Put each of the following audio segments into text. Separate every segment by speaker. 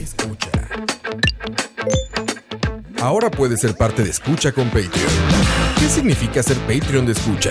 Speaker 1: Escucha. Ahora puedes ser parte de Escucha con Patreon. ¿Qué significa ser Patreon de Escucha?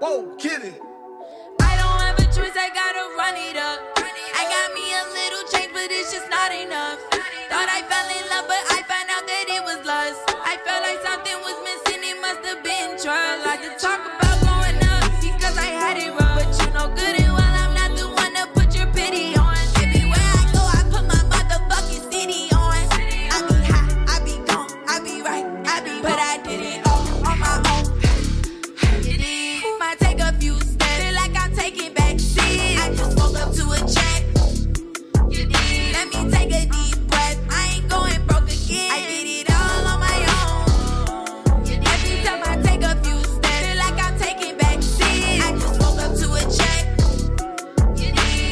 Speaker 2: Whoa, get it.
Speaker 3: I don't have a choice, I gotta run it up. I got me a little change, but it's just not enough. Thought I fell in love, but I found out that it was lust. I felt like something was missing, it must have been trust. Like to talk about growing up because I had it rough, but you know good and well I'm not the one to put your pity on. Everywhere I go, I put my motherfucking city on. I be high, I be gone, I be right, I be, but I did it all on my own. Might take a few steps, feel like I'm taking back seats. I just woke up to a check. Let me take a deep breath. I ain't going broke again. I did it all on my own. Every time I take a few steps, feel like I'm taking back seats. I just woke up to a check.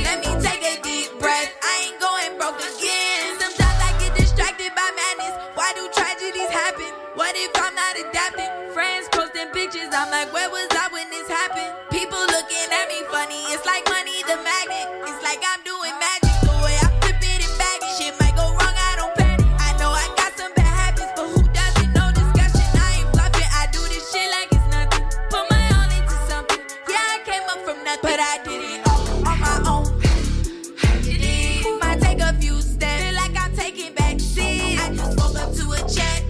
Speaker 3: Let me take a deep breath. I ain't going broke again. Sometimes I get distracted by madness. Why do tragedies happen? What if I'm not adapting? Friends posting pictures. I'm like, where was I when this happened? People looking at me funny. It's like money the magnet. It's like I'm doing magic. The way I flip it and bag it, shit might go wrong. I don't panic. I know I got some bad habits, but who doesn't? No discussion. I ain't bluffing. I do this shit like it's nothing. Put my all into something. Yeah, I came up from nothing, but I did it all on my own. Might take a few steps, feel like I'm taking back seats. I just woke up to a check.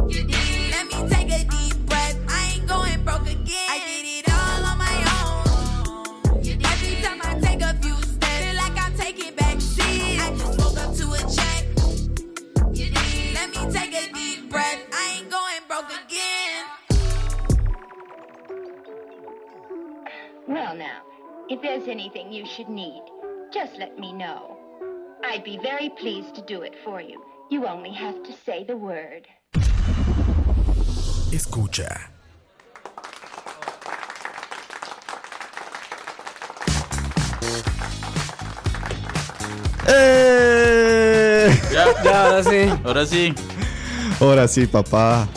Speaker 3: Let me take a deep breath. I ain't going broke again. I did it all on my own. Every time I take a few steps, feel like I'm taking back seats. I just woke up to a check. Let me take a deep breath. I ain't going broke again.
Speaker 4: Well, now, if there's anything you should need, just let me know. I'd be very pleased to do it for you. You only have to say the word.
Speaker 1: Escucha.
Speaker 5: ¡Eh!
Speaker 6: Ya,
Speaker 7: Ya, ahora sí.
Speaker 6: ahora sí.
Speaker 5: Ahora sí, papá.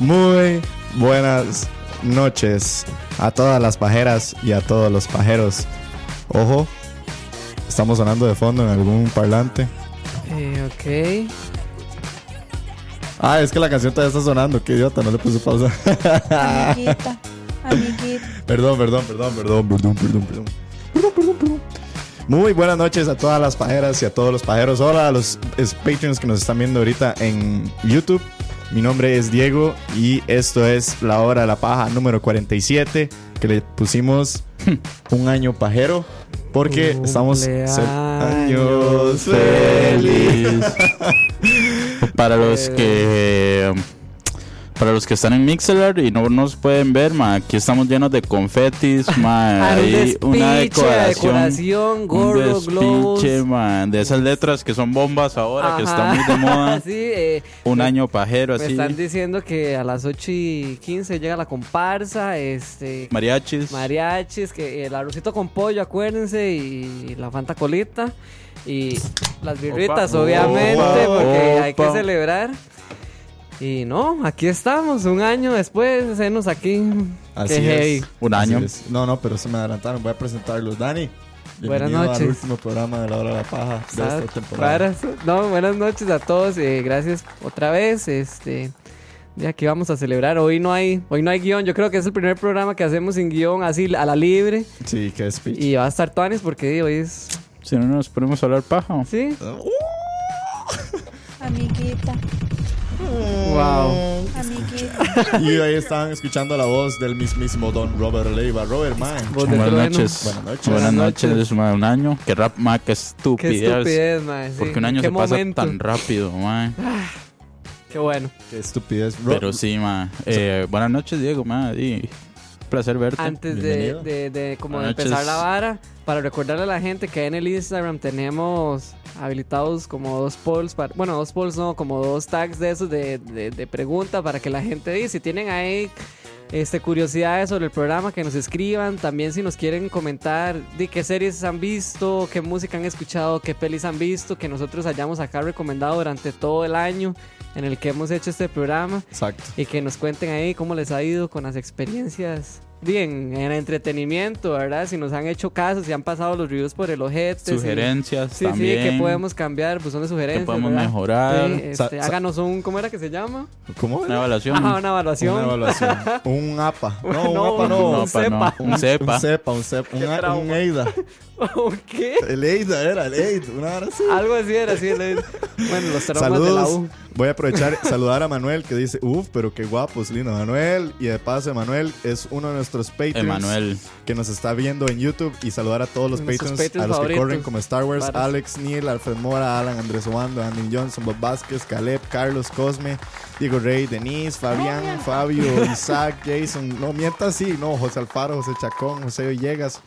Speaker 5: Muy buenas noches a todas las pajeras y a todos los pajeros. Ojo, estamos sonando de fondo en algún parlante.
Speaker 7: Eh, ok.
Speaker 5: Ah, es que la canción todavía está sonando. Qué idiota, no le puse pausa.
Speaker 8: Amiguita, amiguita.
Speaker 5: Perdón, perdón, perdón, perdón, perdón, perdón, perdón. Perdón, perdón, perdón. Muy buenas noches a todas las pajeras y a todos los pajeros. Hola a los es- patrons que nos están viendo ahorita en YouTube. Mi nombre es Diego y esto es La Hora de la Paja número 47 que le pusimos un año pajero porque estamos
Speaker 7: Cumpleaños
Speaker 5: años feliz.
Speaker 6: Para los que para los que están en Mixelar y no nos pueden ver, ma, aquí estamos llenos de confetis, ma,
Speaker 7: Hay un
Speaker 6: hay una
Speaker 7: despiche,
Speaker 6: decoración,
Speaker 7: decoración,
Speaker 6: un
Speaker 7: gorro, globos.
Speaker 6: despiche, ma, de esas letras que son bombas ahora que
Speaker 7: Ajá.
Speaker 6: están muy de moda.
Speaker 7: sí, Pues, eh,
Speaker 6: Un
Speaker 7: me-
Speaker 6: año pajero
Speaker 7: Me
Speaker 6: así.
Speaker 7: están diciendo que a las 8 y 15 llega la comparsa, este,
Speaker 6: Mariachis.
Speaker 7: mariachis, que eh, el arrocito con pollo, acuérdense, y la fanta colita, y las birritas,
Speaker 6: Opa.
Speaker 7: obviamente,
Speaker 6: Opa.
Speaker 7: porque hay que
Speaker 6: Opa.
Speaker 7: celebrar. Y no, aquí estamos, un año después, enos aquí.
Speaker 5: Así
Speaker 7: Qué heavy.
Speaker 5: es.
Speaker 6: Un
Speaker 5: Así
Speaker 6: año.
Speaker 5: es. No, no, pero se me adelantaron. Voy a presentarlos. Dani.
Speaker 7: Buenas
Speaker 5: bienvenido
Speaker 7: noches.
Speaker 5: al último programa de La Hora de la Paja de
Speaker 7: Ah,
Speaker 5: esta temporada.
Speaker 7: varas. No, buenas noches a todos. eh, gracias otra vez. Este, de aquí vamos a celebrar. Hoy no hay, hoy no hay guión. Yo creo que es el primer programa que hacemos sin guión, así a la libre.
Speaker 5: Sí, qué speech.
Speaker 7: Y va a estar Tuanis porque hoy es.
Speaker 6: Si no nos ponemos a hablar paja.
Speaker 7: Sí.
Speaker 5: Uh,
Speaker 8: amiguita,
Speaker 7: Wow.
Speaker 8: amiguita.
Speaker 5: Y ahí estaban escuchando la voz del mismísimo Don Robert Leiva. Robert, man.
Speaker 7: Voz Pues, de
Speaker 6: Buenas
Speaker 7: trueno.
Speaker 6: noches.
Speaker 5: Buenas noches.
Speaker 6: Buenas noches,
Speaker 7: Buenas
Speaker 6: ma, un año. Qué rap, ma, qué
Speaker 7: Qué
Speaker 6: estupidez.
Speaker 7: estupidez, mae. sí.
Speaker 6: Porque un año
Speaker 7: Qué
Speaker 6: se
Speaker 7: momento.
Speaker 6: pasa tan rápido, ma.
Speaker 7: Qué bueno.
Speaker 5: Qué estupidez. Ro-
Speaker 6: Pero sí, ma. Eh, buenas noches, Diego, ma. y placer verte.
Speaker 7: Antes de,
Speaker 5: Bienvenido.
Speaker 7: de, de como de
Speaker 6: Buenas
Speaker 7: empezar la
Speaker 6: noches.
Speaker 7: vara, para recordarle a la gente que en el Instagram tenemos habilitados como dos polls, para, bueno, dos polls no, como dos tags de esos de, de, de pregunta para que la gente diga si tienen ahí este, curiosidades sobre el programa, que nos escriban. También si nos quieren comentar de qué series han visto, qué música han escuchado, qué pelis han visto, que nosotros hayamos acá recomendado durante todo el año en el que hemos hecho este programa.
Speaker 5: Exacto.
Speaker 7: Y que nos cuenten ahí cómo les ha ido con las experiencias. Bien, en entretenimiento, ¿verdad? Si nos han hecho casos, si han pasado los reviews por el ojete. si-
Speaker 6: Sugerencias
Speaker 7: este, Sí,
Speaker 6: también.
Speaker 7: sí, que podemos cambiar, pues son de sugerencias.
Speaker 6: que podemos
Speaker 7: ¿verdad?
Speaker 6: mejorar.
Speaker 7: Sí, este,
Speaker 5: Sa- sa-
Speaker 7: háganos un, ¿cómo era que se llama?
Speaker 5: ¿Cómo?
Speaker 6: Una
Speaker 5: era?
Speaker 6: evaluación.
Speaker 7: Ajá, Ah, una evaluación.
Speaker 5: Una evaluación. un APA. No, un APA
Speaker 7: No,
Speaker 6: Un
Speaker 5: no.
Speaker 7: un
Speaker 6: APA, no,
Speaker 7: cepa.
Speaker 6: Un cepa.
Speaker 5: Un CEPA, un CEPA. Un,
Speaker 7: Qué
Speaker 5: A-
Speaker 7: trauma.
Speaker 5: un EIDA.
Speaker 7: ¿O qué?
Speaker 5: El EIDA era, el EIDA. Una hora así.
Speaker 7: Algo así era, así. le- Bueno, los traumas de la
Speaker 5: Saludos.
Speaker 7: U.
Speaker 5: Voy a aprovechar saludar a Manuel que dice, uff, pero qué guapo es lindo Manuel. Y de paso, Manuel es uno de nuestros Patreons
Speaker 6: Emanuel.
Speaker 5: que nos está viendo en YouTube. Y saludar a todos los
Speaker 7: Nuestros
Speaker 5: Patreons,
Speaker 7: Patreons
Speaker 5: a los que
Speaker 7: favoritos.
Speaker 5: corren como Star Wars,
Speaker 7: Varios.
Speaker 5: Alex Neil, Alfred Mora, Alan Andrés Obando, Andy Johnson, Bob Vázquez, Caleb, Carlos Cosme, Diego Rey, Denise, Fabián, Fabio, Isaac, Jason. No mientas sí, no, José Alfaro, José Chacón, José Villegas.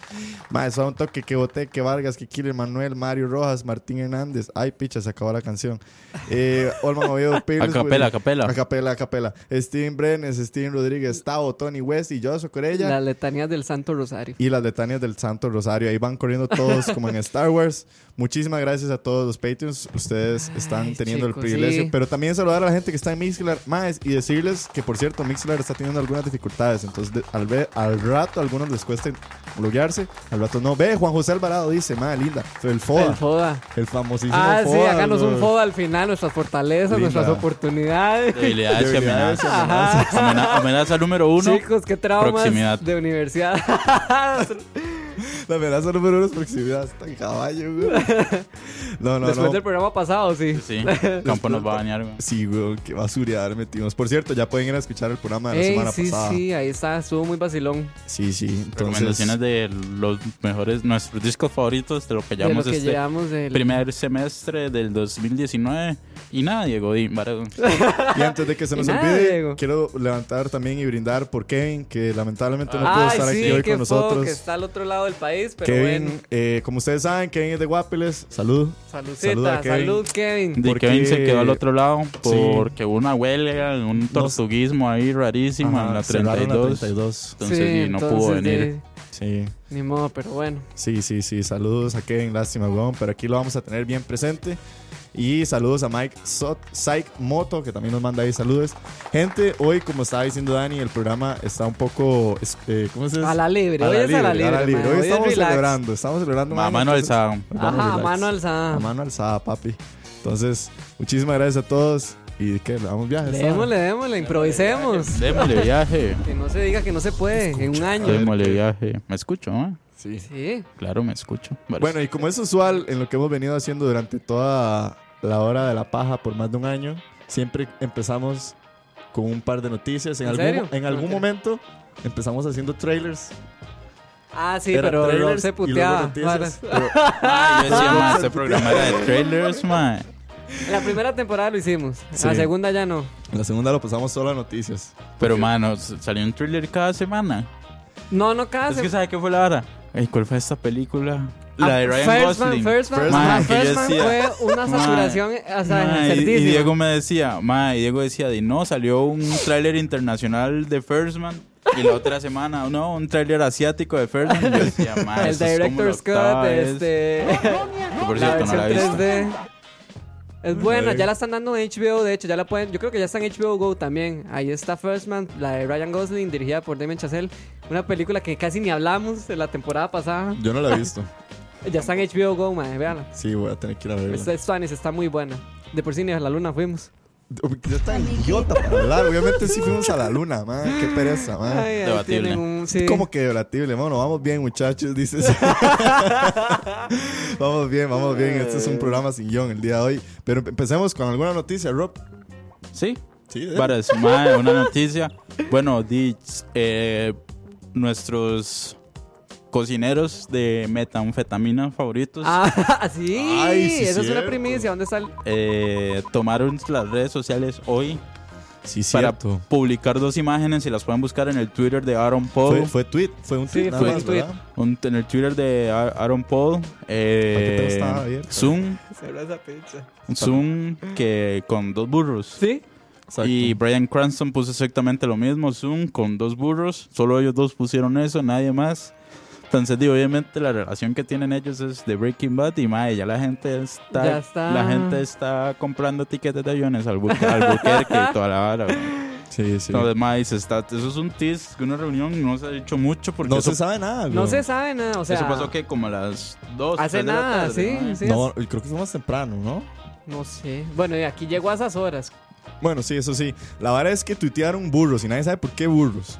Speaker 5: Mae, son toque que boté, que Vargas, que Killer Manuel, Mario Rojas, Martín Hernández. Ay, picha, se acabó la canción. Eh, Olman Oviedo, Pérez.
Speaker 6: Acapela, acapela.
Speaker 5: Acapela, acapela. Steven Brenes, Steven Rodríguez, Tavo, Tony West y Joshua Corella.
Speaker 7: Las letanías del Santo Rosario.
Speaker 5: Y las letanías del Santo Rosario. Ahí van corriendo todos como en Star Wars. Muchísimas gracias a todos los Patreons. Ustedes están
Speaker 7: Ay,
Speaker 5: teniendo
Speaker 7: chicos,
Speaker 5: el privilegio.
Speaker 7: sí.
Speaker 5: Pero también saludar a la gente que está en Mixlar más y decirles que, por cierto, Mixlar está teniendo algunas dificultades. Entonces, de- al, ve- al rato a algunos les cuesta loguearse. Al rato no. Ve, Juan José Alvarado dice, madre linda, el
Speaker 7: El
Speaker 5: FODA.
Speaker 7: foda.
Speaker 5: El famosísimo
Speaker 7: Ah, sí,
Speaker 5: FODA,
Speaker 7: háganos un
Speaker 5: bro.
Speaker 7: foda al final, nuestras fortalezas,
Speaker 5: Linda.
Speaker 7: nuestras oportunidades.
Speaker 6: Debilidades y
Speaker 5: Debilidades y
Speaker 6: amenazas.
Speaker 5: amenazas.
Speaker 6: Amena- Amenaza número uno.
Speaker 7: Chicos, qué traumas
Speaker 6: proximidad.
Speaker 7: de universidad.
Speaker 5: La amenaza número uno es proximidad. Está en caballo, güey. No, no,
Speaker 7: Después
Speaker 5: no.
Speaker 7: del programa pasado, sí.
Speaker 6: Sí. Campo nos va a bañar, güey.
Speaker 5: Sí, güey, qué basurear metimos. Por cierto, ya pueden ir a escuchar el programa de la
Speaker 7: Ey,
Speaker 5: semana
Speaker 7: sí,
Speaker 5: pasada.
Speaker 7: sí, ahí está, estuvo muy vacilón.
Speaker 5: Sí, sí.
Speaker 6: Recomendaciones
Speaker 5: Entonces,
Speaker 6: de los mejores, nuestros discos favoritos de lo que
Speaker 7: de lo
Speaker 6: llamamos
Speaker 7: que
Speaker 6: este
Speaker 7: llevamos del...
Speaker 6: primer semestre del 2019. Y nada, Diego, di, vara-
Speaker 5: y antes de que se
Speaker 7: Y
Speaker 5: nos
Speaker 7: nada,
Speaker 5: olvide,
Speaker 7: Diego.
Speaker 5: quiero levantar también y brindar por Kevin, que lamentablemente no pudo
Speaker 7: Ay,
Speaker 5: estar
Speaker 7: sí,
Speaker 5: aquí hoy
Speaker 7: qué
Speaker 5: con
Speaker 7: foda,
Speaker 5: nosotros.
Speaker 7: que está al otro lado del país, pero
Speaker 5: Kevin,
Speaker 7: bueno.
Speaker 5: eh, como ustedes saben, Kevin es de Guapiles. Salud.
Speaker 7: Saludcita,
Speaker 5: Saluda a Kevin.
Speaker 7: salud, Kevin.
Speaker 6: Di
Speaker 5: Porque-
Speaker 6: Kevin se quedó al otro lado porque hubo una huelga, un tortuguismo ahí rarísimo
Speaker 5: Ajá,
Speaker 6: en la
Speaker 5: cerraron
Speaker 6: 32.
Speaker 5: 32.
Speaker 6: Entonces,
Speaker 7: Sí,
Speaker 6: di, no pudo
Speaker 7: entonces,
Speaker 6: venir.
Speaker 5: Sí,
Speaker 7: di, ni modo, pero bueno.
Speaker 5: sí, sí, sí. Saludos a Kevin, lástima, weón, pero aquí lo vamos a tener bien presente. Y saludos a Mike Sot, Psych Moto, que también nos manda ahí saludos. Gente, hoy, como estaba diciendo Dani, el programa está un poco. es- eh, ¿Cómo se dice?
Speaker 7: A la libre, hoy es a la libre,
Speaker 5: a la libre.
Speaker 7: man,
Speaker 5: Hoy
Speaker 7: hoy es
Speaker 5: estamos
Speaker 7: relax.
Speaker 5: celebrando, estamos celebrando.
Speaker 6: A
Speaker 5: mano,
Speaker 6: mano
Speaker 5: entonces-
Speaker 6: alzada.
Speaker 5: Vamos
Speaker 7: Ajá,
Speaker 5: relax.
Speaker 7: mano alzada.
Speaker 5: A mano alzada, papi. Entonces, muchísimas gracias a todos. ¿Y qué? ¿Le damos Ah. viajes?
Speaker 7: Démosle, démosle, improvisemos.
Speaker 6: Démosle viaje.
Speaker 7: Que no se diga que no se puede en un año.
Speaker 6: Démosle viaje. ¿Me escucho? eh?
Speaker 5: Sí.
Speaker 7: Sí,
Speaker 6: Claro, me escucho. Vale.
Speaker 5: Bueno, y como es usual en lo que hemos venido haciendo durante toda la hora de la paja por más de un año, siempre empezamos con un par de noticias. En,
Speaker 7: ¿En
Speaker 5: algún,
Speaker 7: serio?
Speaker 5: en algún
Speaker 7: Ok.
Speaker 5: momento empezamos haciendo trailers.
Speaker 7: Ah, sí,
Speaker 5: Era
Speaker 7: pero Rob
Speaker 5: trailers y
Speaker 7: se
Speaker 5: luego
Speaker 7: puteaba.
Speaker 5: noticias,
Speaker 6: Ah, yo decía, ma, este programa era de trailers, ma.
Speaker 7: La primera temporada lo hicimos, la
Speaker 5: Sí.
Speaker 7: segunda ya no.
Speaker 5: pero La segunda lo pasamos solo a noticias.
Speaker 6: Pero, mano, salió un thriller cada semana.
Speaker 7: No, no cada
Speaker 6: Es que,
Speaker 7: semana.
Speaker 6: ¿sabe qué fue la hora? Ey, ¿Cuál fue esta película? La de
Speaker 7: Ah,
Speaker 6: Ryan
Speaker 7: First
Speaker 6: Gosling.
Speaker 7: Man, First Man,
Speaker 5: First
Speaker 7: Ma,
Speaker 6: Man, que yo
Speaker 7: First Man
Speaker 6: decía,
Speaker 7: fue una
Speaker 6: ma,
Speaker 7: saturación hasta
Speaker 6: Ma, y, y
Speaker 7: certísima.
Speaker 6: Diego me decía, ma, y Diego decía, di, no, salió un tráiler internacional de First Man. Y la otra semana, no, un tráiler asiático de First Man. Y yo decía, ma,
Speaker 7: el
Speaker 6: eso es como la
Speaker 7: director Scott,
Speaker 6: octava vez.
Speaker 7: este,
Speaker 6: Que, Por
Speaker 7: la
Speaker 6: cierto, no
Speaker 7: versión
Speaker 6: la he visto.
Speaker 7: 3D. Es buena, ya la están dando en HBO, de hecho, ya la pueden, yo creo que ya está en HBO Go también. Ahí está First Man, la de Ryan Gosling, dirigida por Damien Chazelle, una película que casi ni hablamos en la temporada pasada.
Speaker 5: Yo no la he visto.
Speaker 7: Ya está en HBO Go, madre, véanla.
Speaker 5: Sí, voy a tener que ir a verla.
Speaker 7: Esta es Spanish, está muy buena. De por sí ni a la luna fuimos.
Speaker 5: Ya está idiota para hablar. Obviamente sí fuimos a la luna, ma. Qué pereza, ma.
Speaker 7: Ay, ahí
Speaker 6: Debatible.
Speaker 7: tienen un- sí.
Speaker 5: Como que debatible, mano. Vamos bien, muchachos, dices. vamos bien, vamos bien. Este
Speaker 7: Eh.
Speaker 5: es un programa sin guión el día de hoy. Pero empecemos con alguna noticia, Rob.
Speaker 6: Sí,
Speaker 5: Sí, dele.
Speaker 6: para Smile, una noticia. Bueno, di- eh, nuestros cocineros de metanfetamina favoritos
Speaker 7: Ah, sí.
Speaker 5: Ay, sí,
Speaker 7: Eso es
Speaker 5: cierto.
Speaker 7: una primicia. ¿Dónde está el.?
Speaker 6: eh, tomaron las redes sociales hoy
Speaker 5: Sí,
Speaker 6: para
Speaker 5: cierto.
Speaker 6: publicar dos imágenes y las pueden buscar en el Twitter de Aaron Paul.
Speaker 5: Fue, fue tweet, fue un tweet.
Speaker 7: Sí,
Speaker 5: nada
Speaker 7: fue un
Speaker 5: más,
Speaker 7: tweet.
Speaker 5: ¿verdad?
Speaker 6: Un- en el Twitter de A- Aaron Paul. eh,
Speaker 5: ¿Para qué te estaba abierto?
Speaker 6: Zoom.
Speaker 7: Cerró esa pizza.
Speaker 6: Zoom que con dos burros.
Speaker 7: Sí.
Speaker 6: Y Brian Cranston puso exactamente lo mismo. Zoom con dos burros. Solo ellos dos pusieron eso, nadie más. Entonces, di, obviamente la relación que tienen ellos es de Breaking Bad y mae, ya la gente está,
Speaker 7: Ya está.
Speaker 6: la gente está comprando tiquetes de aviones al, buque, al Buquerque y toda la vara. güey.
Speaker 5: Sí, sí.
Speaker 6: Entonces, mae, se está, eso es un tease, una reunión, no se ha dicho mucho porque
Speaker 5: no
Speaker 6: eso,
Speaker 5: se sabe nada,
Speaker 7: No
Speaker 5: güey.
Speaker 7: se sabe nada. O sea.
Speaker 6: eso pasó que como a las dos.
Speaker 7: Hace
Speaker 6: tres de la
Speaker 7: nada,
Speaker 6: tarde, mae.
Speaker 7: sí, sí.
Speaker 5: No, creo que fue más temprano, ¿no?
Speaker 7: No sé. Bueno, y aquí llegó a esas horas.
Speaker 5: Bueno, sí, eso sí. La verdad es que tuitearon burros y nadie sabe por qué burros.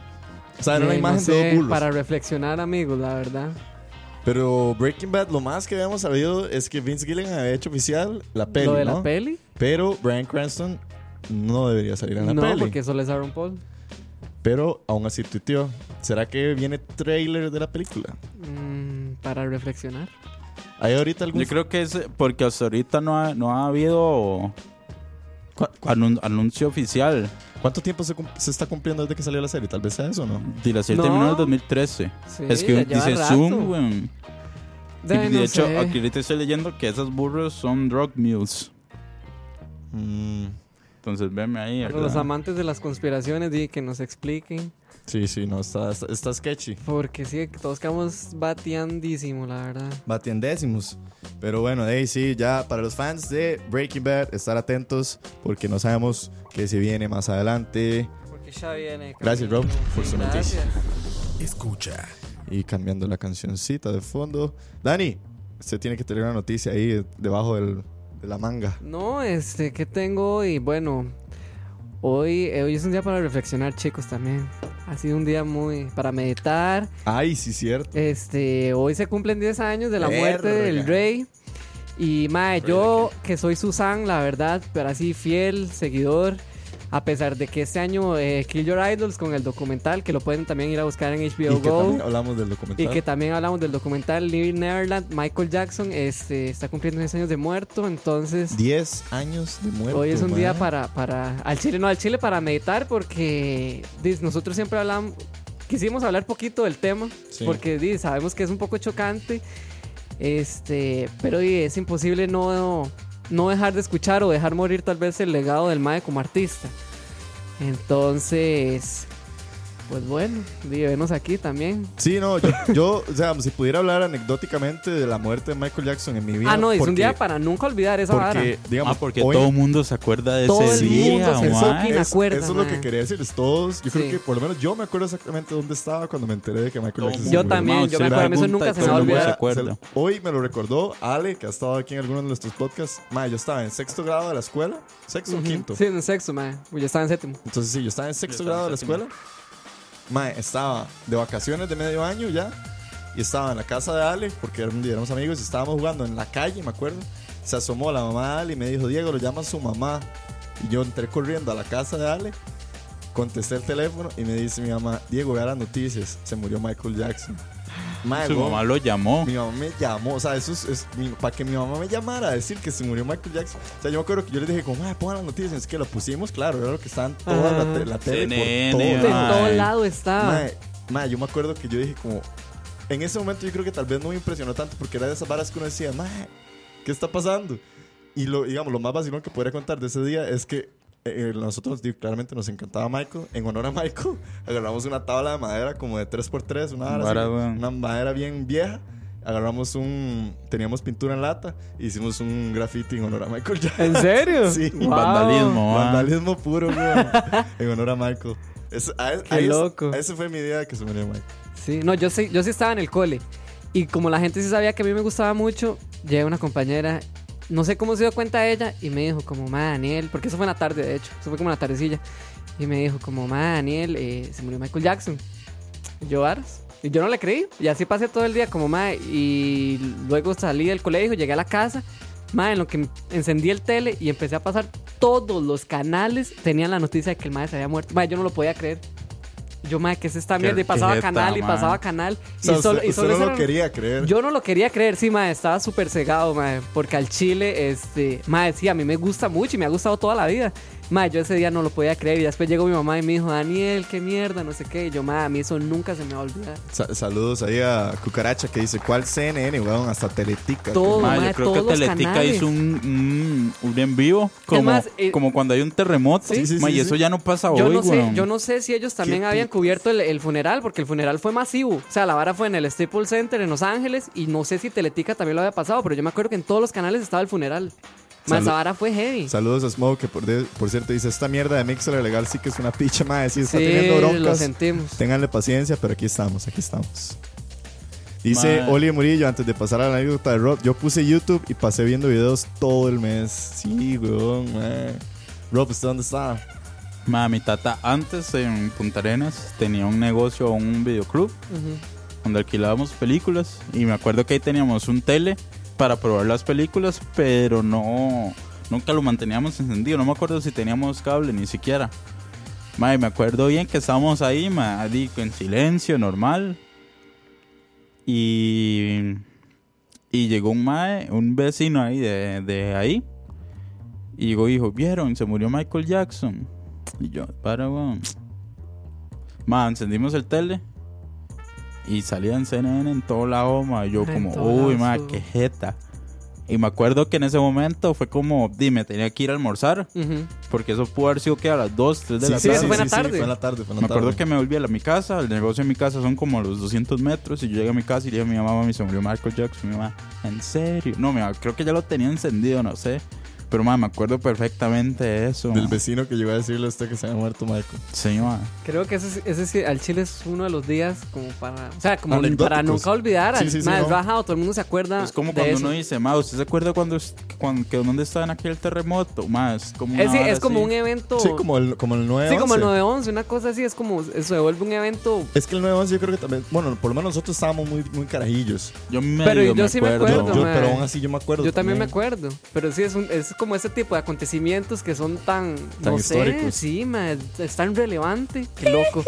Speaker 5: O sea, era una
Speaker 7: Eh, no
Speaker 5: imagen de
Speaker 7: sé,
Speaker 5: dos burros.
Speaker 7: Para reflexionar, amigos, la verdad.
Speaker 5: Pero Breaking Bad, lo más que habíamos sabido es que Vince Gilligan había hecho oficial la peli.
Speaker 7: Lo de
Speaker 5: ¿no?
Speaker 7: la peli.
Speaker 5: Pero Brian Cranston no debería salir en la
Speaker 7: No,
Speaker 5: peli.
Speaker 7: porque solo es Aaron Paul.
Speaker 5: Pero aún así tuiteó. ¿Será que viene trailer de la película?
Speaker 7: Mm, para reflexionar.
Speaker 5: ¿Hay ahorita algún.?
Speaker 6: Yo creo que es porque hasta ahorita no ha, no ha habido anun- anuncio oficial.
Speaker 5: ¿Cuánto tiempo se, cum- se está cumpliendo desde que salió la serie? Tal vez sea eso, ¿no?
Speaker 6: De la serie
Speaker 7: No.
Speaker 6: terminó en el 2013.
Speaker 7: Sí,
Speaker 6: es que
Speaker 7: ya lleva
Speaker 6: dice
Speaker 7: rato.
Speaker 6: Zoom, weón. Y
Speaker 7: Ay,
Speaker 6: de
Speaker 7: no
Speaker 6: hecho,
Speaker 7: sé.
Speaker 6: aquí ahorita estoy leyendo que esas burros son drug mules.
Speaker 5: Mm,
Speaker 6: Entonces, veme ahí.
Speaker 7: Para
Speaker 6: ¿verdad?
Speaker 7: los amantes de las conspiraciones, di que nos expliquen.
Speaker 5: sí, sí, no, está, está, está sketchy.
Speaker 7: Porque sí, todos quedamos bateandísimo, la verdad.
Speaker 5: Baten décimos. Pero bueno, ahí sí, ya para los fans de Breaking Bad, estar atentos porque no sabemos qué se viene más adelante.
Speaker 7: Porque ya viene.
Speaker 5: Gracias, Rob, por su noticia.
Speaker 1: Escucha.
Speaker 5: Y cambiando la cancioncita de fondo. Dani, usted tiene que tener una noticia ahí debajo del- de la manga.
Speaker 7: No, este, ¿qué tengo hoy? Bueno, hoy, eh, hoy es un día para reflexionar, chicos, también. Ha sido un día muy para meditar.
Speaker 5: Ay, sí, cierto.
Speaker 7: Este, hoy se cumplen 10 años de la muerte
Speaker 5: Verga.
Speaker 7: del rey. Y mae, yo que soy Susan, la verdad, pero así fiel, seguidor. A pesar de que este año eh, Kill Your Idols con el documental, que lo pueden también ir a buscar en
Speaker 5: Y
Speaker 7: HBO
Speaker 5: que
Speaker 7: Go.
Speaker 5: también hablamos del documental.
Speaker 7: Y que también hablamos del documental Living Neverland, Michael Jackson este, está cumpliendo 10 años de muerto, entonces
Speaker 5: 10 años de muerte.
Speaker 7: hoy es un día
Speaker 5: ma.
Speaker 7: para, para, al Chile, no, al Chile para meditar porque dis, nosotros siempre hablamos, quisimos hablar poquito del tema,
Speaker 5: Sí.
Speaker 7: porque dis, sabemos que es un poco chocante, este, pero di, es imposible no, no dejar de escuchar o dejar morir tal vez el legado del MAE como artista. Entonces, pues bueno, di, venos aquí también. Ah,
Speaker 5: Sí, no, yo, yo, o sea, si pudiera hablar anecdóticamente de la muerte de Michael Jackson en mi vida.
Speaker 7: Ah, no, es
Speaker 5: porque-
Speaker 7: un día para nunca olvidar esa vara.
Speaker 5: Porque, digamos,
Speaker 6: Ah, porque
Speaker 5: hoy-
Speaker 6: todo el mundo se acuerda de
Speaker 7: Todo
Speaker 6: ese
Speaker 7: el
Speaker 6: día,
Speaker 7: mundo se
Speaker 6: mae.
Speaker 7: fucking
Speaker 5: es-
Speaker 7: acuerda,
Speaker 5: Eso es lo que
Speaker 7: mae.
Speaker 5: quería decirles todos. Yo creo
Speaker 7: Sí.
Speaker 5: que por lo menos yo me acuerdo exactamente dónde estaba cuando me enteré de que Michael
Speaker 6: Todo el
Speaker 5: Jackson
Speaker 6: mundo,
Speaker 5: se
Speaker 7: Yo
Speaker 5: murió.
Speaker 7: también,
Speaker 6: mae,
Speaker 7: yo
Speaker 6: se
Speaker 7: me acuerdo, eso
Speaker 6: pregunta
Speaker 7: nunca
Speaker 6: y
Speaker 7: se
Speaker 6: todo
Speaker 7: me va a
Speaker 6: el mundo
Speaker 7: olvidar.
Speaker 6: se acuerda.
Speaker 5: Se- Hoy me lo recordó Ale, que ha estado aquí en algunos de nuestros podcasts. Ma, yo estaba en sexto grado de la escuela. ¿Sexto o
Speaker 7: Ujú.
Speaker 5: quinto?
Speaker 7: Sí, en el sexto, mae. Uy, Yo estaba en séptimo.
Speaker 5: Entonces, sí, yo estaba en sexto
Speaker 6: Yo estaba
Speaker 5: grado de
Speaker 6: en
Speaker 5: la
Speaker 6: séptimo.
Speaker 5: escuela. Ma, estaba de vacaciones de medio año ya. Y estaba en la casa de Ale, porque éramos éramos amigos y estábamos jugando en la calle, me acuerdo. Se asomó la mamá de Ale y me dijo, Diego, lo llama su mamá. Y yo entré corriendo a la casa de Ale, contesté el teléfono y me dice mi mamá, Diego, vea las noticias, se murió Michael Jackson. Ma,
Speaker 6: Su
Speaker 5: weón,
Speaker 6: mamá lo llamó.
Speaker 5: mi mamá me llamó, o sea, eso es, es mi- para que mi mamá me llamara a decir que se murió Michael Jackson. O sea, yo me acuerdo que yo les dije, como, "Mae, pongan las noticias, es que lo pusimos, claro, era lo que estaban toda la, te- la tele
Speaker 6: CNN,
Speaker 5: por
Speaker 7: De
Speaker 5: todo.
Speaker 6: mae.
Speaker 7: todo lado estaba.
Speaker 5: Mae, mae, yo me acuerdo que yo dije, como, en ese momento yo creo que tal vez no me impresionó tanto porque era de esas varas que uno decía, mae, ¿qué está pasando? Y lo, digamos, lo más vacilón que podría contar de ese día es que eh, eh, nosotros di- claramente nos encantaba Michael. En honor a Michael, agarramos una tabla de madera como de 3x3, una, vara así,
Speaker 6: Vara, weón.
Speaker 5: una madera bien vieja. Agarramos un. Teníamos pintura en lata. e hicimos un graffiti en honor a Michael Jackson.
Speaker 7: ¿En serio?
Speaker 5: Sí.
Speaker 7: Wow.
Speaker 6: Vandalismo, mae.
Speaker 5: Vandalismo puro, weón. en honor a Michael. Es- a- a-
Speaker 7: Qué
Speaker 5: a-
Speaker 7: loco.
Speaker 5: Ese fue mi idea de que se murió Michael.
Speaker 7: Sí, no, yo sí, yo sí estaba en el cole. Y como la gente sí sabía que a mí me gustaba mucho, llega una compañera no sé cómo se dio cuenta ella y me dijo como, ma, Daniel, porque eso fue en la tarde, de hecho, eso fue como en la tardecilla. Y me dijo como, ma, Daniel, eh, se murió Michael Jackson. Y yo, varas. Y yo no le creí. Y así pasé todo el día como, ma, y luego salí del colegio, llegué a la casa. Ma, en lo que encendí el tele y empecé a pasar todos los canales, tenían la noticia de que el ma se había muerto. Ma, yo no lo podía creer. Yo, ma, que es esta
Speaker 6: Qué-
Speaker 7: mierda? Y
Speaker 6: qué
Speaker 7: pasaba
Speaker 6: jeta,
Speaker 7: canal y
Speaker 6: ma.
Speaker 7: pasaba canal.
Speaker 5: O sea,
Speaker 7: y solo,
Speaker 5: usted,
Speaker 7: y
Speaker 5: usted
Speaker 7: solo
Speaker 5: no
Speaker 7: eso
Speaker 5: lo
Speaker 7: era-
Speaker 5: quería creer.
Speaker 7: yo no lo quería creer, sí, mae, estaba súper cegado, mae, porque al chile, este, mae, sí, a mí me gusta mucho y me ha gustado toda la vida. Mae, yo ese día no lo podía creer y después llegó mi mamá y me dijo, Daniel, qué mierda, no sé qué. Y yo, mae, a mí eso nunca se me va a olvidar.
Speaker 5: Sa- saludos ahí a Cucaracha que dice, ¿cuál CNN, weón? Hasta Teletica.
Speaker 7: Todo.
Speaker 6: Ma,
Speaker 7: madre,
Speaker 6: yo creo que
Speaker 7: todos los
Speaker 6: Teletica
Speaker 7: canales.
Speaker 6: hizo un, mm, un, un en vivo, como,
Speaker 7: más, eh,
Speaker 6: como cuando hay un terremoto.
Speaker 7: Sí, sí,
Speaker 6: ma,
Speaker 5: sí,
Speaker 6: y
Speaker 5: sí.
Speaker 6: eso ya no pasa
Speaker 7: Yo
Speaker 6: hoy,
Speaker 7: no, sé,
Speaker 6: weón.
Speaker 7: yo no sé si ellos también habían cubierto el, el funeral, porque el funeral fue masivo. O sea, la vara fue en el Staples Center en Los Ángeles y no sé si Teletica también lo había pasado, pero yo me acuerdo que en todos los canales estaba el funeral. Más
Speaker 5: Salud.
Speaker 7: la vara fue heavy.
Speaker 5: Saludos a Smoke, que por, de- por cierto dice, esta mierda de Mixer legal sí que es una picha, madre. Sí, está
Speaker 7: Sí,
Speaker 5: teniendo
Speaker 7: lo
Speaker 5: broncas.
Speaker 7: sentimos.
Speaker 5: Ténganle paciencia, pero aquí estamos, aquí estamos. Dice
Speaker 6: Madre.
Speaker 5: Oli Murillo, antes de pasar a la anécdota de Rob, yo puse YouTube y pasé viendo videos todo el mes. Sí, weón, madre. Rob, ¿usted dónde está?
Speaker 6: Ma, mi tata antes en Punta Arenas tenía un negocio, un videoclub, donde alquilábamos películas. Y me acuerdo que ahí teníamos un tele para probar las películas, pero no nunca lo manteníamos encendido. No me acuerdo si teníamos cable ni siquiera. Ma, y me acuerdo bien que estábamos ahí, ma, di- en silencio, normal. Y, y llegó un mae, un vecino ahí de, de ahí. Y llegó y dijo, ¿vieron? Se murió Michael Jackson. Y yo, para, weón. Ma, encendimos el tele. Y salía en CNN en todo lado, ma. Yo
Speaker 7: En
Speaker 6: como,
Speaker 7: todo
Speaker 6: uy, ma,
Speaker 7: lado, sí.
Speaker 6: qué jeta. Y me acuerdo que en ese momento fue como, dime, tenía que ir a almorzar.
Speaker 7: Ujú.
Speaker 6: Porque eso pudo haber sido que a las 2, 3 de la
Speaker 7: sí,
Speaker 6: tarde.
Speaker 7: eso fue en la tarde.
Speaker 5: fue en la tarde, fue en la
Speaker 6: Me
Speaker 5: tarde.
Speaker 6: acuerdo que me volví a la- mi casa, el negocio de mi casa son como los 200 metros y yo llegué a mi casa y le dije a mi mamá, mami, se murió Michael Jackson, mi mamá, ¿en serio? No, mi mamá, creo que ya lo tenía encendido, no sé, pero mamá, me acuerdo perfectamente de eso.
Speaker 5: Del
Speaker 6: ma.
Speaker 5: vecino que llegó a decirle a usted que se había muerto Michael.
Speaker 6: Sí, ma.
Speaker 7: Creo que ese, es- ese sí, al chile es uno de los días como para, o sea, como
Speaker 5: Anecdóticos.
Speaker 7: para nunca olvidar.
Speaker 5: Sí, sí, sí,
Speaker 7: más
Speaker 5: no.
Speaker 7: rajado, todo el mundo se acuerda.
Speaker 6: Es como
Speaker 7: Ah, de
Speaker 6: cuando
Speaker 7: eso.
Speaker 6: uno dice, ma, ¿usted se acuerda cuando, es- cuando que dónde estaba en aquel terremoto? Ma, es como una
Speaker 7: Es, sí,
Speaker 6: vara
Speaker 7: es como
Speaker 6: así.
Speaker 7: un evento.
Speaker 5: Sí, como el, como el 9
Speaker 7: sí, como el 911, una cosa así, es como, eso se vuelve un evento.
Speaker 5: Es que el 9 yo creo que también, bueno, por lo menos nosotros estábamos muy, muy carajillos.
Speaker 6: Yo medio me
Speaker 7: Pero yo sí me
Speaker 5: Yo,
Speaker 7: acuerdo,
Speaker 5: yo-
Speaker 7: mae.
Speaker 5: pero aún así yo me acuerdo.
Speaker 7: Yo también me acuerdo, pero sí, es, un- es como ese tipo de acontecimientos que son tan,
Speaker 5: Tan
Speaker 7: no sé,
Speaker 5: históricos.
Speaker 7: sí, ma, es tan relevante, qué loco.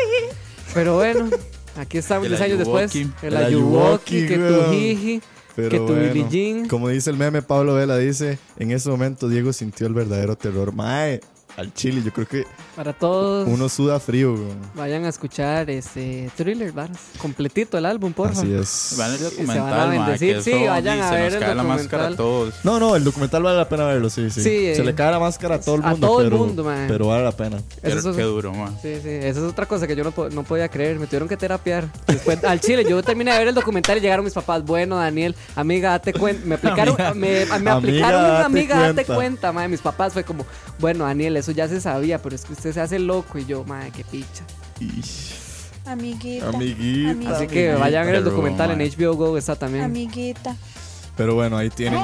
Speaker 7: Pero bueno, aquí estamos
Speaker 6: El
Speaker 7: 10 años después.
Speaker 6: Ayuwoki.
Speaker 7: El
Speaker 5: El
Speaker 7: Ayuwoki,
Speaker 5: Ayuwoki,
Speaker 7: que tu
Speaker 5: weón.
Speaker 7: jiji,
Speaker 5: Pero
Speaker 7: que tu
Speaker 5: bueno,
Speaker 7: Billie Jean.
Speaker 5: Como dice el meme, Pablo Vela dice: En ese momento Diego sintió el verdadero terror. Mae, al chile, yo creo que
Speaker 7: Para todos.
Speaker 5: uno suda frío, weón.
Speaker 7: Vayan a escuchar este thriller, varas. Completito el álbum, por
Speaker 5: Así
Speaker 7: favor.
Speaker 5: es.
Speaker 6: Van el
Speaker 7: se van a
Speaker 6: documental, ma,
Speaker 7: bendecir.
Speaker 6: que
Speaker 7: Sí,
Speaker 6: eso,
Speaker 7: vayan
Speaker 6: y
Speaker 7: a
Speaker 6: se
Speaker 7: ver
Speaker 6: nos
Speaker 7: el
Speaker 6: cae la máscara
Speaker 7: documental.
Speaker 6: a todos.
Speaker 5: No, no, el documental vale la pena verlo, sí, sí.
Speaker 7: Sí,
Speaker 5: Se
Speaker 7: eh.
Speaker 5: le cae la máscara a todo el
Speaker 7: A
Speaker 5: mundo.
Speaker 7: todo el
Speaker 5: pero,
Speaker 7: mundo, mae.
Speaker 5: Pero vale la pena.
Speaker 7: Eso
Speaker 6: Qué-
Speaker 7: es-
Speaker 6: Qué duro, ma.
Speaker 7: Sí, sí, esa es otra cosa que yo no, po- no podía creer, me tuvieron que terapiar. Después, al chile, yo terminé de ver el documental y llegaron mis papás, bueno, Daniel, amiga, date cuenta, me aplicaron,
Speaker 6: Amiga.
Speaker 7: me, me
Speaker 5: Amiga,
Speaker 7: aplicaron una
Speaker 5: date
Speaker 7: amiga, date
Speaker 5: cuenta".
Speaker 7: cuenta, madre, mis papás fue como, bueno, Daniel, eso ya se sabía, pero es que usted se hace loco y yo, madre, qué picha.
Speaker 8: Amiguita.
Speaker 5: Amiguita.
Speaker 7: Así que vayan a ver el
Speaker 6: Pero,
Speaker 7: documental en
Speaker 6: mae.
Speaker 7: HBO Go, está también.
Speaker 8: Amiguita.
Speaker 5: Pero bueno, ahí tienen.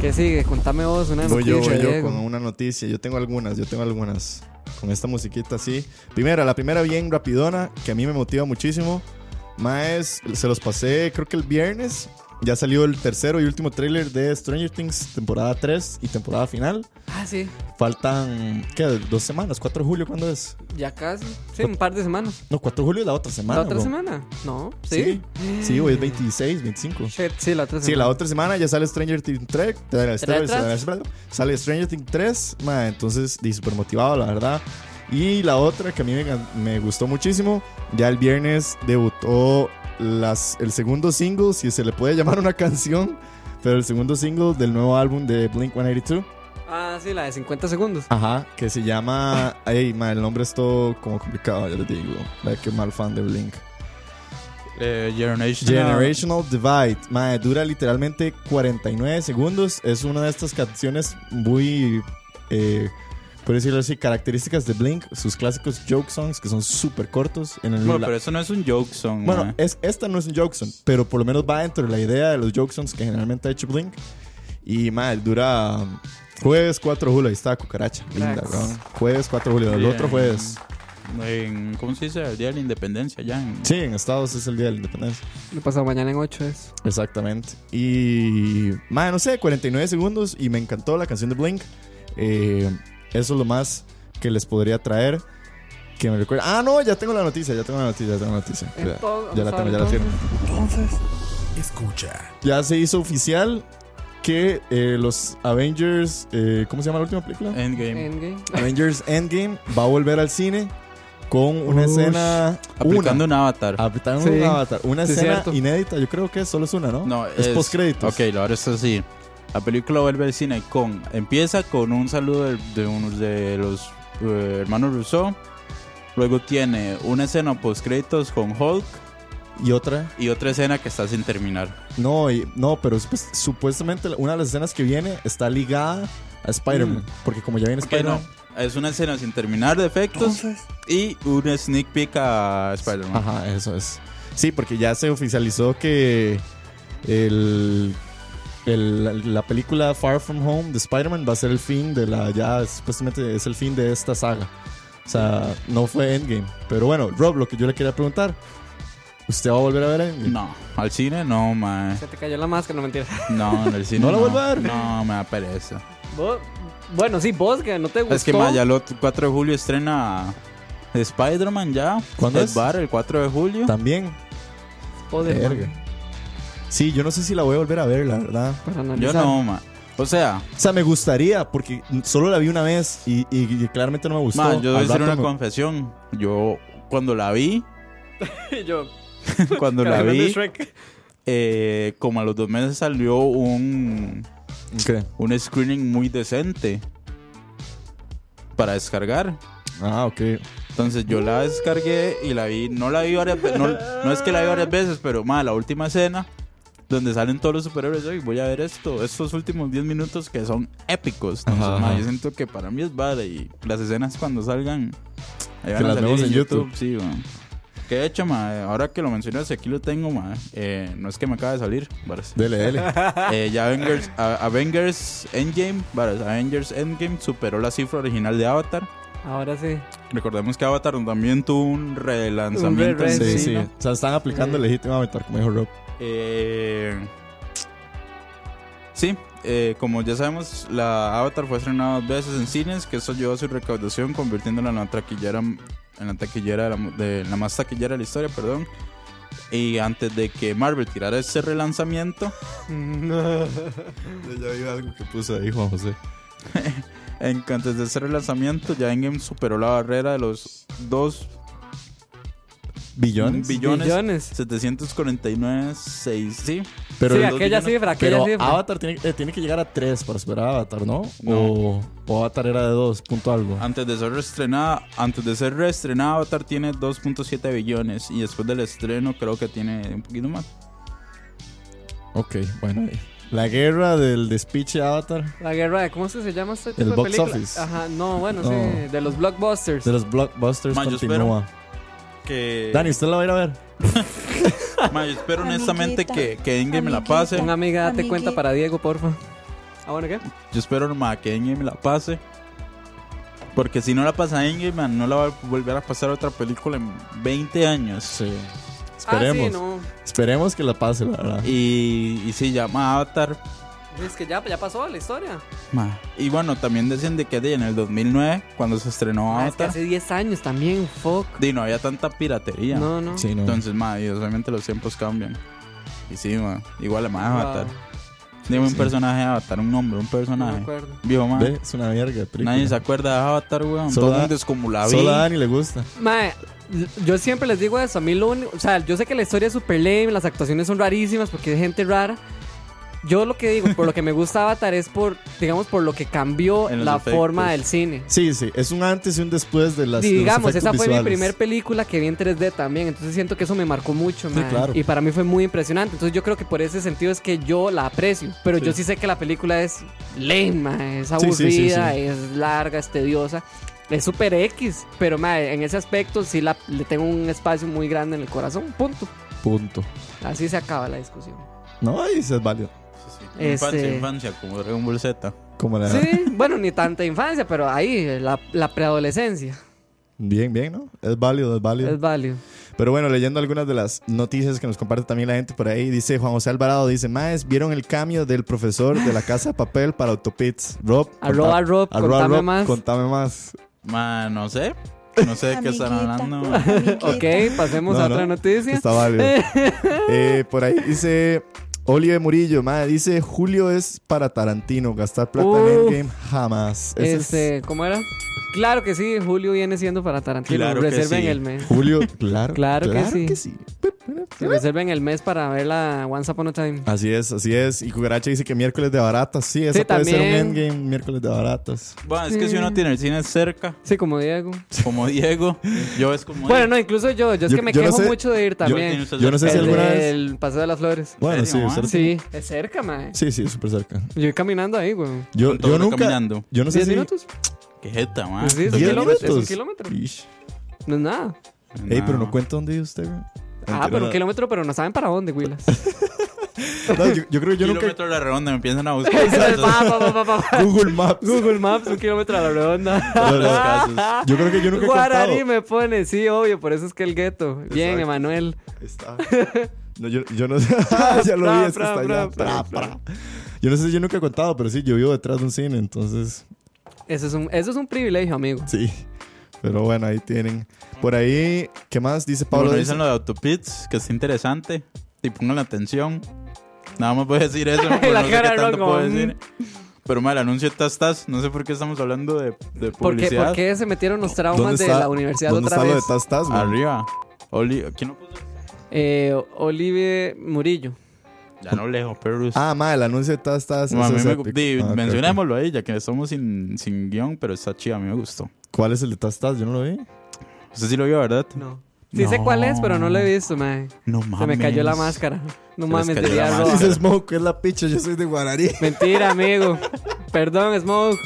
Speaker 7: ¿Qué sigue? Contame vos una
Speaker 5: Voy yo,
Speaker 7: noticia,
Speaker 5: voy yo
Speaker 7: Diego.
Speaker 5: con una noticia. Yo tengo algunas, yo tengo algunas. Con esta musiquita así. Primera, la primera bien rapidona, que a mí me motiva muchísimo. Más, se los pasé creo que el viernes. Ya salió el tercero y último tráiler de Stranger Things, temporada 3 y temporada final.
Speaker 7: Ah, sí,
Speaker 5: Faltan, ¿qué? Dos semanas, 4 de julio, ¿cuándo es?
Speaker 7: ya casi, sí, un par de semanas.
Speaker 5: No, 4 de julio es la otra semana.
Speaker 7: ¿La otra
Speaker 5: bro.
Speaker 7: semana? No, sí.
Speaker 5: Sí, sí, hoy es 26, 25.
Speaker 7: Shit, sí, la otra semana.
Speaker 5: Sí, la otra semana ya sale Stranger Things 3.
Speaker 7: ¿Tres?
Speaker 5: Sale Stranger Things 3. ma, entonces, di súper motivado, la verdad. Y la otra que a mí me, gan- me gustó muchísimo. Ya el viernes debutó las, el segundo single, si se le puede llamar una canción. Pero el segundo single del nuevo álbum de Blink 182.
Speaker 7: Ah, sí, la de 50 segundos.
Speaker 5: Ajá. Que se llama. Ey, ma, el nombre es todo como complicado, ya les digo. La que mal fan de Blink.
Speaker 6: Eh, Generational.
Speaker 5: Generational Divide. Mae, dura literalmente 49 segundos. Es una de estas canciones muy, eh, por decirlo así, características de Blink. Sus clásicos joke songs que son súper cortos. En el,
Speaker 6: Bueno,
Speaker 5: la-
Speaker 6: pero eso no es un joke song,
Speaker 5: bueno,
Speaker 6: ma.
Speaker 5: es, esta no es un joke song, pero por lo menos va dentro de la idea de los joke songs que generalmente ha hecho Blink. Y madre, dura um, jueves 4 de julio. Ahí está, cucaracha. Linda,
Speaker 7: Cracks.
Speaker 5: weón. Jueves 4 de julio. El
Speaker 6: Bien.
Speaker 5: otro jueves.
Speaker 6: En, ¿Cómo se dice? El Día de la Independencia, ya. en-
Speaker 5: Sí, en Estados es el día de la independencia.
Speaker 7: Lo he pasado mañana en 8 es.
Speaker 5: Exactamente. Y, madre, no sé, 49 segundos y me encantó la canción de Blink. Eh, eso es lo más que les podría traer. Que me recuerda. Ah, no, ya tengo la noticia, ya tengo la noticia, ya tengo la noticia. Ya,
Speaker 7: Entonces,
Speaker 5: ya la tengo, ya la tengo.
Speaker 1: Escucha.
Speaker 5: Ya se hizo oficial que eh, los Avengers. eh, ¿Cómo se llama la última película?
Speaker 6: Endgame.
Speaker 7: Endgame.
Speaker 5: Avengers Endgame va a volver al cine con una
Speaker 7: Ush.
Speaker 5: escena.
Speaker 6: Aplicando
Speaker 5: una. Ah,
Speaker 6: un avatar.
Speaker 5: Aplicando
Speaker 7: Sí.
Speaker 5: un avatar. Una
Speaker 7: Sí,
Speaker 5: escena
Speaker 7: cierto.
Speaker 5: inédita, yo creo que solo es una, ¿no?
Speaker 6: No,
Speaker 5: es, postcréditos.
Speaker 6: Ok, ahora es así. La película vuelve al cine con. Empieza con un saludo de, de unos de los eh, hermanos Rousseau. Luego tiene una escena postcréditos con Hulk
Speaker 5: Y otra.
Speaker 6: y otra escena que está sin terminar.
Speaker 5: No, y- no, pero supues- supuestamente la- una de las escenas que viene está ligada a Spider-Man. Porque como ya viene
Speaker 6: Que no,
Speaker 5: Spider-Man.
Speaker 6: es una escena sin terminar de efectos y una sneak peek a Spider-Man.
Speaker 5: Ajá, eso es. Sí, porque ya se oficializó que el, el- la, la película Far From Home de Spider-Man va a ser el fin de la. Ya supuestamente es el fin de esta saga. O sea, no fue Endgame. Pero bueno, Rob, lo que yo le quería preguntar. ¿Usted va a volver a ver Endgame?
Speaker 6: No, al cine no, mae.
Speaker 7: Se te cayó la máscara, no mentira.
Speaker 6: No, en el cine.
Speaker 5: No la vuelvo a ver.
Speaker 6: No, me da pereza.
Speaker 7: Vos- Bueno, sí, vos que no te gustó.
Speaker 6: Es que mae, ya el otro- 4 de julio estrena Spider-Man ya.
Speaker 5: ¿Cuándo
Speaker 6: el
Speaker 5: es?
Speaker 6: bar el 4 de julio.
Speaker 5: También.
Speaker 7: Joder,
Speaker 5: Verga.
Speaker 7: man,
Speaker 5: Sí, yo no sé si la voy a volver a ver, la verdad.
Speaker 7: para
Speaker 6: Yo
Speaker 7: analizar.
Speaker 6: no, ma. O sea,
Speaker 5: O sea, me gustaría, porque solo la vi una vez y, y- y claramente no me gustó.
Speaker 6: ma, yo voy a
Speaker 5: Al
Speaker 6: hacer
Speaker 5: rato
Speaker 6: una
Speaker 5: me-
Speaker 6: confesión. Yo cuando la vi,
Speaker 7: Yo,
Speaker 6: cuando la
Speaker 7: hablando de
Speaker 6: vi,
Speaker 7: Shrek.
Speaker 6: eh, como a los dos meses salió un,
Speaker 5: ¿Qué?
Speaker 6: un screening muy decente para descargar.
Speaker 5: Ah, ok.
Speaker 6: Entonces yo la descargué y la vi, no la vi varias veces, no, no es que la vi varias veces, pero ma, la última escena donde salen todos los superhéroes, hoy voy a ver esto, estos últimos 10 minutos que son épicos. Entonces,
Speaker 5: Ajá,
Speaker 6: ma,
Speaker 5: ajá.
Speaker 6: yo siento que para mí es vara y las escenas cuando salgan, ahí
Speaker 5: Que las vemos en YouTube.
Speaker 6: Sí, ma. Que de hecho, ma, ahora que lo mencionas, aquí lo tengo, ma, eh, no es que me acaba de salir, varas.
Speaker 5: Dele, dele.
Speaker 6: Eh, ya Avengers, a- Avengers Endgame, varas, Avengers Endgame superó la cifra original de Avatar.
Speaker 7: Ahora sí.
Speaker 6: Recordemos que Avatar también tuvo un relanzamiento.
Speaker 7: Un re-
Speaker 6: en
Speaker 7: re-
Speaker 5: Sí,
Speaker 7: Sí,
Speaker 5: sí.
Speaker 6: cine.
Speaker 5: O sea, están aplicando
Speaker 7: Eh.
Speaker 5: legítimamente, como dijo Rob.
Speaker 6: Eh, sí, eh, como ya sabemos, la Avatar fue estrenada dos veces en cines, que eso llevó a su recaudación, convirtiéndola en la taquillera, en la taquillera de la, de la más taquillera de la historia, perdón. Y antes de que Marvel tirara ese relanzamiento,
Speaker 5: Yo vi algo que puso ahí Juan José.
Speaker 6: en, antes de ese relanzamiento, ya Endgame superó la barrera de los 2
Speaker 5: ¿Billones?
Speaker 6: billones,
Speaker 7: Billones.
Speaker 6: 749, 6, sí.
Speaker 5: Pero,
Speaker 7: sí,
Speaker 6: el-
Speaker 7: aquella
Speaker 6: billones-
Speaker 7: cifra, aquella
Speaker 5: pero
Speaker 7: cifra.
Speaker 5: Avatar tiene, eh, tiene que llegar a 3 para superar a Avatar, ¿no?
Speaker 6: No. Ah.
Speaker 5: O, o Avatar era de 2, punto algo.
Speaker 6: Antes de ser reestrenada, antes de ser reestrenada, Avatar tiene 2.7 billones y después del estreno creo que tiene un poquito más.
Speaker 5: Ok, bueno. ahí. La guerra del despiche Avatar
Speaker 7: La guerra de, ¿cómo es que se llama este tipo
Speaker 5: El
Speaker 7: de
Speaker 5: box
Speaker 7: película?
Speaker 5: office.
Speaker 7: Ajá, no, bueno,
Speaker 5: No.
Speaker 7: sí, de los blockbusters.
Speaker 5: de los blockbusters
Speaker 6: Ma, yo eh,
Speaker 5: continúa.
Speaker 6: Que
Speaker 5: Dani, ¿usted la va a ir a ver?
Speaker 6: Ma, yo espero honestamente que,
Speaker 8: Amiguita,
Speaker 6: que Endgame me la
Speaker 8: amiguita.
Speaker 6: pase.
Speaker 7: Una amiga, date
Speaker 8: Amiguita.
Speaker 7: cuenta para Diego, porfa. Ah, bueno, ¿qué?
Speaker 6: Yo espero ma, que Endgame me la pase. Porque si no la pasa Endgame, ma, no la va a volver a pasar otra película en 20 años.
Speaker 5: Sí. Esperemos.
Speaker 7: Ah, sí, no.
Speaker 5: Esperemos que la pase, la verdad.
Speaker 6: Y, y sí, llama Avatar.
Speaker 7: Es que ya, ya pasó la historia.
Speaker 6: ma. Y bueno, también decían de que de, en el 2009, cuando se estrenó
Speaker 7: Ah, es que
Speaker 6: Avatar,
Speaker 7: hace 10 años también, fuck.
Speaker 6: di, no había tanta piratería.
Speaker 7: No, no.
Speaker 5: Sí, no.
Speaker 6: Entonces, ma, y obviamente los tiempos cambian. Y sí, ma, igual a más
Speaker 7: Wow,
Speaker 6: Avatar. Dime un personaje de Avatar, un nombre, un
Speaker 7: No me
Speaker 6: personaje.
Speaker 7: acuerdo.
Speaker 6: Viejo, ma.
Speaker 5: Ve, es una verga de película.
Speaker 6: Nadie se acuerda de Avatar, weón. Todo
Speaker 5: Solo
Speaker 6: el
Speaker 5: da-
Speaker 6: mundo es como la vi.
Speaker 5: Solo a Dani le gusta.
Speaker 7: Mae, yo siempre les digo eso. A mí lo único. O sea, yo sé que la historia es super lame, las actuaciones son rarísimas porque hay gente rara. Yo lo que digo, por lo que me gusta Avatar es por, digamos, por lo que cambió
Speaker 6: En los
Speaker 7: la
Speaker 6: efectos.
Speaker 7: forma del cine.
Speaker 5: Sí, sí, es un antes y un después de las de los
Speaker 7: digamos, esa
Speaker 5: efectos
Speaker 7: fue mi
Speaker 5: visuales.
Speaker 7: primer película que vi en 3D también. Entonces siento que eso me marcó mucho,
Speaker 5: Sí,
Speaker 7: mae,
Speaker 5: claro.
Speaker 7: Y para mí fue muy impresionante. Entonces yo creo que por ese sentido es que yo la aprecio. Pero yo sí sé que la película es lame, mae, es
Speaker 5: sí,
Speaker 7: aburrida,
Speaker 5: sí, sí.
Speaker 7: es larga, es tediosa. Es super X, pero mae, en ese aspecto sí la, le tengo un espacio muy grande en el corazón. Punto.
Speaker 5: punto.
Speaker 7: Así se acaba la discusión.
Speaker 5: No, y eso es válido.
Speaker 6: Sí, sí. Infancia,
Speaker 7: Este,
Speaker 6: infancia, como Dragon Ball Z.
Speaker 5: Como la...
Speaker 7: sí, bueno, ni tanta infancia, pero ahí, la, la preadolescencia
Speaker 5: Bien, bien, ¿no? Es válido, es válido.
Speaker 7: es válido.
Speaker 5: Pero bueno, leyendo algunas de las noticias que nos comparte también la gente por ahí, dice Juan José Alvarado, dice, Maes, ¿vieron el cambio del profesor de la Casa de Papel para Autopits? Rob. contá-
Speaker 7: Arroba Rob, contame más.
Speaker 5: Contame más.
Speaker 6: Ma, no sé. No sé de qué están
Speaker 8: Amiguita.
Speaker 6: hablando. ma.
Speaker 8: Amiguita.
Speaker 7: Ok, pasemos
Speaker 5: No,
Speaker 7: a
Speaker 5: no,
Speaker 7: otra noticia.
Speaker 5: Está válido. Eh, por ahí dice Olive Murillo, Maes, dice, Julio es para Tarantino, gastar plata
Speaker 7: Uh.
Speaker 5: en Endgame jamás. Ese es
Speaker 7: Este, ¿cómo era? Claro que sí, Julio viene siendo para Tarantino.
Speaker 6: Claro que
Speaker 7: reserven
Speaker 6: sí.
Speaker 7: el mes.
Speaker 5: Julio, claro,
Speaker 7: Claro que sí.
Speaker 5: Pip,
Speaker 7: Reserven el mes para ver la Once Upon a Time.
Speaker 5: Así es, así es. Y Cucaracha dice que miércoles de baratas. Sí, eso
Speaker 7: Sí,
Speaker 5: puede ser un
Speaker 7: también.
Speaker 5: endgame, miércoles de baratas.
Speaker 6: Bueno, es que si uno tiene el cine cerca,
Speaker 7: Sí, como Diego.
Speaker 6: como Diego, yo es como.
Speaker 7: Bueno, no, incluso yo, yo es
Speaker 5: Yo-
Speaker 7: que me
Speaker 5: yo no
Speaker 7: quejo
Speaker 5: sé-
Speaker 7: mucho de ir también.
Speaker 6: tiene usted
Speaker 5: yo no sé si
Speaker 7: el
Speaker 5: alguna vez-
Speaker 7: del Paseo de las Flores.
Speaker 5: Bueno, sí,
Speaker 6: serio,
Speaker 5: usted-
Speaker 6: ma?
Speaker 7: Sí, es cerca, mae.
Speaker 5: sí, sí, súper cerca.
Speaker 7: Yo voy caminando ahí, güey.
Speaker 5: Yo,
Speaker 6: ¿Cuánto
Speaker 5: yo
Speaker 6: dura
Speaker 5: nunca.
Speaker 6: caminando?
Speaker 5: Yo no sé
Speaker 7: ¿Diez
Speaker 5: si.
Speaker 7: minutos?
Speaker 6: Qué jeta, ma.
Speaker 7: Pues sí, es un
Speaker 5: ¿Diez
Speaker 7: kilómetro. Es un
Speaker 5: minutos?
Speaker 7: kilómetro.
Speaker 5: Ish.
Speaker 7: No es nada.
Speaker 5: Ey, pero no cuenta dónde vive usted, güey.
Speaker 7: Ah,
Speaker 5: Mentira,
Speaker 7: pero
Speaker 5: no.
Speaker 7: un kilómetro, pero no saben para dónde, Willas.
Speaker 5: No, yo, yo creo que yo nunca.
Speaker 6: Kilómetro de la redonda, me empiezan a buscar.
Speaker 7: Pa, pa, pa, pa, pa, pa.
Speaker 5: Google Maps.
Speaker 7: Google Maps, un kilómetro a la redonda.
Speaker 5: No, no, Yo creo que yo nunca he
Speaker 7: Guarani
Speaker 5: contado.
Speaker 7: me pone, sí, obvio, por eso es que el gueto. Bien,
Speaker 5: Exacto.
Speaker 7: Emanuel.
Speaker 5: Está. No, yo, yo no sé.
Speaker 7: Ah,
Speaker 5: ya lo vi, es que
Speaker 7: Pra,
Speaker 5: está
Speaker 7: pra,
Speaker 5: allá. Pra,
Speaker 7: pra,
Speaker 5: pra. Yo no sé si yo nunca he contado, pero sí, yo vivo detrás de un cine, entonces.
Speaker 7: Eso es un, eso es un privilegio, amigo.
Speaker 5: Sí. Pero bueno, ahí tienen. Por ahí, ¿qué más dice Pablo?
Speaker 6: Bueno,
Speaker 5: Dice-
Speaker 6: dicen lo de Autopits, que está interesante. Y pongan la atención. Nada más voy a decir eso. porque
Speaker 7: La
Speaker 6: no sé
Speaker 7: cara de
Speaker 6: qué tanto
Speaker 7: Ron
Speaker 6: puedo
Speaker 7: como,
Speaker 6: decir. Pero mal, anuncio tas tas. No sé por qué estamos hablando de, de
Speaker 7: ¿Por qué,
Speaker 6: publicidad.
Speaker 7: por qué se metieron los
Speaker 5: ¿Dónde
Speaker 7: traumas de
Speaker 5: está-
Speaker 7: la universidad
Speaker 5: ¿Dónde
Speaker 7: otra
Speaker 5: está
Speaker 7: vez?
Speaker 5: lo de Tas Tas, güey?
Speaker 6: Arriba. Oli, ¿Quién lo puso?
Speaker 7: Eh, Olive Murillo.
Speaker 6: Ya no lejos, pero.
Speaker 5: Ah, ma, el anuncio de Tas Tas.
Speaker 6: No, a
Speaker 5: eso
Speaker 6: mí
Speaker 5: es
Speaker 6: me,
Speaker 5: épico.
Speaker 6: di,
Speaker 5: Ah, ok,
Speaker 6: mencionémoslo ahí, ya que estamos sin, sin guión, pero está chido, a mí me gustó.
Speaker 5: ok. ¿Cuál es el de Tas Tas? Yo no lo vi.
Speaker 6: Usted sí lo vio, ¿verdad?
Speaker 7: No. Sí sé cuál es, pero no lo he visto, mae.
Speaker 6: No mames.
Speaker 7: Se me cayó la máscara. No
Speaker 6: les
Speaker 7: mames,
Speaker 6: cayó
Speaker 7: diría
Speaker 6: la
Speaker 7: Roa.
Speaker 6: máscara.
Speaker 5: Dice Smoke, es la picha, yo soy de Guararí.
Speaker 7: Mentira, amigo. Perdón, Smoke.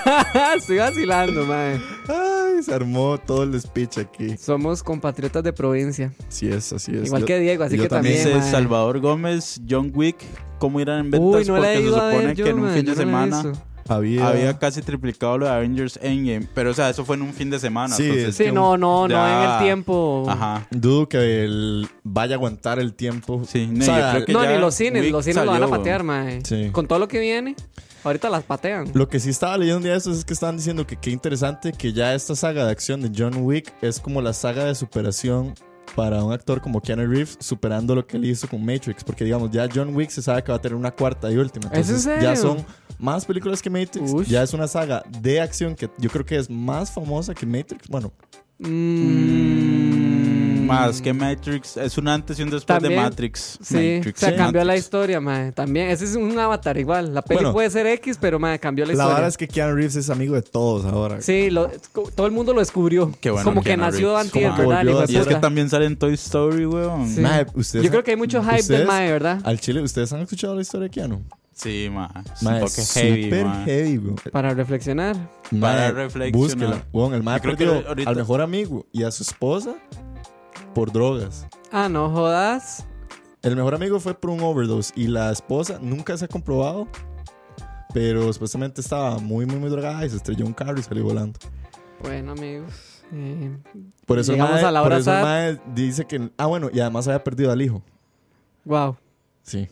Speaker 7: Estoy vacilando, mae.
Speaker 5: Ay, se armó todo el speech aquí.
Speaker 7: Somos compatriotas de provincia.
Speaker 5: Así es, así es.
Speaker 7: Igual que Diego, así
Speaker 5: yo
Speaker 7: que también.
Speaker 6: Dice
Speaker 7: mae.
Speaker 6: Salvador Gómez, John Wick, ¿cómo irán en ventas?
Speaker 7: Uy, no la
Speaker 6: Porque se
Speaker 7: he ido a
Speaker 6: supone
Speaker 7: ver yo,
Speaker 6: que en un
Speaker 7: mae,
Speaker 6: fin
Speaker 7: yo
Speaker 6: de
Speaker 7: no la he
Speaker 6: semana
Speaker 7: visto.
Speaker 5: Había.
Speaker 6: había casi triplicado lo de Avengers Endgame. Pero, o sea, eso fue en un fin de semana.
Speaker 5: Sí,
Speaker 6: entonces-
Speaker 7: Sí, no, no, no en
Speaker 6: Ya.
Speaker 7: el tiempo.
Speaker 6: Ajá.
Speaker 5: Dudo que él vaya a aguantar el tiempo.
Speaker 6: Sí, no,
Speaker 5: O sea,
Speaker 6: yo creo que-
Speaker 7: No,
Speaker 6: ya
Speaker 7: ni los cines,
Speaker 6: Wick
Speaker 7: los cines lo van a
Speaker 6: salió.
Speaker 7: patear, mae.
Speaker 5: Sí.
Speaker 7: Con todo lo que viene, ahorita las patean.
Speaker 5: Lo que sí estaba leyendo un día de estos es que estaban diciendo que qué interesante que ya esta saga de acción de John Wick es como la saga de superación para un actor como Keanu Reeves superando lo que él hizo con Matrix. Porque digamos, ya John Wick se sabe que va a tener una cuarta y última.
Speaker 7: ¿Es en
Speaker 5: Entonces
Speaker 7: serio?
Speaker 5: ya son más películas que Matrix.
Speaker 7: Ush.
Speaker 5: Ya es una saga de acción que yo creo que es más famosa que Matrix. Bueno,
Speaker 7: Mm,
Speaker 6: Más que Matrix, es un antes y un después
Speaker 7: También-
Speaker 6: de Matrix.
Speaker 7: Sí,
Speaker 6: Matrix,
Speaker 7: o sea,
Speaker 6: sí,
Speaker 7: cambió la
Speaker 6: Matrix.
Speaker 7: historia, mae. También, ese es un avatar igual. La peli
Speaker 5: Bueno.
Speaker 7: puede ser X, pero mae, cambió la
Speaker 5: la
Speaker 7: historia.
Speaker 5: verdad es que Keanu Reeves es amigo de todos ahora.
Speaker 7: Sí, lo- todo el mundo lo descubrió.
Speaker 6: Qué bueno,
Speaker 7: Como que
Speaker 6: Keanu
Speaker 7: nació
Speaker 6: Reeves.
Speaker 7: antier,
Speaker 6: Como
Speaker 7: ¿verdad?
Speaker 5: volvió
Speaker 7: hijo de
Speaker 5: a-
Speaker 6: Y es que
Speaker 7: puta?
Speaker 6: también sale en Toy Story, weón.
Speaker 7: Sí.
Speaker 5: Mae, ustedes-
Speaker 7: Yo creo que hay mucho hype
Speaker 5: ustedes-
Speaker 7: del mae, ¿verdad?
Speaker 5: Al chile, ¿ustedes han escuchado la historia de Keanu?
Speaker 6: Sí, ma. Es un
Speaker 5: Mae,
Speaker 6: toque heavy,
Speaker 5: super
Speaker 6: ma.
Speaker 5: heavy, bro.
Speaker 7: Para reflexionar.
Speaker 5: Mae,
Speaker 6: reflexionar.
Speaker 5: Búsquela. Weón, el mae
Speaker 6: Yo creo que
Speaker 5: perdió
Speaker 6: ahorita-
Speaker 5: al mejor amigo y a su esposa por drogas.
Speaker 7: Ah, no jodas.
Speaker 5: El mejor amigo fue por un overdose y la esposa nunca se ha comprobado. Pero supuestamente estaba muy, muy, muy drogada y se estrelló un carro y salió volando.
Speaker 7: Bueno, amigos. eh,
Speaker 5: Por eso, el
Speaker 7: Llegamos
Speaker 5: mae-
Speaker 7: a la hora
Speaker 5: por eso el
Speaker 7: sad.
Speaker 5: mae dice que. Ah, bueno, y además había perdido al hijo.
Speaker 7: wow.
Speaker 5: Sí.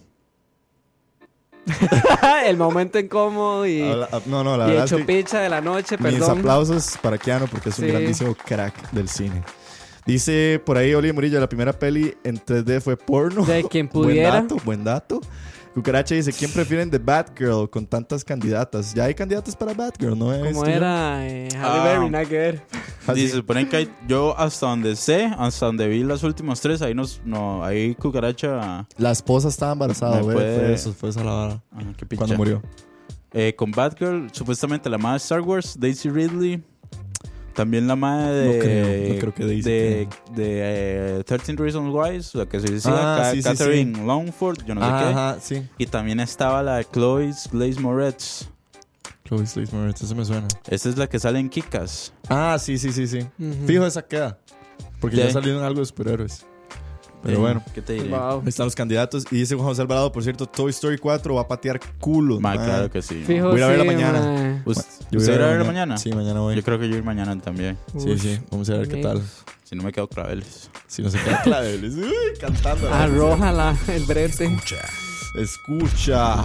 Speaker 7: el momento incómodo y,
Speaker 5: Habla- ah, no, no, la
Speaker 7: y
Speaker 5: verdad. es
Speaker 7: hecho
Speaker 5: que
Speaker 7: picha de la noche,
Speaker 5: mis
Speaker 7: perdón.
Speaker 5: aplausos para Keanu porque es un
Speaker 7: Sí.
Speaker 5: grandísimo crack del cine. Dice por ahí Oli Murillo, la primera peli en 3D fue porno.
Speaker 7: De quien pudiera.
Speaker 5: Buen dato, buen dato. Cucaracha dice, ¿quién prefieren de Batgirl con tantas candidatas? Ya hay candidatas para Batgirl, ¿no?
Speaker 7: Como
Speaker 5: Este,
Speaker 7: era eh, Halle
Speaker 6: Ah.
Speaker 7: Berry, nada que ver.
Speaker 5: Así.
Speaker 6: Y se supone que hay- yo hasta donde sé, hasta donde vi las últimas tres, ahí nos, no, ahí cucaracha, ah,
Speaker 5: La esposa estaba embarazada,
Speaker 6: Me
Speaker 5: güey.
Speaker 6: puede-
Speaker 5: Fue eso, fue esa la vara.
Speaker 6: ah, qué picha.
Speaker 5: Cuando murió.
Speaker 6: Eh, con Batgirl, supuestamente la madre de Star Wars, Daisy Ridley, también la madre de,
Speaker 5: No creo, no creo que Daisy
Speaker 6: de, de, eh, 13 Reasons Why, la que se decía
Speaker 5: Ah, sí, sí,
Speaker 6: Catherine Longford, yo no sé qué.
Speaker 5: Ajá, sí.
Speaker 6: Y también estaba la de Chloe Glaze Moretz.
Speaker 5: Chloe Grace Moretz, eso me suena.
Speaker 6: Esa es la que sale en Kikas.
Speaker 5: Ah, sí, sí, sí, sí.
Speaker 7: Ujú.
Speaker 5: Fijo, esa queda. Porque
Speaker 6: Sí.
Speaker 5: ya salieron algo de superhéroes. Pero bueno.
Speaker 6: Eh, ¿Qué te diré?
Speaker 7: Wow.
Speaker 5: Ahí están los candidatos. Y dice Juan José Alvarado, por cierto, Toy Story 4 va a patear culos.
Speaker 6: Ma,
Speaker 5: ma.
Speaker 6: claro que sí.
Speaker 7: Fijo,
Speaker 5: Voy a ir a verla
Speaker 7: sí,
Speaker 5: mañana.
Speaker 6: Us-
Speaker 7: mae.
Speaker 5: Ah, pues, Yo voy
Speaker 6: ¿Usted irá a ver mañana?
Speaker 5: Sí, mañana voy.
Speaker 6: Yo creo que yo ir mañana también.
Speaker 5: Sí,
Speaker 7: Ush.
Speaker 5: sí. Vamos a ver qué tal.
Speaker 6: Si no me quedo claveles.
Speaker 5: Si no se queda clave. Luis. Uy, cantando.
Speaker 7: Arrójala, el brete.
Speaker 5: Escucha.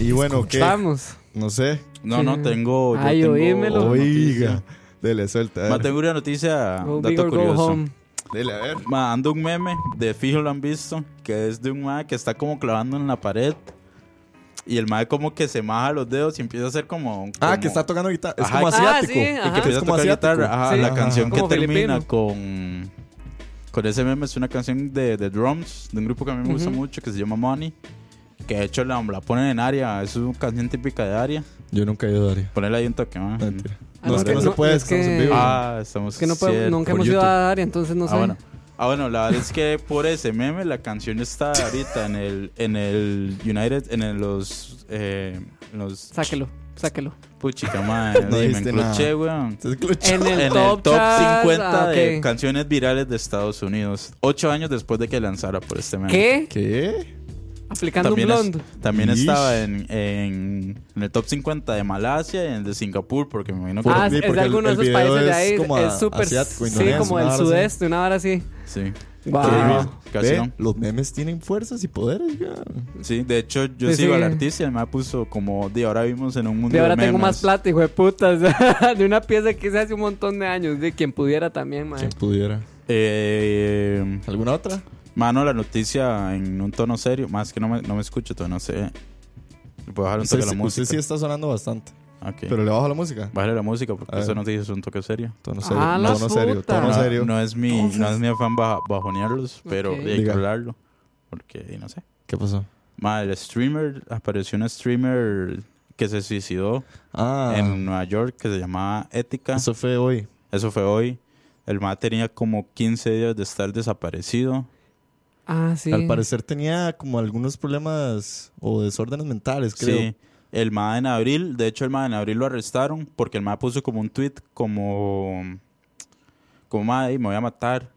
Speaker 5: Y bueno, ¿qué?
Speaker 7: Vamos.
Speaker 5: No sé.
Speaker 6: No,
Speaker 7: Sí.
Speaker 6: no, tengo. yo
Speaker 7: Ay,
Speaker 6: tengo
Speaker 7: oímelo.
Speaker 6: una noticia.
Speaker 5: Oiga. Dele, suelta. a
Speaker 6: Ma,
Speaker 5: ver.
Speaker 6: tengo una noticia,
Speaker 7: Go big
Speaker 6: Ah, dato
Speaker 7: or go
Speaker 6: curioso.
Speaker 7: home.
Speaker 5: Dele, a ver.
Speaker 6: Ma, anda un meme de fijo lo han visto, que es de un mae que está como clavando en la pared. Y el mae como que se maja los dedos y empieza a hacer como.
Speaker 5: Ah,
Speaker 6: como-
Speaker 5: que está tocando guitarra. Es
Speaker 6: Ajá,
Speaker 5: como
Speaker 6: que-
Speaker 5: asiático.
Speaker 7: Ah, sí,
Speaker 5: Y que
Speaker 7: ajá.
Speaker 6: que
Speaker 5: es
Speaker 6: empieza a
Speaker 5: como
Speaker 6: tocar
Speaker 5: asiático.
Speaker 6: guitarra. Ajá,
Speaker 7: Sí.
Speaker 6: la
Speaker 7: Ajá.
Speaker 6: canción que
Speaker 7: Como
Speaker 6: termina
Speaker 7: filipino.
Speaker 6: con. Con ese meme es una canción de, de drums, de un grupo que a mí me gusta mucho, que se llama Money. Que de hecho la, la ponen en área, es una canción típica de área.
Speaker 5: Yo nunca he ido a Daria.
Speaker 6: Ponela ahí un toque, ma.
Speaker 5: Mentira.
Speaker 7: Ah,
Speaker 5: No,
Speaker 7: no,
Speaker 5: es que no
Speaker 7: no,
Speaker 5: se puede.
Speaker 7: es que-
Speaker 5: estamos en vivo.
Speaker 6: Ah, estamos.
Speaker 7: Es que no podemos-
Speaker 6: cierto,
Speaker 7: nunca
Speaker 6: por
Speaker 7: hemos ido
Speaker 6: YouTube.
Speaker 7: a área, entonces no sé.
Speaker 6: Ah, bueno. Ah, bueno, la verdad es que por ese meme la canción está ahorita en el, en el United, en el- los... Eh, en los
Speaker 7: Sáquelo, sáquelo.
Speaker 6: Puchica, madre,
Speaker 5: No
Speaker 6: dime,
Speaker 5: dijiste nada.
Speaker 6: encloché, weón.
Speaker 5: Entonces, clutch.
Speaker 7: En el
Speaker 6: En
Speaker 7: top,
Speaker 6: el top
Speaker 7: chart,
Speaker 6: 50
Speaker 7: ah,
Speaker 6: de
Speaker 7: ok.
Speaker 6: canciones virales de Estados Unidos. Ocho años después de que lanzara por este meme.
Speaker 7: ¿Qué?
Speaker 5: ¿Qué?
Speaker 7: Aplicando
Speaker 6: También,
Speaker 7: un
Speaker 6: es-
Speaker 7: blond.
Speaker 6: también
Speaker 5: Ish.
Speaker 6: estaba en, en, en el top 50 de Malasia y en el de Singapur, porque me imagino que...
Speaker 7: Ah,
Speaker 5: Sí,
Speaker 7: es
Speaker 5: porque
Speaker 7: de
Speaker 5: el-
Speaker 7: algunos
Speaker 5: el
Speaker 7: de esos
Speaker 5: video
Speaker 7: países de
Speaker 5: es
Speaker 7: ahí.
Speaker 5: como
Speaker 7: es súper.
Speaker 5: asiático,
Speaker 7: Sí,
Speaker 5: indonesio,
Speaker 7: como
Speaker 5: una
Speaker 7: el
Speaker 5: hora así.
Speaker 7: sudeste, una hora así.
Speaker 6: Sí.
Speaker 7: Wow.
Speaker 6: Casi
Speaker 5: Ah. Ve,
Speaker 6: no.
Speaker 5: Los memes tienen fuerzas y poderes, weón.
Speaker 6: Sí, de hecho yo
Speaker 7: Sí,
Speaker 6: sigo
Speaker 7: sí.
Speaker 6: al artista y el mae puso como de ahora vimos en un mundo
Speaker 7: De ahora tengo
Speaker 6: memes".
Speaker 7: más plata, hijo de putas. de una pieza que hice hace un montón de años. De quien pudiera también, man.
Speaker 5: Quien pudiera.
Speaker 6: Eh,
Speaker 5: ¿Alguna otra?
Speaker 6: mano, la noticia en un tono serio, más que no me, no me escucho, todavía no sé. Le puedo bajar un
Speaker 5: Usted,
Speaker 6: toque a la música.
Speaker 5: usted sí está sonando bastante.
Speaker 6: Ok.
Speaker 5: Pero le bajo la música.
Speaker 6: Bájale la música
Speaker 5: A
Speaker 6: porque
Speaker 5: ver.
Speaker 6: esa noticia es un toque serio.
Speaker 5: Tono serio.
Speaker 7: Ah, la
Speaker 5: tono serio.
Speaker 7: puta.
Speaker 5: Tono
Speaker 6: No,
Speaker 5: serio.
Speaker 6: no es mi, no es mi afán baja- bajonearlos, pero
Speaker 7: Ok.
Speaker 6: hay que
Speaker 5: Diga.
Speaker 6: hablarlo. Porque, no sé.
Speaker 5: ¿Qué pasó?
Speaker 6: Madre, el streamer, apareció un streamer que se suicidó
Speaker 5: Ah,
Speaker 6: en Nueva York que se llamaba Ética.
Speaker 5: eso fue hoy.
Speaker 6: Eso fue hoy. El ma tenía como 15 días de estar desaparecido.
Speaker 7: Ah, sí.
Speaker 5: Al parecer tenía como algunos problemas o desórdenes mentales, creo.
Speaker 6: Sí. El ma en abril, de hecho el ma en abril lo arrestaron porque el ma puso como un tweet como como ma, "Ey, me voy a matar.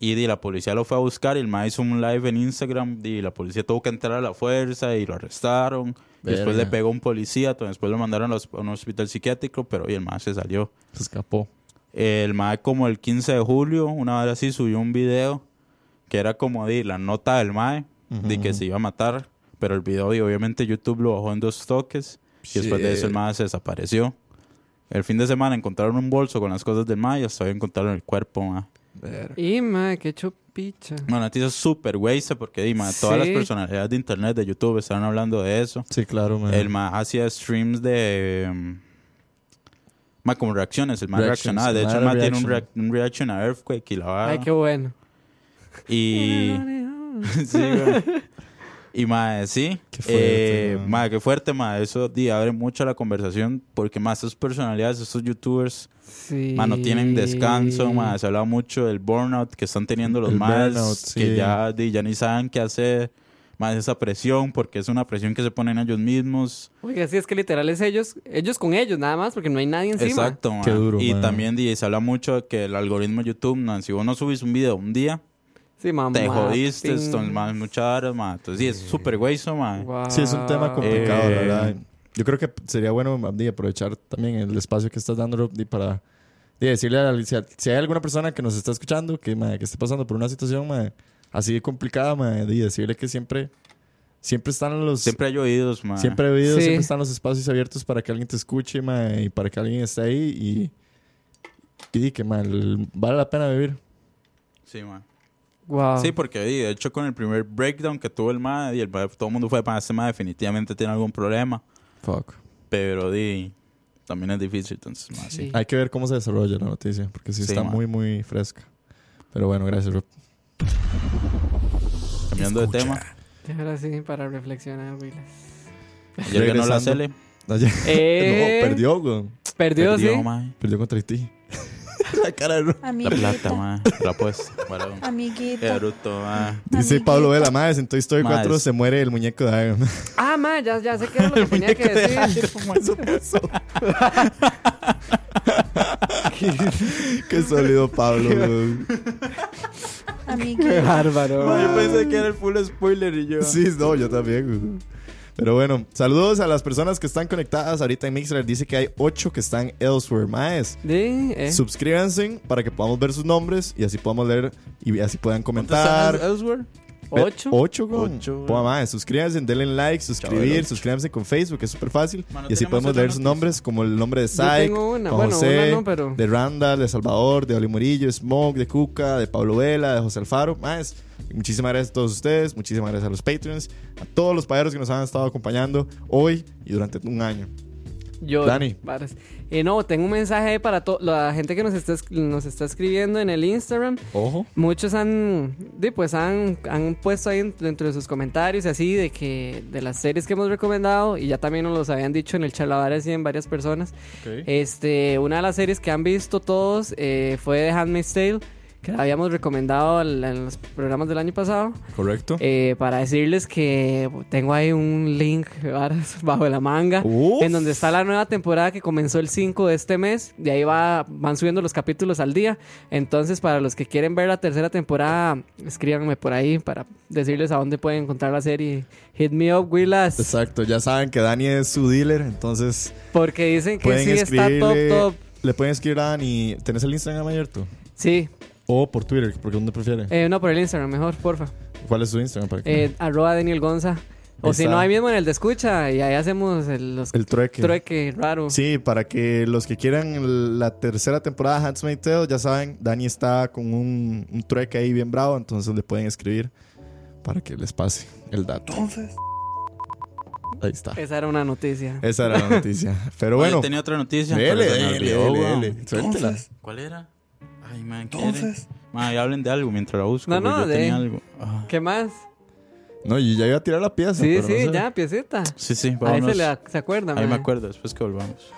Speaker 6: Y di, la policía lo fue a buscar y el ma hizo un live en Instagram y la policía tuvo que entrar a la fuerza y lo arrestaron. Y Después
Speaker 5: Verga.
Speaker 6: le pegó a un policía, to- después lo mandaron a los- a un hospital psiquiátrico, pero y el ma se salió.
Speaker 5: Se escapó.
Speaker 6: El mae como el 15 de julio, una vez así, subió un video que era como de la nota del mae de que se iba a matar. Pero el video, de, obviamente, YouTube lo bajó en dos toques. Y después de eso el mae se desapareció. El fin de semana encontraron un bolso con las cosas del mae y hasta hoy encontraron el cuerpo, mae.
Speaker 7: Y, man, qué chupicha.
Speaker 6: Bueno, noticia súper güeyse porque, di, mae, todas las
Speaker 7: Sí.
Speaker 6: personalidades de internet, de YouTube, estaban hablando de eso.
Speaker 5: Sí, claro, man.
Speaker 6: El más hacía streams de. mm, ma, como reacciones, el más
Speaker 5: Reactions,
Speaker 6: reaccionaba. De
Speaker 5: el
Speaker 6: hecho, el
Speaker 5: ma
Speaker 6: más
Speaker 5: era
Speaker 6: tiene un, reac- un reaction a Earthquake y la vara.
Speaker 7: Ay, qué bueno.
Speaker 6: Y. sí, güey. Y más, sí.
Speaker 5: Qué fuerte,
Speaker 6: eh,
Speaker 5: ma.
Speaker 6: ma, qué fuerte, ma. Eso di, abre mucho la conversación porque más esas personalidades, esos youtubers,
Speaker 7: Sí.
Speaker 6: ma, no tienen descanso. Ma, se ha hablado mucho del burnout que están teniendo los
Speaker 5: El
Speaker 6: más
Speaker 5: burnout, sí.
Speaker 6: que ya, di, ya ni saben qué hacer. Más esa presión porque es una presión que se ponen ellos mismos.
Speaker 7: Oiga, sí, es que literal es ellos, ellos con ellos nada más, porque no hay nadie encima.
Speaker 6: Exacto, ma.
Speaker 5: Qué duro,
Speaker 6: Y
Speaker 5: ma.
Speaker 6: también di, se habla mucho de que el algoritmo de YouTube, ma, si vos no subís un video un día,
Speaker 7: Sí, mamá.
Speaker 6: te jodiste,
Speaker 7: ping.
Speaker 6: entonces, ma, muchas horas, ma. Entonces, sí, es súper güeyso, ma.
Speaker 7: Guau.
Speaker 5: Sí, es un tema complicado, la
Speaker 6: Eh,
Speaker 5: verdad. Yo creo que sería bueno, Abdi, aprovechar también el espacio que estás dando, Abdi, para de, decirle a la, si, si hay alguna persona que nos está escuchando, que, ma, que esté pasando por una situación ma, así de complicada, ma, y decirle que siempre, siempre están los...
Speaker 6: Siempre hay oídos, ma.
Speaker 5: Siempre he oído,
Speaker 7: Sí.
Speaker 5: siempre están los espacios abiertos para que alguien te escuche, ma, y para que alguien esté ahí y, y di que ma, el- vale la pena vivir.
Speaker 6: Sí, ma.
Speaker 7: Guau.
Speaker 6: Sí, porque di, de hecho, con el primer breakdown que tuvo el ma, y el ma- todo el mundo fue, ma, este ma definitivamente tiene algún problema.
Speaker 5: Fuck.
Speaker 6: Pero, di, también es difícil, entonces, ma, sí.
Speaker 7: Sí.
Speaker 5: Hay que ver cómo se desarrolla la noticia, porque sí,
Speaker 6: Sí,
Speaker 5: está
Speaker 6: ma.
Speaker 5: muy, muy fresca. Pero bueno, gracias, Rob.
Speaker 6: Cambiando de tema,
Speaker 7: Ahora sí, para reflexionar, Willis.
Speaker 6: ayer ganó la
Speaker 5: Regresando.
Speaker 6: Cele.
Speaker 5: Ayer-
Speaker 7: Eh.
Speaker 5: No, perdió, güey.
Speaker 7: Perdió, sí.
Speaker 6: ma.
Speaker 5: Perdió contra Haití. la cara de Rob.
Speaker 6: La
Speaker 8: Amiguita.
Speaker 6: plata, ma. La apuesta. Bueno,
Speaker 8: Amiguita.
Speaker 6: Naruto, ma.
Speaker 5: Dice
Speaker 8: Amiguita.
Speaker 5: Pablo Vela, madre, en Toy Story
Speaker 6: Madre.
Speaker 5: 4 se muere el muñeco de Iron Man.
Speaker 7: Ah, ma, ya, ya sé que era lo que tenía que decir.
Speaker 5: Qué sólido, Pablo. güey.
Speaker 6: Qué
Speaker 8: Amiguito.
Speaker 7: bárbaro.
Speaker 6: Ma, yo pensé que era el full spoiler y yo.
Speaker 5: Sí, no, yo también. Pero bueno, saludos a las personas que están conectadas ahorita en Mixer. Dice que hay ocho que están elsewhere, maes.
Speaker 7: Sí, eh.
Speaker 5: Suscríbanse para que podamos ver sus nombres y así podamos leer y así puedan
Speaker 6: ¿Cuántos están
Speaker 5: comentar.
Speaker 6: elsewhere?
Speaker 5: Ve-
Speaker 7: ¿Ocho?
Speaker 5: Ocho, güey.
Speaker 6: Ocho, güey.
Speaker 5: Pua, mae, suscríbanse, denle like, suscribir,
Speaker 6: Chavales.
Speaker 5: suscríbanse con Facebook, es súper fácil.
Speaker 6: Ma, no
Speaker 5: y así
Speaker 6: tenemos
Speaker 5: podemos
Speaker 6: otra
Speaker 5: leer sus
Speaker 6: noticia.
Speaker 5: nombres, como el nombre de
Speaker 7: Yo
Speaker 5: Saik,
Speaker 7: tengo una.
Speaker 5: Juan
Speaker 7: Bueno,
Speaker 5: José,
Speaker 7: una no, pero-
Speaker 5: de Randall, de Salvador, de Oli Murillo, Smoke, de Cuca, de Pablo Vela, de José Alfaro. Más. Muchísimas gracias a todos ustedes, muchísimas gracias a los Patreons, a todos los paderos que nos han estado acompañando hoy y durante un año.
Speaker 7: Yo,
Speaker 5: Dani.
Speaker 7: varas. Eh, no, tengo un mensaje ahí para to- la gente que nos está, es- nos está escribiendo en el Instagram.
Speaker 6: Ojo.
Speaker 7: Muchos han, di, pues han, han puesto ahí en- dentro de sus comentarios y así de que de las series que hemos recomendado y ya también nos los habían dicho en el charlavares y en varias personas. Este, una de las series que han visto todos eh, fue The Handmaid's Tale, que la habíamos recomendado al- en los programas del año pasado.
Speaker 6: Correcto.
Speaker 7: Eh, para decirles que tengo ahí un link varas, bajo la manga
Speaker 5: Uf.
Speaker 7: en donde está la nueva temporada que comenzó el 5 de este mes. De ahí va, van subiendo los capítulos al día. Entonces, para los que quieren ver la tercera temporada, escríbanme por ahí para decirles a dónde pueden encontrar la serie. Hit me up, Willas.
Speaker 5: Exacto, ya saben que Dani es su dealer, entonces
Speaker 7: Porque dicen que
Speaker 5: pueden
Speaker 7: sí está top,
Speaker 5: escribirle-
Speaker 7: top.
Speaker 5: Le pueden escribir a Dani. ¿Tenés el Instagram abierto?
Speaker 7: Sí,
Speaker 5: O por Twitter, porque ¿dónde prefiere?
Speaker 7: eh, no, por el Instagram, mejor, porfa.
Speaker 5: ¿Cuál es su Instagram? Para que-
Speaker 7: Eh, arroba Daniel Gonza. O
Speaker 5: Ahí
Speaker 7: si
Speaker 5: está.
Speaker 7: no, ahí mismo en el de escucha y ahí hacemos el- los
Speaker 5: el trueque.
Speaker 7: trueque raro.
Speaker 5: Sí, para que los que quieran el- la tercera temporada de Handmaid's Tale, ya saben, Dani está con un, un trueque ahí bien bravo, entonces le pueden escribir para que les pase el dato.
Speaker 2: Entonces.
Speaker 5: Ahí está.
Speaker 7: Esa era una noticia.
Speaker 5: Esa era la noticia. Pero
Speaker 6: Oye,
Speaker 5: bueno,
Speaker 6: tenía otra noticia.
Speaker 5: dele,
Speaker 6: pero se me
Speaker 5: dele,
Speaker 6: olvidó,
Speaker 5: dele,
Speaker 6: weón.
Speaker 5: dele. Suéltela.
Speaker 2: Entonces.
Speaker 6: ¿Cuál era? Ay, man, ¿qué era?
Speaker 2: Entonces.
Speaker 6: Man, hablen de algo mientras la busco.
Speaker 7: No,
Speaker 6: güey,
Speaker 7: no,
Speaker 6: yo
Speaker 7: de-
Speaker 6: tenía algo. Ah.
Speaker 7: ¿Qué más?
Speaker 5: No, yo ya iba a tirar la pieza.
Speaker 7: Sí,
Speaker 5: pero no
Speaker 7: sí,
Speaker 5: sé.
Speaker 7: ya, piecita.
Speaker 6: Sí, sí,
Speaker 7: Ahí
Speaker 6: vámonos.
Speaker 7: se, le, se acuerda,
Speaker 6: Ahí me
Speaker 7: mae.
Speaker 6: acuerdo, después que volvamos.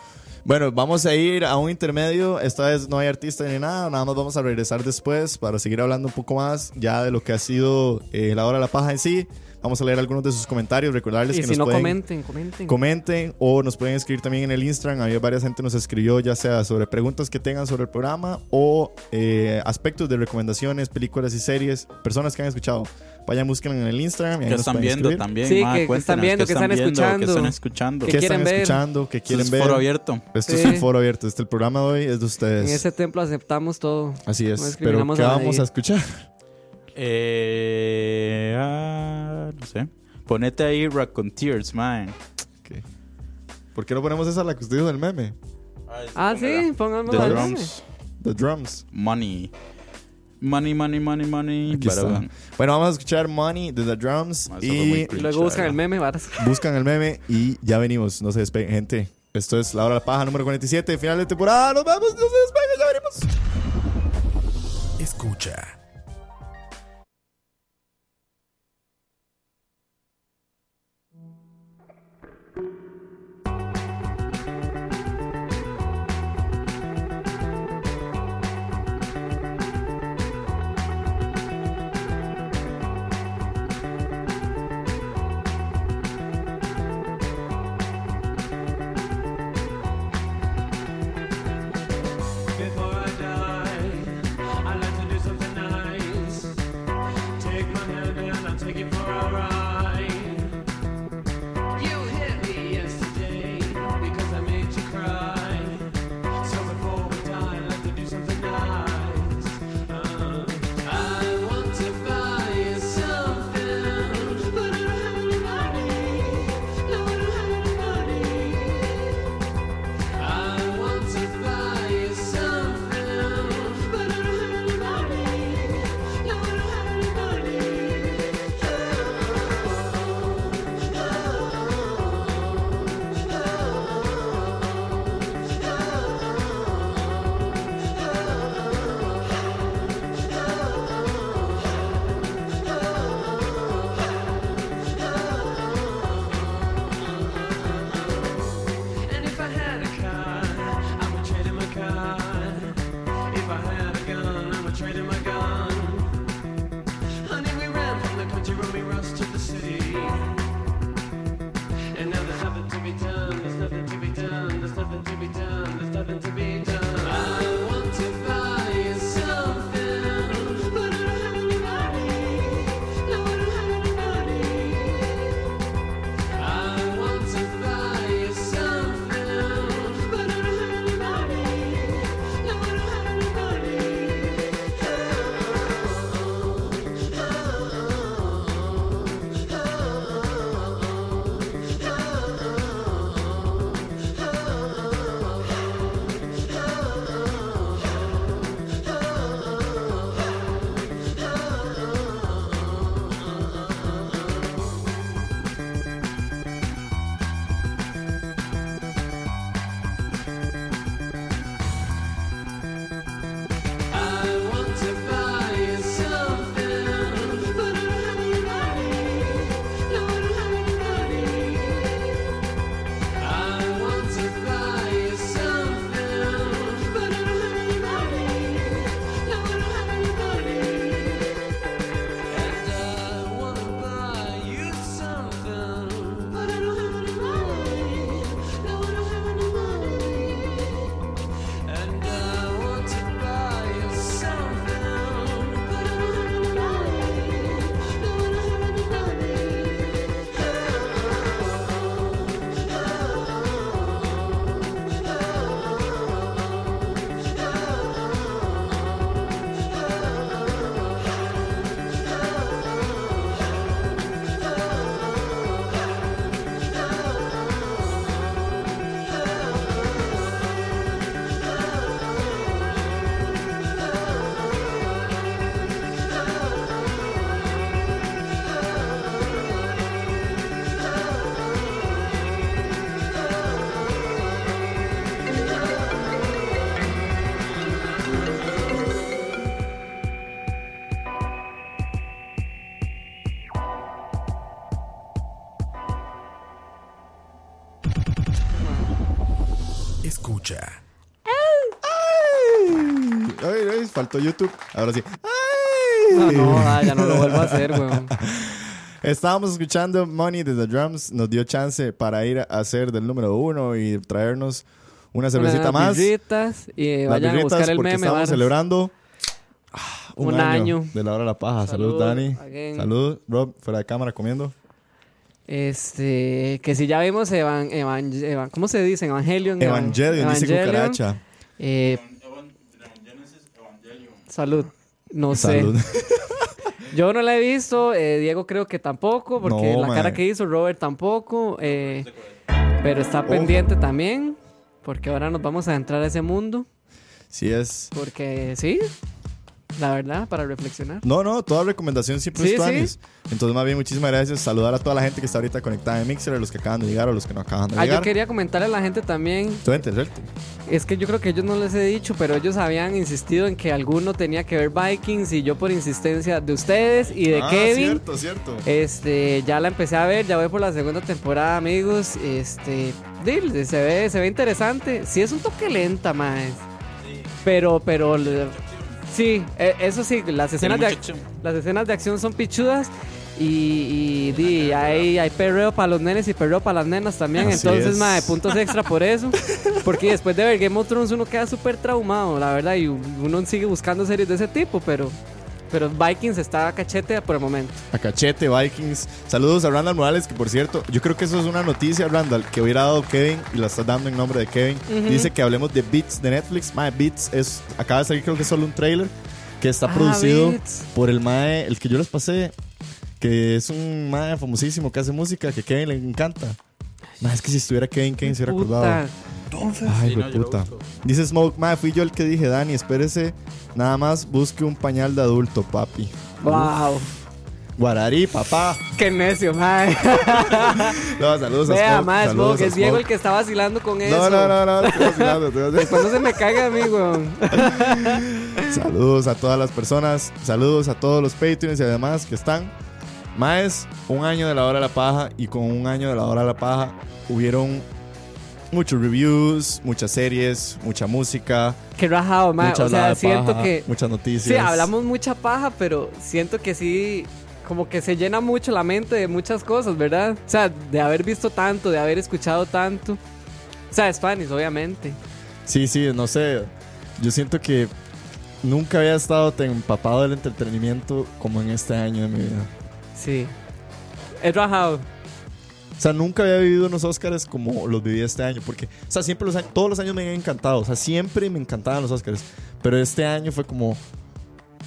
Speaker 5: Bueno, vamos a ir a un intermedio. Esta vez no hay artista ni nada. Nada más vamos a regresar después para seguir hablando un poco más ya de lo que ha sido eh, la hora de la paja en sí. Vamos a leer algunos de sus comentarios. Recordarles
Speaker 7: Y
Speaker 5: que
Speaker 7: si
Speaker 5: nos
Speaker 7: no,
Speaker 5: pueden
Speaker 7: comenten, comenten.
Speaker 5: comenten o nos pueden escribir también en el Instagram. Había varias gente nos escribió ya sea sobre preguntas que tengan sobre el programa o eh, aspectos de recomendaciones, películas y series, personas que han escuchado. Vayan, busquen en el Instagram. y
Speaker 6: Que
Speaker 5: ahí nos
Speaker 6: están
Speaker 5: pueden
Speaker 6: viendo
Speaker 5: escribir.
Speaker 6: también.
Speaker 7: Sí,
Speaker 6: ma,
Speaker 7: que- que
Speaker 6: cuéntenos
Speaker 7: están viendo,
Speaker 6: qué
Speaker 7: que están
Speaker 6: Que
Speaker 7: escuchando.
Speaker 6: están escuchando.
Speaker 7: Que
Speaker 5: ¿Qué
Speaker 7: quieren
Speaker 5: están
Speaker 7: ver?
Speaker 5: escuchando? ¿Qué
Speaker 6: Eso
Speaker 5: quieren
Speaker 6: es
Speaker 5: ver?
Speaker 6: foro abierto.
Speaker 5: Esto es
Speaker 7: Sí.
Speaker 5: un foro abierto. Este el programa de hoy es de
Speaker 7: En
Speaker 5: ustedes.
Speaker 7: ese templo aceptamos todo.
Speaker 5: Así
Speaker 7: No
Speaker 6: Pues,
Speaker 5: es. Pero
Speaker 7: discriminamos
Speaker 5: ¿qué
Speaker 7: a
Speaker 5: vamos
Speaker 7: nadie.
Speaker 5: a escuchar?
Speaker 6: Eh, ah, no sé. Ponete ahí Raconteers, man.
Speaker 5: ¿Por qué no ponemos esa la que usted dijo del meme?
Speaker 7: Ah, sí, pónganme
Speaker 6: The
Speaker 7: la
Speaker 6: Drums.
Speaker 5: The Drums.
Speaker 6: Money. Money, money, money, money.
Speaker 5: Aquí está.
Speaker 6: Barabán.
Speaker 5: Bueno, vamos a escuchar Money de The Drums
Speaker 6: Ah, eso fue muy
Speaker 5: y
Speaker 6: cool.
Speaker 7: Y luego buscan el meme, varas.
Speaker 5: buscan el meme y ya venimos. No se despeguen, gente. Esto es La Hora de la Paja número 47, final de temporada. Nos vemos, no se despeguen, ya venimos.
Speaker 1: Escucha.
Speaker 9: Before I die, I'd like to do something nice. Uh,
Speaker 1: escucha.
Speaker 5: Ay, ay, faltó YouTube. Ahora sí. Ay.
Speaker 7: No, no, ah, ya no lo vuelvo a hacer, weón.
Speaker 5: Estábamos escuchando Money de The Drums. Nos dio chance para ir a hacer del número uno y traernos una cervecita
Speaker 7: Unas
Speaker 5: más.
Speaker 7: birritas y eh,
Speaker 5: Las
Speaker 7: vayan a
Speaker 5: birritas,
Speaker 7: buscar el
Speaker 5: porque
Speaker 7: meme.
Speaker 5: Estamos
Speaker 7: varas.
Speaker 5: celebrando ah, un,
Speaker 7: Un
Speaker 5: año,
Speaker 7: año.
Speaker 5: de la hora de la paja. Salud,
Speaker 7: Salud,
Speaker 5: Dani.
Speaker 7: again.
Speaker 5: Salud, Rob, fuera de cámara comiendo.
Speaker 7: Este, que si ya vimos Evan, Evan- Evan- ¿cómo se dice? Evangelion. Evan-
Speaker 5: Evangelion, dice
Speaker 7: Evangelion.
Speaker 5: cucaracha.
Speaker 7: Eh, salud. No
Speaker 5: Salud.
Speaker 7: sé. Yo no la he visto. eh, Diego creo que tampoco, porque
Speaker 5: No,
Speaker 7: la
Speaker 5: mae.
Speaker 7: cara que hizo Robert tampoco. eh, pero está pendiente también, porque ahora nos vamos a entrar a ese mundo.
Speaker 5: Sí es.
Speaker 7: Porque sí, la verdad, para reflexionar. Ah,
Speaker 5: No, no, toda recomendación siempre
Speaker 7: Sí,
Speaker 5: es
Speaker 7: sí.
Speaker 5: tuanis. Entonces, más bien, muchísimas gracias. Saludar a toda la gente que está ahorita conectada en Mixer, a los que acaban de llegar o los que no acaban de
Speaker 7: Ah, yo
Speaker 5: llegar.
Speaker 7: quería comentarle a la gente también
Speaker 5: Suerte, suerte.
Speaker 7: Es que yo creo que ellos no les he dicho, pero ellos habían insistido en que alguno tenía que ver Vikings y yo por insistencia de ustedes y de
Speaker 5: Ah,
Speaker 7: Kevin.
Speaker 5: Cierto, cierto.
Speaker 7: Este, ya la empecé a ver, ya voy por la segunda temporada, amigos. Este, dil, se ve, se ve interesante. Sí es un toque lenta, más. Pero, pero le- sí, e- eso sí, las escenas de
Speaker 6: mucha
Speaker 7: ac-
Speaker 6: acción.
Speaker 7: las escenas de acción son pichudas. Y, y di, hay, hay perreo para los nenes y perreo para las nenas también.
Speaker 5: Así
Speaker 7: Entonces,
Speaker 5: es.
Speaker 7: mae, puntos extra por eso. Porque después de ver Game of Thrones uno queda súper traumado, la verdad. Y uno sigue buscando series de ese tipo, pero, pero Vikings está a cachete por el momento.
Speaker 5: A Cachete, Vikings. Saludos a Randall Morales, que por cierto, yo creo que eso es una noticia, Randall, que hubiera dado Kevin y la está dando en nombre de Kevin. Dice que hablemos de Beats de Netflix. Mae, Beats es, acaba de salir, creo que es solo un trailer que está
Speaker 7: Ah,
Speaker 5: producido
Speaker 7: Beats.
Speaker 5: por el Mae, el que yo les pasé, que es un Mae famosísimo que hace música que Kevin le encanta. Mae, es que si estuviera Kevin, Kevin se hubiera acordado.
Speaker 7: Puta.
Speaker 5: Ay,
Speaker 6: Sí, no, yo lo
Speaker 5: puta.
Speaker 6: busco.
Speaker 5: Dice Smoke, Mae, fui yo el que dije, Dani, espérese, nada más busque un pañal de adulto, papi.
Speaker 7: Wow.
Speaker 5: Guarari, papá.
Speaker 7: Qué necio, mae.
Speaker 5: No, saludos a
Speaker 7: Vea,
Speaker 5: Smoke,
Speaker 7: mae,
Speaker 5: saludos
Speaker 7: Smoke,
Speaker 5: a
Speaker 7: es Diego
Speaker 5: Smoke.
Speaker 7: el que está vacilando con eso.
Speaker 5: No, no, no, no, estoy vacilando, estoy vacilando.
Speaker 7: Cuando se me caga, amigo.
Speaker 5: Saludos a todas las personas, saludos a todos los Patreons y además que están. Más un año de la hora de la paja y con un año de la hora de la paja hubieron muchos reviews, muchas series, mucha música,
Speaker 7: Qué rajado, mae.
Speaker 5: mucha
Speaker 7: O sea,
Speaker 5: hablada de
Speaker 7: siento
Speaker 5: paja,
Speaker 7: que.
Speaker 5: muchas noticias.
Speaker 7: Sí, hablamos mucha paja, pero siento que sí. Como que se llena mucho la mente de muchas cosas, ¿verdad? O sea, de haber visto tanto, de haber escuchado tanto. O sea, Spanish, obviamente.
Speaker 5: Sí, sí, no sé. Yo siento que nunca había estado tan empapado del entretenimiento como en este año de mi vida.
Speaker 7: Sí. Es rajado.
Speaker 5: O sea, nunca había vivido unos Óscares como los viví este año, porque, o sea, siempre los años, todos los años me han encantado, o sea, siempre me encantaban los Óscares, pero este año fue como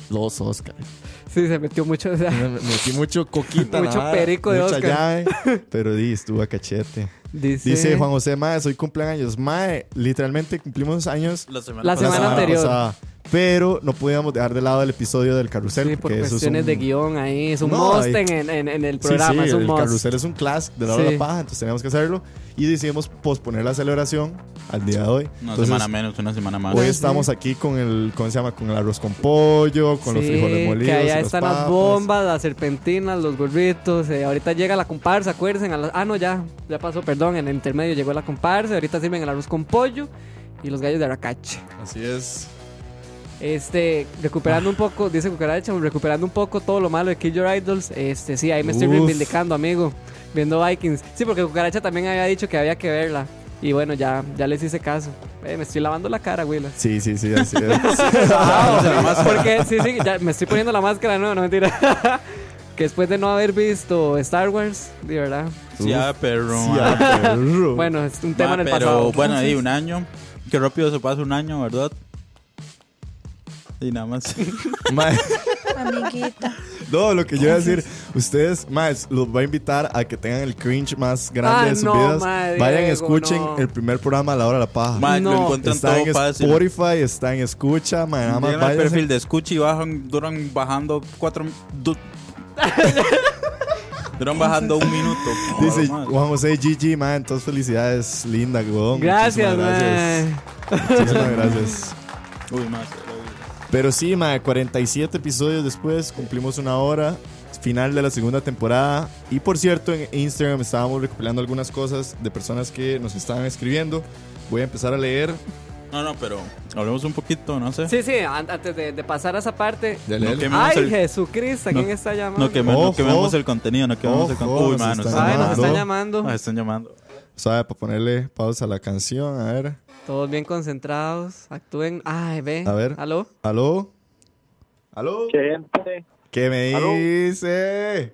Speaker 5: los Óscares.
Speaker 7: Sí, se metió mucho. o sea,
Speaker 5: Me me metí mucho coquita, en la
Speaker 7: Mucho
Speaker 5: vara,
Speaker 7: perico de
Speaker 5: mucha
Speaker 7: Óscar.
Speaker 5: llave, pero di, estuvo a cachete.
Speaker 7: dice,
Speaker 5: Dice Juan José Mae, soy cumpleaños, Mae, literalmente cumplimos años
Speaker 6: La semana
Speaker 7: La
Speaker 5: la
Speaker 7: semana anterior.
Speaker 5: pasada, pero no podíamos dejar de lado el episodio del carrusel,
Speaker 7: Sí, por
Speaker 5: porque eso es
Speaker 7: cuestiones
Speaker 5: un-
Speaker 7: de guión ahí. Es un
Speaker 5: No,
Speaker 7: must
Speaker 5: hay-
Speaker 7: en, en- en el
Speaker 5: Sí,
Speaker 7: programa.
Speaker 5: sí,
Speaker 7: es un
Speaker 5: el
Speaker 7: must.
Speaker 5: carrusel es un clásico de la hora de
Speaker 7: Sí.
Speaker 5: la paja, entonces teníamos que hacerlo y decidimos posponer la celebración al día de hoy.
Speaker 6: Una
Speaker 5: Entonces,
Speaker 6: semana menos, una semana más.
Speaker 5: hoy estamos aquí con el ¿cómo se llama? con el arroz con pollo, con los
Speaker 7: Sí,
Speaker 5: frijoles molidos,
Speaker 7: Que allá
Speaker 5: y las
Speaker 7: están las
Speaker 5: papas.
Speaker 7: bombas, las serpentinas, los gorritos. eh, ahorita llega la comparsa, acuérdense. a la- ah, no, ya, ya pasó, perdón. En el intermedio llegó la comparsa. Ahorita sirven el arroz con pollo y los gallos de Aracache.
Speaker 5: Así es.
Speaker 7: Este, recuperando un poco, dice Cucaracha, recuperando un poco todo lo malo de Kill Your Idols. Este, sí, ahí me estoy
Speaker 5: Uf.
Speaker 7: reivindicando, amigo. Viendo Vikings. Sí, porque Cucaracha también había dicho que había que verla. Y bueno, ya, ya les hice caso. Eh, me estoy lavando la cara, güey.
Speaker 5: Sí, sí, sí, así es.
Speaker 7: Ah, o sea, más porque sí, sí, ya me estoy poniendo la máscara, no, no mentira. que después de no haber visto Star Wars, de verdad.
Speaker 6: Sí, ah, perro.
Speaker 5: Sí,
Speaker 6: ma.
Speaker 5: ah, perro.
Speaker 7: Bueno, es un tema
Speaker 6: Ma,
Speaker 7: en el
Speaker 6: Ah, pero
Speaker 7: pasado.
Speaker 6: bueno, ahí un año. Qué rápido se pasa un año, ¿verdad? Y nada más.
Speaker 5: Mae,
Speaker 8: Amiguita.
Speaker 5: no, lo que yo iba a decir, ustedes más los voy a invitar a que tengan el cringe más grande
Speaker 7: Ah,
Speaker 5: de sus
Speaker 7: no,
Speaker 5: vidas.
Speaker 7: mae,
Speaker 5: Vayan,
Speaker 7: Diego,
Speaker 5: escuchen
Speaker 7: no.
Speaker 5: el primer programa a la hora de la paja.
Speaker 6: Ma,
Speaker 7: No.
Speaker 6: Lo encuentran
Speaker 5: Está en
Speaker 6: todo fácil.
Speaker 5: Spotify, está en escucha, mae, nada más
Speaker 6: Llegan al
Speaker 5: váyanse.
Speaker 6: perfil de escucha y bajan, duran bajando cuatro. du- duran bajando un minuto.
Speaker 5: Dice
Speaker 6: Nada más.
Speaker 5: Juan José GG, man, entonces felicidades, linda, weón.
Speaker 7: Gracias,
Speaker 5: Muchísimas gracias.
Speaker 7: man.
Speaker 5: Muchísimas gracias.
Speaker 6: Uy, más.
Speaker 5: Pero sí, man, 47 episodios después, cumplimos una hora. final de la segunda temporada. Y por cierto, en Instagram estábamos recopilando algunas cosas de personas que nos estaban escribiendo. Voy a empezar a leer.
Speaker 6: No, no, pero hablemos un poquito, no sé.
Speaker 7: Sí, sí, an- antes de, de pasar a esa parte.
Speaker 5: De
Speaker 6: No
Speaker 5: leer.
Speaker 6: quememos
Speaker 7: ¡Ay,
Speaker 6: el-
Speaker 7: Jesucristo! ¿Quién
Speaker 6: No-
Speaker 7: está llamando?
Speaker 6: No, queme- no
Speaker 5: Ojo.
Speaker 6: quememos el contenido, no quememos el
Speaker 5: Ojo,
Speaker 6: contenido. Uy,
Speaker 5: nos
Speaker 6: mano,
Speaker 5: están
Speaker 7: Ay, nos
Speaker 5: llamando.
Speaker 7: están llamando.
Speaker 6: Nos están llamando.
Speaker 5: Sabe, para ponerle pausa a la canción. A ver.
Speaker 7: Todos bien concentrados. Actúen. Ay, ve.
Speaker 5: A ver.
Speaker 7: ¿Aló?
Speaker 5: ¿Aló? ¿Aló?
Speaker 9: ¿Qué gente?
Speaker 5: ¿Qué me
Speaker 9: ¿Aló?
Speaker 5: dice?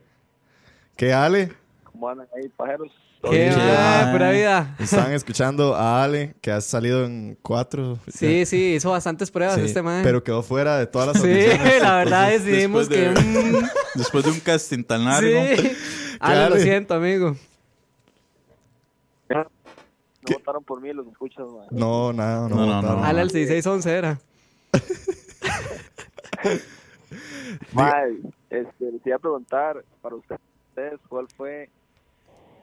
Speaker 5: ¿Qué Ale?
Speaker 9: ¿Cómo andan ahí, pajeros?
Speaker 7: ¿Qué
Speaker 6: Oye,
Speaker 7: va?
Speaker 6: ya.
Speaker 7: Pura vida.
Speaker 5: Están escuchando a Ale, que ha salido en cuatro.
Speaker 7: Sí, sí, hizo bastantes pruebas
Speaker 5: Sí,
Speaker 7: este man.
Speaker 5: Pero quedó fuera de todas las
Speaker 7: sí,
Speaker 5: audiciones.
Speaker 7: la verdad
Speaker 6: Entonces,
Speaker 7: Ah, decidimos que.
Speaker 6: después de-
Speaker 7: mm,
Speaker 6: Después de un casting tan largo.
Speaker 7: sí. Ale, lo
Speaker 5: Dale.
Speaker 7: siento, amigo.
Speaker 9: No votaron por mí, los escuchas, man.
Speaker 5: No, nada, no,
Speaker 6: No, no,
Speaker 5: votaron.
Speaker 6: no.
Speaker 7: Ale al 6611 era.
Speaker 9: Mae, este, les iba a preguntar para ustedes cuál fue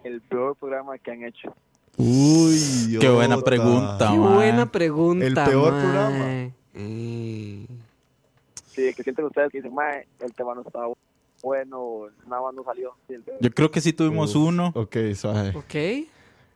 Speaker 9: el peor programa que han hecho.
Speaker 5: Uy,
Speaker 6: Qué buena
Speaker 5: otra.
Speaker 6: pregunta,
Speaker 7: Qué
Speaker 6: man.
Speaker 7: buena pregunta.
Speaker 5: El peor
Speaker 7: mae.
Speaker 5: programa.
Speaker 9: Sí, que sienten ustedes que dicen, mae, el tema no estaba bueno, nada más no salió. Sí, el-
Speaker 6: Yo creo que sí tuvimos
Speaker 5: Uf.
Speaker 6: uno.
Speaker 5: Ok, suave.
Speaker 7: Ok.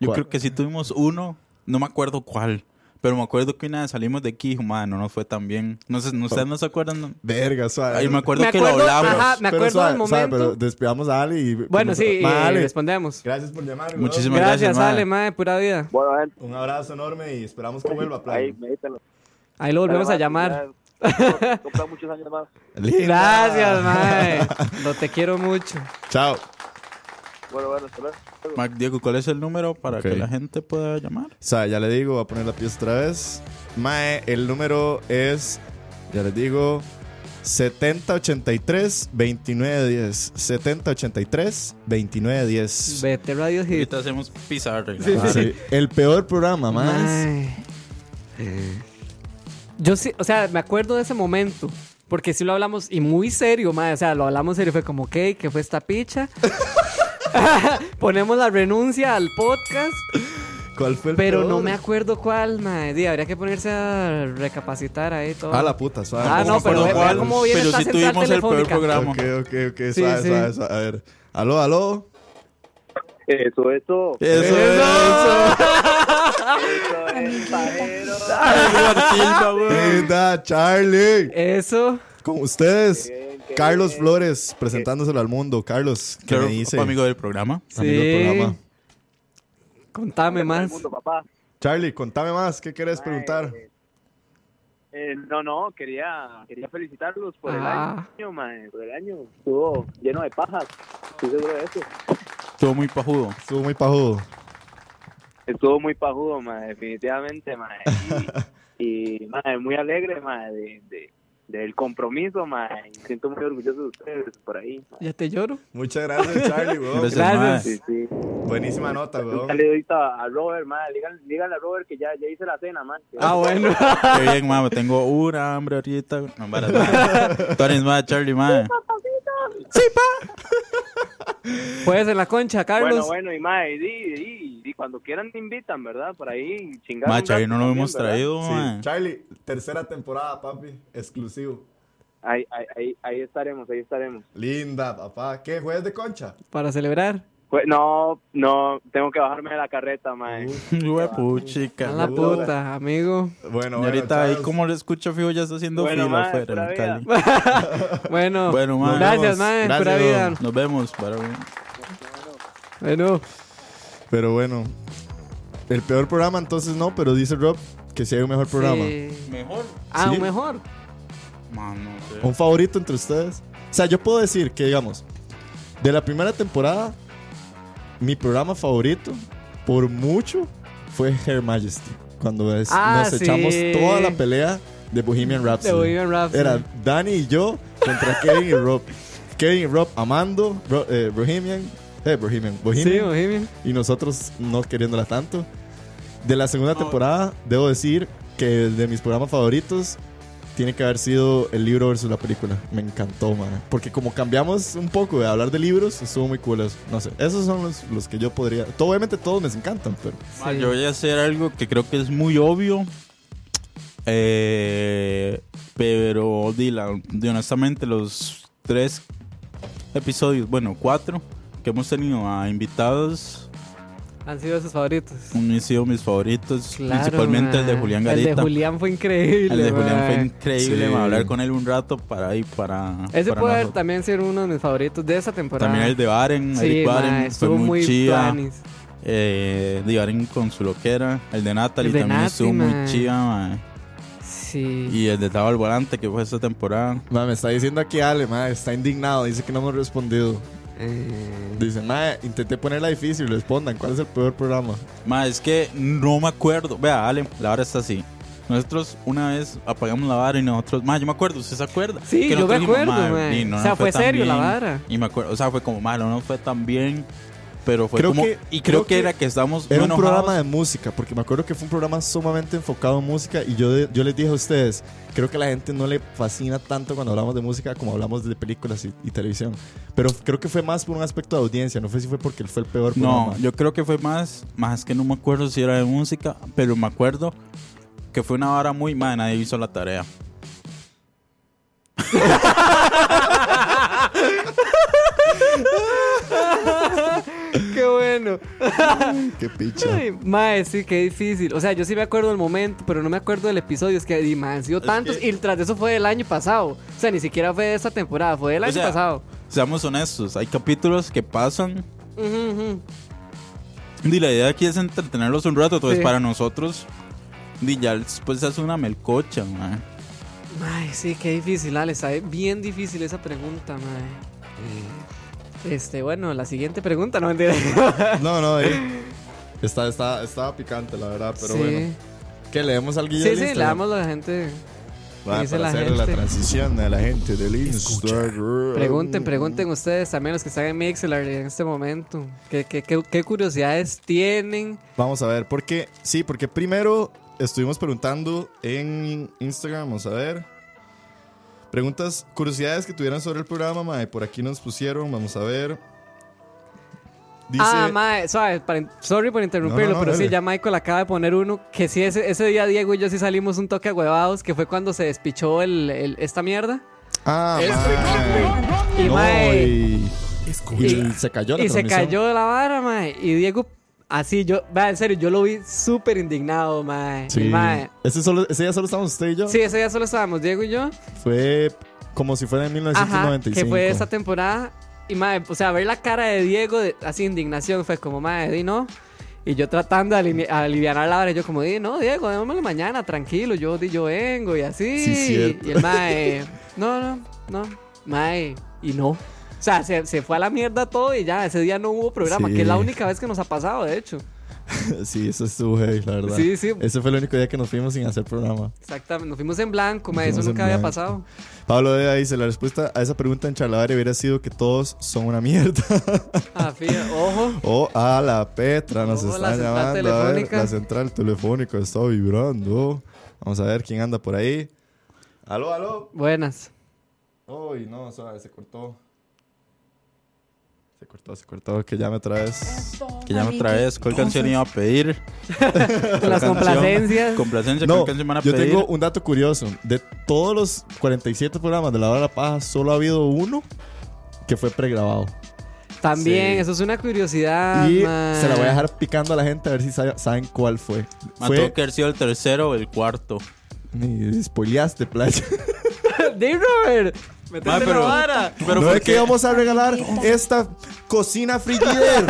Speaker 6: Yo
Speaker 5: ¿Cuál?
Speaker 6: creo que sí tuvimos uno. No me acuerdo cuál. Pero me acuerdo que una vez salimos de aquí, mano, no nos fue tan bien. No sé, ¿no- ¿ustedes no se acuerdan? No?
Speaker 5: Verga, suave.
Speaker 6: Ay, me acuerdo
Speaker 7: Me
Speaker 6: que
Speaker 7: acuerdo,
Speaker 6: lo hablamos.
Speaker 7: ajá. me acuerdo
Speaker 5: suave, suave,
Speaker 7: del momento.
Speaker 5: pero despidamos a Ale y...
Speaker 7: Bueno, sí, eh,
Speaker 5: Ma, Ale,
Speaker 7: respondemos.
Speaker 5: gracias por llamar. weón.
Speaker 6: Muchísimas
Speaker 7: Gracias,
Speaker 6: gracias, mae.
Speaker 7: Ale, mae, pura vida.
Speaker 9: Bueno, gente,
Speaker 5: Un abrazo enorme y esperamos que vuelva a
Speaker 9: ahí, medítenlo.
Speaker 7: Ahí lo volvemos a llamar.
Speaker 9: Compran muchos años más.
Speaker 7: Gracias, mae. Lo te quiero mucho.
Speaker 5: Chao.
Speaker 9: Bueno, bueno, hasta luego.
Speaker 7: ah.
Speaker 6: Mac Diego, ¿cuál es el número para
Speaker 5: Ok.
Speaker 6: que la gente pueda llamar?
Speaker 5: O sea, ya le digo, voy a poner la pieza otra vez. Mae, el número es, ya les digo, 7083-2910. 7083-2910.
Speaker 7: Vete, Radio Hit.
Speaker 6: Ahorita hacemos pizarra.
Speaker 5: Ah, sí. El peor programa, más.
Speaker 7: Mae. Eh. Yo sí, o sea, me acuerdo de ese momento. Porque sí lo hablamos, y muy serio, mae. O sea, lo hablamos serio. Fue como, ok, ¿qué fue esta picha? Ponemos la renuncia al podcast,
Speaker 5: ¿Cuál fue el
Speaker 7: pero
Speaker 5: peor?
Speaker 7: no me acuerdo cuál, mae. Di, habría que ponerse a recapacitar ahí todo.
Speaker 5: Ah, la puta, suave.
Speaker 7: Ah, no, pero ve-
Speaker 5: Suave.
Speaker 7: vea cómo viene
Speaker 6: Pero
Speaker 7: esta
Speaker 6: sí
Speaker 7: central
Speaker 6: tuvimos el peor
Speaker 7: telefónica.
Speaker 6: programa.
Speaker 5: Ok, ok, ok. Suave,
Speaker 7: Sí, sí.
Speaker 5: suave, suave. A ver. Aló, aló.
Speaker 9: Eso, eso.
Speaker 6: Eso,
Speaker 9: Eso es, pajeros.
Speaker 5: Linda, Charlie.
Speaker 7: Eso.
Speaker 5: Con ustedes.
Speaker 9: Bien, qué
Speaker 5: Carlos
Speaker 9: bien.
Speaker 5: Flores presentándoselo al mundo. Carlos, ¿qué
Speaker 6: Claro,
Speaker 5: me dice?
Speaker 6: amigo del programa.
Speaker 7: Sí.
Speaker 5: Amigo del programa.
Speaker 7: Contame
Speaker 9: El
Speaker 7: más.
Speaker 9: mundo, papá.
Speaker 5: Charlie, contame más. ¿Qué querés preguntar?
Speaker 9: Mae, eh, no, no, quería, quería felicitarlos por
Speaker 7: Ah.
Speaker 9: el año, mae, por el año. Estuvo lleno de pajas, estoy seguro de eso.
Speaker 6: Estuvo muy pajudo.
Speaker 5: Estuvo muy pajudo.
Speaker 9: Estuvo muy pajudo, mae, definitivamente, mae. Y, y, mae, muy alegre, mae, de, de- del compromiso, mae. Me siento muy orgulloso de ustedes por ahí. mae.
Speaker 7: Ya te lloro.
Speaker 5: Muchas gracias, Charlie, weón.
Speaker 6: Gracias,
Speaker 7: Gracias.
Speaker 6: mae.
Speaker 9: Sí, sí.
Speaker 5: Buenísima nota,
Speaker 9: Un
Speaker 5: weón.
Speaker 9: saludito a a Robert, mae. Díganle, díganle a Robert que ya, ya hice la cena, mae.
Speaker 7: Ah, bueno.
Speaker 6: Qué bien, mae. Tengo una hambre ahorita. No, para nada. Tonis, mae, Charlie, mae.
Speaker 7: Jueves en la concha,
Speaker 9: Bueno,
Speaker 7: Carlos.
Speaker 9: bueno, y mae, y, y, y cuando quieran te invitan, ¿verdad? Por ahí, chingar.
Speaker 6: Mae,
Speaker 9: un
Speaker 6: Charlie
Speaker 9: rato
Speaker 6: no lo
Speaker 9: también,
Speaker 6: hemos
Speaker 9: ¿verdad?
Speaker 6: traído, mae.
Speaker 5: Sí, Charlie, tercera temporada, papi. Exclusivo.
Speaker 9: Ahí, ahí, ahí, ahí estaremos, ahí estaremos.
Speaker 5: Linda, papá. ¿Qué? ¿Jueves de concha?
Speaker 7: Para celebrar.
Speaker 9: Pues, no, no, tengo que bajarme de la carreta, mae.
Speaker 7: A
Speaker 6: Huepuchica.
Speaker 7: la
Speaker 5: Saludos.
Speaker 7: puta, amigo.
Speaker 5: Bueno,
Speaker 6: Y ahorita ahí,
Speaker 5: Charles,
Speaker 6: como lo escucho, fijo, ya está haciendo
Speaker 9: Bueno,
Speaker 6: fila
Speaker 9: mae, pura
Speaker 6: afuera en
Speaker 9: vida.
Speaker 6: Cali.
Speaker 7: Bueno.
Speaker 6: Bueno, mae.
Speaker 7: Gracias, mae.
Speaker 5: Gracias,
Speaker 7: Pura vida.
Speaker 5: don.
Speaker 6: Nos vemos. para mí.
Speaker 7: Bueno.
Speaker 5: Pero bueno. El peor programa, entonces no, pero dice Rob que sí hay un mejor programa.
Speaker 7: sí.
Speaker 6: Mejor.
Speaker 7: Ah,
Speaker 5: Sí.
Speaker 7: un mejor.
Speaker 6: Mano, no sé.
Speaker 5: Un favorito entre ustedes. O sea, yo puedo decir que, digamos, de la primera temporada, mi programa favorito, por mucho, fue Her Majesty. Cuando es-
Speaker 7: Ah,
Speaker 5: nos
Speaker 7: sí.
Speaker 5: echamos toda la pelea de Bohemian Rhapsody.
Speaker 7: De Bohemian Rhapsody.
Speaker 5: Era Dani y yo contra Kevin y Rob. Kevin y Rob amando Ro- eh, Bohemian. Eh, Bohemian. Bohemian.
Speaker 7: Sí, Bohemian.
Speaker 5: y nosotros no queriéndola tanto. De la segunda temporada, debo decir que de mis programas favoritos tiene que haber sido el libro versus la película. Me encantó, man. Porque como cambiamos un poco de hablar de libros, estuvo muy cool eso. No sé, esos son los, los que yo podría... to- Obviamente todos me encantan, pero...
Speaker 6: Ma,
Speaker 7: Sí.
Speaker 6: Ah, Yo voy a hacer algo que creo que es muy obvio. Eh, pero, Dylan, honestamente, los tres episodios, bueno, cuatro, que hemos tenido a invitados
Speaker 7: Han sido sus favoritos.
Speaker 6: han sido mis favoritos,
Speaker 7: Claro,
Speaker 6: principalmente el de
Speaker 7: ma.
Speaker 6: Julián
Speaker 7: El
Speaker 6: Garita.
Speaker 7: de Julián fue increíble.
Speaker 6: El de Julián fue
Speaker 7: ma.
Speaker 6: increíble,
Speaker 5: Sí.
Speaker 6: ma, hablar con él un rato para ahí, para...
Speaker 7: Ese
Speaker 6: para
Speaker 7: puede
Speaker 6: nosotros.
Speaker 7: también ser uno de mis favoritos de esa temporada.
Speaker 6: También el de Baren,
Speaker 7: Sí,
Speaker 6: Eric
Speaker 7: ma,
Speaker 6: Baren, fue
Speaker 7: estuvo
Speaker 6: muy
Speaker 7: muy
Speaker 6: chía.
Speaker 7: planis.
Speaker 6: Eh, de Baren con su loquera. El de Natalie
Speaker 7: El de
Speaker 6: también
Speaker 7: Nati,
Speaker 6: estuvo muy
Speaker 7: ma.
Speaker 6: chía, ma.
Speaker 7: Sí.
Speaker 6: Y el de Tabo al Volante, que fue esta temporada.
Speaker 5: Ma, me está diciendo aquí Ale, ma, está indignado, dice que no hemos respondido.
Speaker 7: Eh,
Speaker 5: Dice, ma, intenté ponerla difícil, respondan, ¿cuál es el peor programa?
Speaker 6: Ma, es que no me acuerdo. Vea, Ale, la hora está así. Nosotros una vez apagamos la vara y nosotros, ma, yo me acuerdo, ¿usted se acuerda?
Speaker 7: Sí, yo
Speaker 6: nosotros
Speaker 7: me
Speaker 6: dijimos,
Speaker 7: acuerdo, ma.
Speaker 6: y no
Speaker 7: O
Speaker 6: nos
Speaker 7: sea, fue
Speaker 6: tan
Speaker 7: serio la
Speaker 6: bien".
Speaker 7: vara.
Speaker 6: Y me acuerdo, o sea, fue como, ma, no nos fue tan bien, pero fue
Speaker 5: Creo
Speaker 6: como
Speaker 5: que-
Speaker 6: y creo,
Speaker 5: creo
Speaker 6: que,
Speaker 5: que
Speaker 6: era que estábamos
Speaker 5: Era
Speaker 6: muy
Speaker 5: un
Speaker 6: enojados.
Speaker 5: programa de música, porque me acuerdo que fue un programa sumamente enfocado en música y yo, de- yo les dije a ustedes, creo que a la gente no le fascina tanto cuando hablamos de música como hablamos de películas y, y televisión. Pero creo que fue más por un aspecto de audiencia, no fue si fue porque fue el peor
Speaker 6: No,
Speaker 5: programa.
Speaker 6: yo creo que fue más, más que no me acuerdo si era de música, pero me acuerdo que fue una vara muy mala, nadie hizo la tarea.
Speaker 7: qué bueno.
Speaker 5: Qué picha.
Speaker 7: Ay, mae, sí, qué difícil. O sea, yo sí me acuerdo del momento, pero no me acuerdo del episodio. Es que, y, mae, han sido tantos. Y tras de eso fue del año pasado. O sea, ni siquiera fue de esta temporada, fue del
Speaker 6: O
Speaker 7: año
Speaker 6: sea,
Speaker 7: pasado.
Speaker 6: Seamos honestos, hay capítulos que pasan
Speaker 7: Ujú, ujú.
Speaker 6: Y la idea aquí es entretenerlos un rato, entonces
Speaker 7: Sí.
Speaker 6: para nosotros, di, ya después se hace una melcocha, mae.
Speaker 7: Mae, sí, qué difícil, Ale. Está bien difícil esa pregunta, mae. Este, bueno, la siguiente pregunta, no mentira.
Speaker 5: No, no, eh. Está, está, estaba picante, la verdad, pero
Speaker 7: sí.
Speaker 5: bueno. ¿Qué leemos al
Speaker 7: sí,
Speaker 5: Guillermo?
Speaker 7: sí, le damos a la gente.
Speaker 5: Va,
Speaker 7: dice
Speaker 5: Ah, para
Speaker 7: la
Speaker 5: hacer la
Speaker 7: gente.
Speaker 5: transición a la gente del Instagram.
Speaker 7: Pregunten, pregunten ustedes también los que están en Mixler en este momento. ¿Qué, qué, qué, qué curiosidades tienen?
Speaker 5: Vamos a ver, porque sí, porque primero estuvimos preguntando en Instagram, vamos a ver. Preguntas, curiosidades que tuvieran sobre el programa, mae, por aquí nos pusieron, vamos a ver. Dice,
Speaker 7: Ah, mae, suave, para- sorry por interrumpirlo,
Speaker 5: No, no, no,
Speaker 7: pero sí,
Speaker 5: dale.
Speaker 7: ya Michael acaba de poner uno que sí, ese, ese día Diego y yo sí salimos un toque a huevados, que fue cuando se despichó el, el- esta mierda.
Speaker 5: ah, mae.
Speaker 7: Y,
Speaker 5: No,
Speaker 7: mae,
Speaker 5: y,
Speaker 1: Escucha.
Speaker 5: y se cayó la
Speaker 7: Y se
Speaker 5: transmisión.
Speaker 7: cayó de la vara, mae. Y Diego, así, yo, vea, en serio, yo lo vi súper indignado, mae. Y,
Speaker 5: Sí.
Speaker 7: mae,
Speaker 5: Ese, solo, ese día solo estamos usted y yo.
Speaker 7: Sí, ese día solo estábamos Diego y yo.
Speaker 5: Fue como si fuera en
Speaker 7: Ajá,
Speaker 5: 1995.
Speaker 7: que fue esa temporada. Y, mae, o sea, ver la cara de Diego, de- así, indignación, fue como, mae, di no. Y yo tratando de alimi- aliviar la vara, yo como, di no, Diego, démoslo mañana, tranquilo, yo, di, yo vengo y así.
Speaker 5: Sí, cierto.
Speaker 7: Y el mae, no, no, no, mae, y no. O sea, se, se fue a la mierda todo y ya, ese día no hubo programa,
Speaker 5: Sí.
Speaker 7: que es la única vez que nos ha pasado, de hecho.
Speaker 5: sí, eso estuvo heavy, la verdad.
Speaker 7: Sí, sí.
Speaker 5: Ese fue el único día que nos fuimos sin hacer programa.
Speaker 7: Exactamente, nos fuimos en blanco, mae,
Speaker 5: Nos
Speaker 7: eso
Speaker 5: fuimos en
Speaker 7: nunca había
Speaker 5: blanco.
Speaker 7: pasado.
Speaker 5: Pablo Dea dice, la respuesta a esa pregunta en Charlavaria hubiera sido que todos son una mierda.
Speaker 7: Ah, fíjate, ojo.
Speaker 5: o a la Petra, nos
Speaker 7: O
Speaker 5: están
Speaker 7: la central
Speaker 5: llamando. A ver,
Speaker 7: telefónica.
Speaker 5: la central telefónica está vibrando. Vamos a ver quién anda por ahí. Aló, aló.
Speaker 7: Buenas.
Speaker 5: Uy, no, o sea, se cortó. Se cortó, se cortó, que llame otra vez.
Speaker 6: Que ya me otra vez, ¿cuál canción iba a pedir? ¿Cuál
Speaker 7: Las
Speaker 6: canción?
Speaker 7: complacencias.
Speaker 6: Complacencia,
Speaker 5: No,
Speaker 6: ¿cuál canción van a
Speaker 5: yo
Speaker 6: pedir?
Speaker 5: tengo un dato curioso. De todos los 47 programas de La Hora de la Paja, solo ha habido uno que fue pregrabado.
Speaker 7: También,
Speaker 5: Sí.
Speaker 7: eso es una curiosidad.
Speaker 5: y
Speaker 7: mae.
Speaker 5: se la voy a dejar picando a la gente a ver si sa- saben cuál fue.
Speaker 6: Ma, tuvo
Speaker 5: fue...
Speaker 6: que haber sido el tercero o el cuarto.
Speaker 5: Ni spoileaste, playa.
Speaker 7: Dave Robert, metete
Speaker 6: Ma, pero-
Speaker 7: la vara.
Speaker 6: Pero
Speaker 5: no
Speaker 6: ¿por
Speaker 5: es
Speaker 6: qué?
Speaker 5: que íbamos a regalar esta cocina frigider.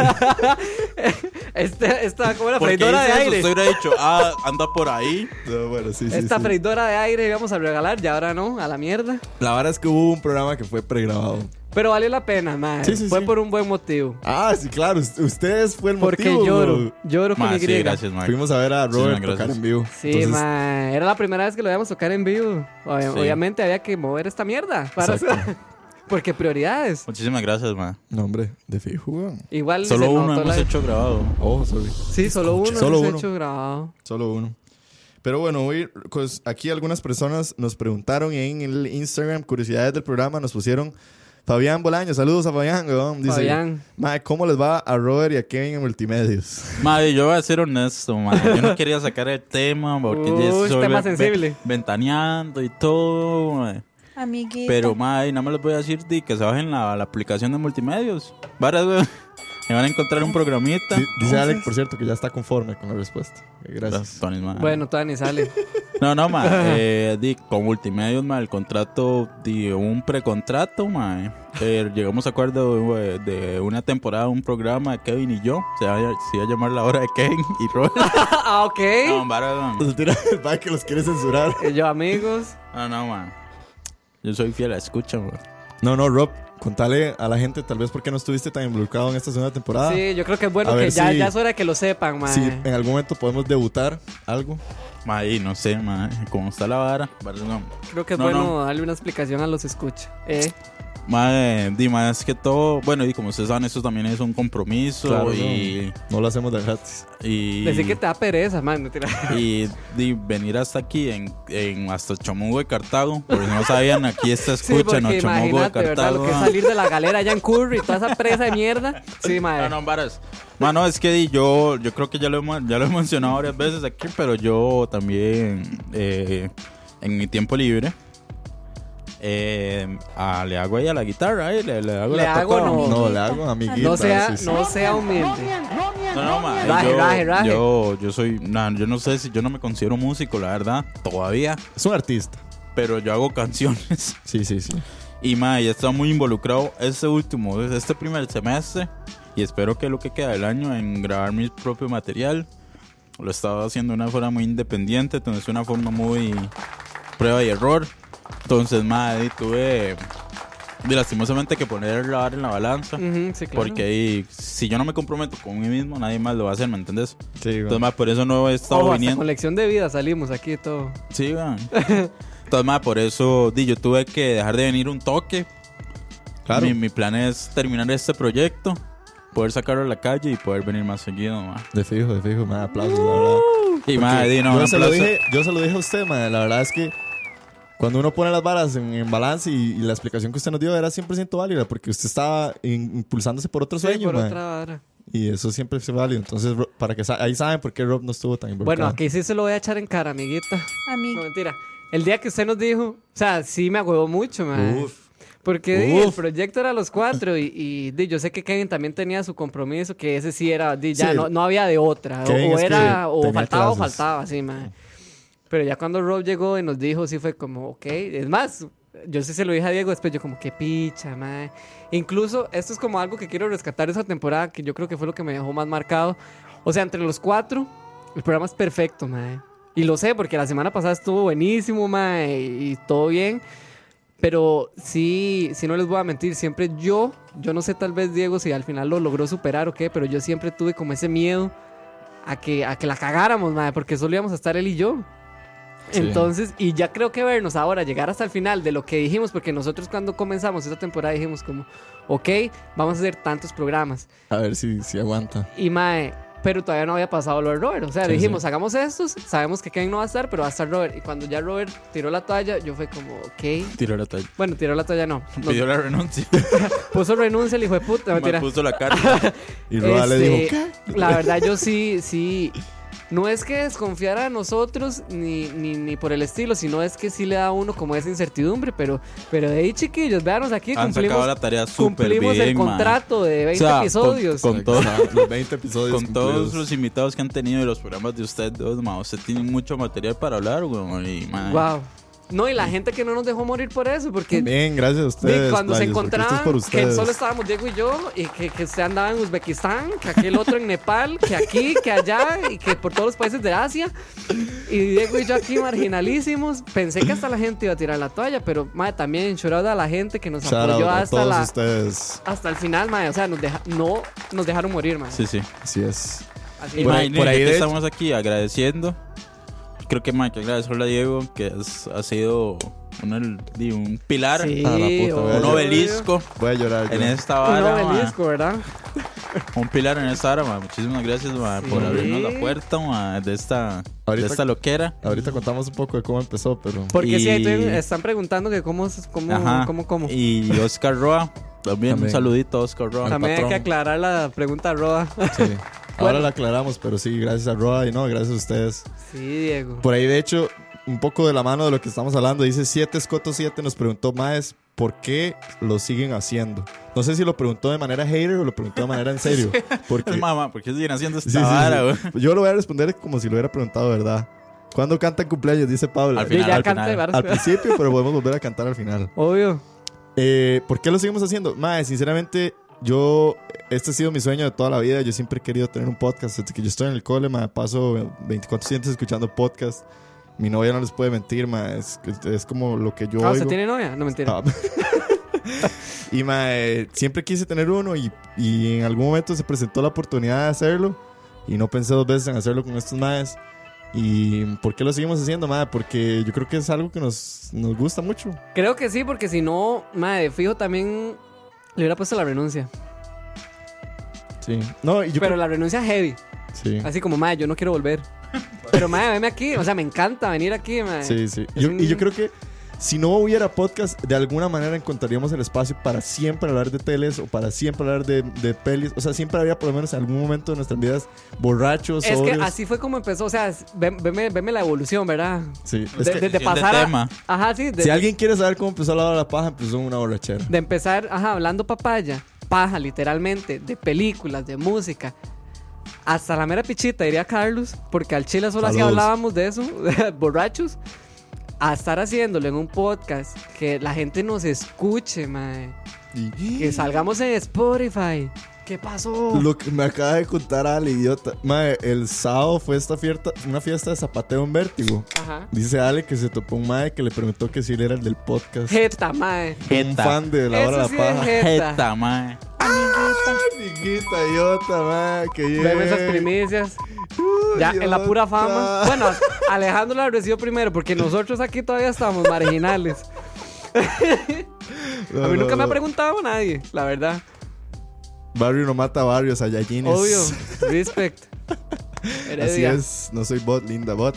Speaker 7: Este, esta, como la
Speaker 6: ¿Por qué
Speaker 7: freidora de
Speaker 6: hice eso?
Speaker 7: aire.
Speaker 6: Usted hubiera dicho, ah, anda por ahí.
Speaker 5: No, bueno, sí, sí,
Speaker 7: Esta
Speaker 5: sí.
Speaker 7: freidora de aire íbamos a regalar y ahora no, a la mierda.
Speaker 5: La verdad es que hubo un programa que fue pregrabado.
Speaker 7: Pero valió la pena, mae.
Speaker 5: Sí, sí,
Speaker 7: Fue
Speaker 5: sí.
Speaker 7: por un buen motivo.
Speaker 5: Ah, sí, claro. us- Ustedes fue el
Speaker 7: Porque
Speaker 5: motivo.
Speaker 7: lloro, lloro con
Speaker 6: Ma,
Speaker 7: mi
Speaker 6: sí,
Speaker 7: griega.
Speaker 6: gracias, Mike.
Speaker 5: Fuimos a ver a Robert
Speaker 6: Muchísimas
Speaker 5: tocar
Speaker 6: gracias.
Speaker 5: en vivo.
Speaker 7: Sí,
Speaker 5: Entonces,
Speaker 7: mae. Era la primera vez que lo íbamos a tocar en vivo. Ob-
Speaker 6: Sí.
Speaker 7: Obviamente había que mover esta mierda. para-
Speaker 5: Exacto.
Speaker 7: Porque prioridades.
Speaker 6: Muchísimas gracias, man.
Speaker 5: No, hombre, de fijo. weón.
Speaker 7: Igual
Speaker 6: Solo
Speaker 7: se
Speaker 6: uno
Speaker 7: notó
Speaker 6: hemos
Speaker 7: la-
Speaker 6: hecho grabado.
Speaker 5: Oh, sorry.
Speaker 7: Sí, solo uno
Speaker 5: Solo
Speaker 7: hemos
Speaker 5: uno.
Speaker 7: hecho grabado.
Speaker 5: Solo uno. Pero bueno, hoy, pues, aquí algunas personas nos preguntaron en el Instagram, curiosidades del programa, nos pusieron Fabián Bolaño, saludos a Fabián, weón. Dice,
Speaker 7: Fabián.
Speaker 5: "Mae, ¿cómo les va a Robert y a Kevin en multimedios?
Speaker 6: Madre, yo voy a ser honesto, madre. Yo no quería sacar el tema porque
Speaker 7: Uy,
Speaker 6: ya
Speaker 7: es
Speaker 6: soy
Speaker 7: tema
Speaker 6: ve- ve-
Speaker 7: sensible.
Speaker 6: ventaneando y todo, madre.
Speaker 8: Amiguito.
Speaker 6: Pero, mae, nada más les voy a decir di, que se bajen la, la aplicación de multimedios. Varas, weón. Me van a encontrar un programita.
Speaker 5: Di- Dice Alex, por cierto, que ya está conforme con la respuesta. Eh, Gracias.
Speaker 6: Las tonis, mae.
Speaker 7: Bueno, Tony, sale.
Speaker 6: No, no, ma. eh, di, con Multimedios, ma, el contrato, di, un precontrato, ma. Eh, llegamos a acuerdo eh, de, una temporada, un programa de Kevin y yo. Se va, a- se iba a llamar La Hora de Kevin y Robert.
Speaker 7: ah, ok.
Speaker 6: No, vara, no,
Speaker 5: Se tira el back que los quiere censurar.
Speaker 7: Y Yo, amigos.
Speaker 6: no, no, ma. Yo soy fiel a la escucha, ma.
Speaker 5: No, no, Rob, contale a la gente tal vez por qué no estuviste tan involucrado en esta segunda
Speaker 6: Ah.
Speaker 5: temporada.
Speaker 7: Sí, yo creo que es bueno
Speaker 5: A
Speaker 7: que
Speaker 5: ver
Speaker 7: ya,
Speaker 5: si-
Speaker 7: ya es hora que lo sepan, mae.
Speaker 5: Si
Speaker 6: eh.
Speaker 5: en algún momento podemos debutar algo.
Speaker 6: Ma, y no sé, ma, cómo está la vara. Vara, no.
Speaker 7: Creo que es
Speaker 6: No,
Speaker 7: bueno
Speaker 6: no.
Speaker 7: darle una explicación a los escucha. Eh,
Speaker 6: Ma, eh, di, más que todo, bueno, y como ustedes saben, eso también es un compromiso
Speaker 5: Claro,
Speaker 6: y...
Speaker 5: No lo hacemos de gratis.
Speaker 6: y
Speaker 7: decir que te da pereza, man. no te la-
Speaker 6: y, di, venir hasta aquí, en, en- hasta Chomugo de Cartago, porque no sabían, aquí está
Speaker 7: Sí,
Speaker 6: escucha, no
Speaker 7: porque
Speaker 6: Chomugo de
Speaker 7: imagínate, ¿verdad? Lo
Speaker 6: Cartago.
Speaker 7: que es
Speaker 6: ah.
Speaker 7: salir de la galera allá en Curry y toda esa presa de mierda. Sí,
Speaker 6: No,
Speaker 7: mae.
Speaker 6: no, varas. Ma, no, es que di, yo, yo creo que ya lo, he, mon- ya lo he mencionado varias veces aquí, pero yo también eh, en mi tiempo libre eh, ah, le hago ahí a la guitarra, eh, le, le hago
Speaker 7: Le
Speaker 6: la
Speaker 7: hago
Speaker 6: tocada,
Speaker 7: no.
Speaker 6: ma.
Speaker 5: No, le hago amiguita.
Speaker 7: No sea,
Speaker 5: sí, sí.
Speaker 7: no sea humilde.
Speaker 6: No, no, ma,
Speaker 7: Raje,
Speaker 6: eh, yo,
Speaker 7: raje, raje.
Speaker 6: yo, yo soy, nah, yo no sé si yo no me considero músico, la verdad, todavía,
Speaker 5: Es un artista.
Speaker 6: pero yo hago canciones
Speaker 5: Sí, sí, sí.
Speaker 6: y ma, ya está muy involucrado este último, este primer semestre y espero que lo que queda del año en grabar mi propio material. Lo he estado haciendo de una forma muy independiente, entonces una forma muy prueba y error. Entonces, madre, tuve de lastimosamente que poner la vara en la balanza.
Speaker 7: Ujú, sí, Mm, claro.
Speaker 6: Porque ahí, si yo no me comprometo con mí mismo, nadie más lo va a hacer, ¿me entendés?
Speaker 5: Sí,
Speaker 6: Entonces, ma, por eso no he estado
Speaker 7: Ojo, hasta
Speaker 6: viniendo.
Speaker 7: con lección de vida salimos aquí y todo.
Speaker 6: Sí, weón. Entonces, ma, por eso di, yo tuve que dejar de venir un toque.
Speaker 5: Claro.
Speaker 6: Mi, mi plan es terminar este proyecto, poder sacarlo a la calle y poder venir más seguido, ma.
Speaker 5: De fijo, de fijo. Más aplausos, la verdad.
Speaker 6: Y, ma,
Speaker 5: Uh, Porque
Speaker 6: di, no,
Speaker 5: yo,
Speaker 6: un
Speaker 5: se lo
Speaker 6: aplauso.
Speaker 5: dije, yo se lo dije a usted, madre. La verdad es que cuando uno pone las varas en, en balance y, y la explicación que usted nos dio era 100% válida porque usted estaba in- impulsándose por otro
Speaker 7: Sí,
Speaker 5: sueño,
Speaker 7: por
Speaker 5: madre.
Speaker 7: otra vara.
Speaker 5: Y eso siempre es válido. Entonces, Ro- para que sa- ahí saben por qué Rob no estuvo tan involucrado.
Speaker 7: Bueno, aquí sí se lo voy a echar en cara, amiguita. No,
Speaker 8: Amiguito.
Speaker 7: mentira. El día que usted nos dijo, o sea, sí me agüevó mucho, man. Porque di, el
Speaker 5: Uf.
Speaker 7: proyecto era a los cuatro y, y, di, yo sé que Kevin también tenía su compromiso, que ese sí era, di, ya
Speaker 5: Sí.
Speaker 7: no, no había de otra. O,
Speaker 5: Kevin
Speaker 7: o
Speaker 5: es que
Speaker 7: era, o
Speaker 5: tenía
Speaker 7: faltaba, o
Speaker 5: clases.
Speaker 7: faltaba, sí, man. Pero ya cuando Rob llegó y nos dijo, sí fue como, ok. Es más, yo sí se lo dije a Diego después, yo como, qué picha, man. Incluso, esto es como algo que quiero rescatar de esa temporada, que yo creo que fue lo que me dejó más marcado. O sea, entre los cuatro, el programa es perfecto, mae. Y lo sé, porque la semana pasada estuvo buenísimo, mae, y, y todo bien. Pero sí, sí no les voy a mentir, siempre yo, yo no sé tal vez Diego si al final lo logró superar o qué, pero yo siempre tuve como ese miedo a que, a que la cagáramos, mae, porque solo íbamos a estar él y yo.
Speaker 5: Sí.
Speaker 7: Entonces, y ya creo que vernos ahora, llegar hasta el final de lo que dijimos, porque nosotros cuando comenzamos esta temporada dijimos como, ok, vamos a hacer tantos programas.
Speaker 5: A ver si, si aguanta.
Speaker 7: Y mae, pero todavía no había pasado lo de Robert. O sea,
Speaker 5: Sí,
Speaker 7: dijimos,
Speaker 5: sí.
Speaker 7: hagamos estos, sabemos que Kevin no va a estar, pero va a estar Robert. Y cuando ya Robert tiró la toalla, yo fue como, ok.
Speaker 6: Tiró la talla.
Speaker 7: Bueno, tiró la toalla, no. Nos
Speaker 6: Pidió la renuncia.
Speaker 7: puso renuncia el hijo de puta,
Speaker 6: me
Speaker 7: mentira.
Speaker 6: puso la cara.
Speaker 5: Y Rob le dijo,
Speaker 7: Este, La verdad, yo sí, sí. No es que desconfiara de nosotros ni, ni, ni por el estilo, sino es que sí le da a uno como esa incertidumbre. Pero, pero hey, chiquillos, véanos aquí,
Speaker 6: Han sacado
Speaker 7: cumplimos,
Speaker 6: la tarea súper bien,
Speaker 7: cumplimos el
Speaker 6: ma.
Speaker 7: contrato de 20
Speaker 6: O sea, con-
Speaker 7: episodios.
Speaker 6: con todo-
Speaker 5: Exacto, los 20 episodios
Speaker 6: Con todos
Speaker 5: cumplidos.
Speaker 6: los invitados que han tenido y los programas de ustedes dos, ma, usted tiene mucho material para hablar, weón. Y, ma,
Speaker 7: Wow. No, y la gente que no nos dejó morir por eso, porque
Speaker 5: Bien, gracias a ustedes.
Speaker 7: di, cuando se
Speaker 5: playos, porque esto es
Speaker 7: encontraban,
Speaker 5: por
Speaker 7: que
Speaker 5: ustedes.
Speaker 7: solo estábamos Diego y yo, y que, que usted andaba en Uzbekistán, que aquel otro en Nepal, que aquí, que allá, y que por todos los países de Asia. Y Diego y yo aquí marginalísimos. Pensé que hasta la gente iba a tirar la toalla, pero madre, también shout a la gente que nos
Speaker 5: Shout out
Speaker 7: apoyó
Speaker 5: a
Speaker 7: hasta,
Speaker 5: todos
Speaker 7: la,
Speaker 5: ustedes.
Speaker 7: hasta el final, madre. O sea, nos deja- no nos dejaron morir, madre.
Speaker 6: Sí, sí.
Speaker 5: Así es.
Speaker 7: Así
Speaker 6: Y,
Speaker 5: Por
Speaker 6: ma,
Speaker 5: ahí-
Speaker 6: y
Speaker 5: por ahí
Speaker 6: ya que
Speaker 5: de-
Speaker 6: estamos aquí agradeciendo. Creo que, ma, hay que agradecerle a Diego, que es- ha sido un, di, un pilar,
Speaker 7: Sí,
Speaker 5: a la puta,
Speaker 7: obvio.
Speaker 6: un
Speaker 5: yo-
Speaker 6: obelisco
Speaker 5: Voy a llorar.
Speaker 6: en
Speaker 5: yo.
Speaker 6: esta
Speaker 7: Un
Speaker 6: vara. ma.
Speaker 7: obelisco, ¿verdad?
Speaker 6: Un pilar en esta vara, ma. Muchísimas gracias, ma, por
Speaker 7: Sí.
Speaker 6: abrirnos la puerta, ma, de esta, de
Speaker 5: Ahorita-
Speaker 6: esta loquera.
Speaker 5: Ahorita contamos un poco de cómo empezó, pero...
Speaker 7: Porque
Speaker 6: Y-
Speaker 7: sí, ahí te- están preguntando que cómo, cómo,
Speaker 6: Ajá.
Speaker 7: cómo, cómo.
Speaker 6: Y Oscar Roa. También, un
Speaker 5: También.
Speaker 6: saludito a Oscar Roa.
Speaker 7: También hay
Speaker 5: patrón.
Speaker 7: que aclarar la pregunta roda.
Speaker 5: Sí. Ahora la aclaramos, pero sí, gracias a Roa y no, gracias a ustedes.
Speaker 7: Sí, Diego.
Speaker 5: Por ahí, de hecho, un poco de la mano de lo que estamos hablando. Dice 7 Escoto 7 nos preguntó más por qué lo siguen haciendo. No sé si lo preguntó de manera hater o lo preguntó de manera en serio. Porque,
Speaker 6: Es mamá, ¿por qué siguen haciendo esta
Speaker 5: Sí, sí, sí.
Speaker 6: vara, güey?
Speaker 5: Yo lo voy a responder como si lo hubiera preguntado, de ¿verdad? ¿Cuándo cantan cumpleaños? Dice Pablo.
Speaker 6: Al final,
Speaker 7: ya
Speaker 6: al
Speaker 7: canté
Speaker 6: final.
Speaker 7: varas,
Speaker 5: Al principio, pero podemos volver a cantar al final.
Speaker 7: Obvio.
Speaker 5: Eh, ¿Por qué lo seguimos haciendo? Mae, sinceramente, yo. Este ha sido mi sueño de toda la vida. Yo siempre he querido tener un podcast. Desde que yo estoy en el cole, mae, paso 24-7 escuchando podcast. Mi novia no les puede mentir, mae. Es, es como lo que yo.
Speaker 7: Ah, ¿usted
Speaker 5: oigo.
Speaker 7: tiene novia? No, mentira.
Speaker 5: Ah. y mae, siempre quise tener uno y, y en algún momento se presentó la oportunidad de hacerlo y no pensé dos veces en hacerlo con estos maes. ¿Y por qué lo seguimos haciendo, mae? Porque yo creo que es algo que nos, nos gusta mucho.
Speaker 7: Creo que sí, porque si no, madre, fijo también le hubiera puesto la renuncia.
Speaker 5: Sí. No, y yo
Speaker 7: pero
Speaker 5: creo-
Speaker 7: la renuncia heavy.
Speaker 5: sí.
Speaker 7: Así como, madre, yo no quiero volver. Pero, madre, venme aquí. O sea, me encanta venir aquí, madre.
Speaker 5: Sí, sí.
Speaker 7: Es
Speaker 5: Yo- y yo
Speaker 7: un-
Speaker 5: creo que si no hubiera podcast, de alguna manera encontraríamos el espacio para siempre hablar de teles o para siempre hablar de, de pelis. O sea, siempre habría por lo menos en algún momento de nuestras vidas borrachos.
Speaker 7: Es que
Speaker 5: sobrios.
Speaker 7: así fue como empezó. O sea, es- ve- veme, veme la evolución, ¿verdad?
Speaker 5: Sí, es
Speaker 7: De-
Speaker 5: que-
Speaker 7: Desde
Speaker 6: Definición de
Speaker 7: pasar a-
Speaker 6: tema.
Speaker 7: Ajá, sí. de-
Speaker 5: Si alguien quiere saber cómo empezó la hora de la paja, empezó en una borrachera.
Speaker 7: De empezar, ajá, hablando papaya, paja, literalmente, de películas, de música. Hasta la mera pichita, diría Carlos, porque al chile solo así
Speaker 5: Saludos.
Speaker 7: hablábamos de eso, borrachos. A estar haciéndolo en un podcast, que la gente nos escuche, mae. Que salgamos en Spotify. ¿Qué pasó?
Speaker 5: Lo que me acaba de contar al idiota. Mae, el sábado fue esta fiesta, una fiesta de zapateo en vértigo.
Speaker 7: Ajá.
Speaker 5: Dice Ale que se topó un mae que le preguntó que si él era el del podcast.
Speaker 7: Jeta, mae.
Speaker 5: Un fan de la hora de
Speaker 7: Eso
Speaker 5: la
Speaker 7: sí es
Speaker 5: paja.
Speaker 7: jeta.
Speaker 6: Jeta, mae.
Speaker 5: Amiguita idiota, mae, que
Speaker 7: Vemos esas
Speaker 5: bien.
Speaker 7: primicias.
Speaker 5: Uy,
Speaker 7: Ya, en la pura fama.
Speaker 5: idiota.
Speaker 7: Bueno, Alejandro la recibió primero porque nosotros aquí todavía estamos marginales.
Speaker 5: No,
Speaker 7: A mí
Speaker 5: no,
Speaker 7: nunca me ha
Speaker 5: no.
Speaker 7: preguntado nadie, la verdad.
Speaker 5: Barrio no mata barrios, Ayayines.
Speaker 7: Obvio. Respect.
Speaker 5: Así
Speaker 7: Heredia.
Speaker 5: es, no soy bot, linda bot.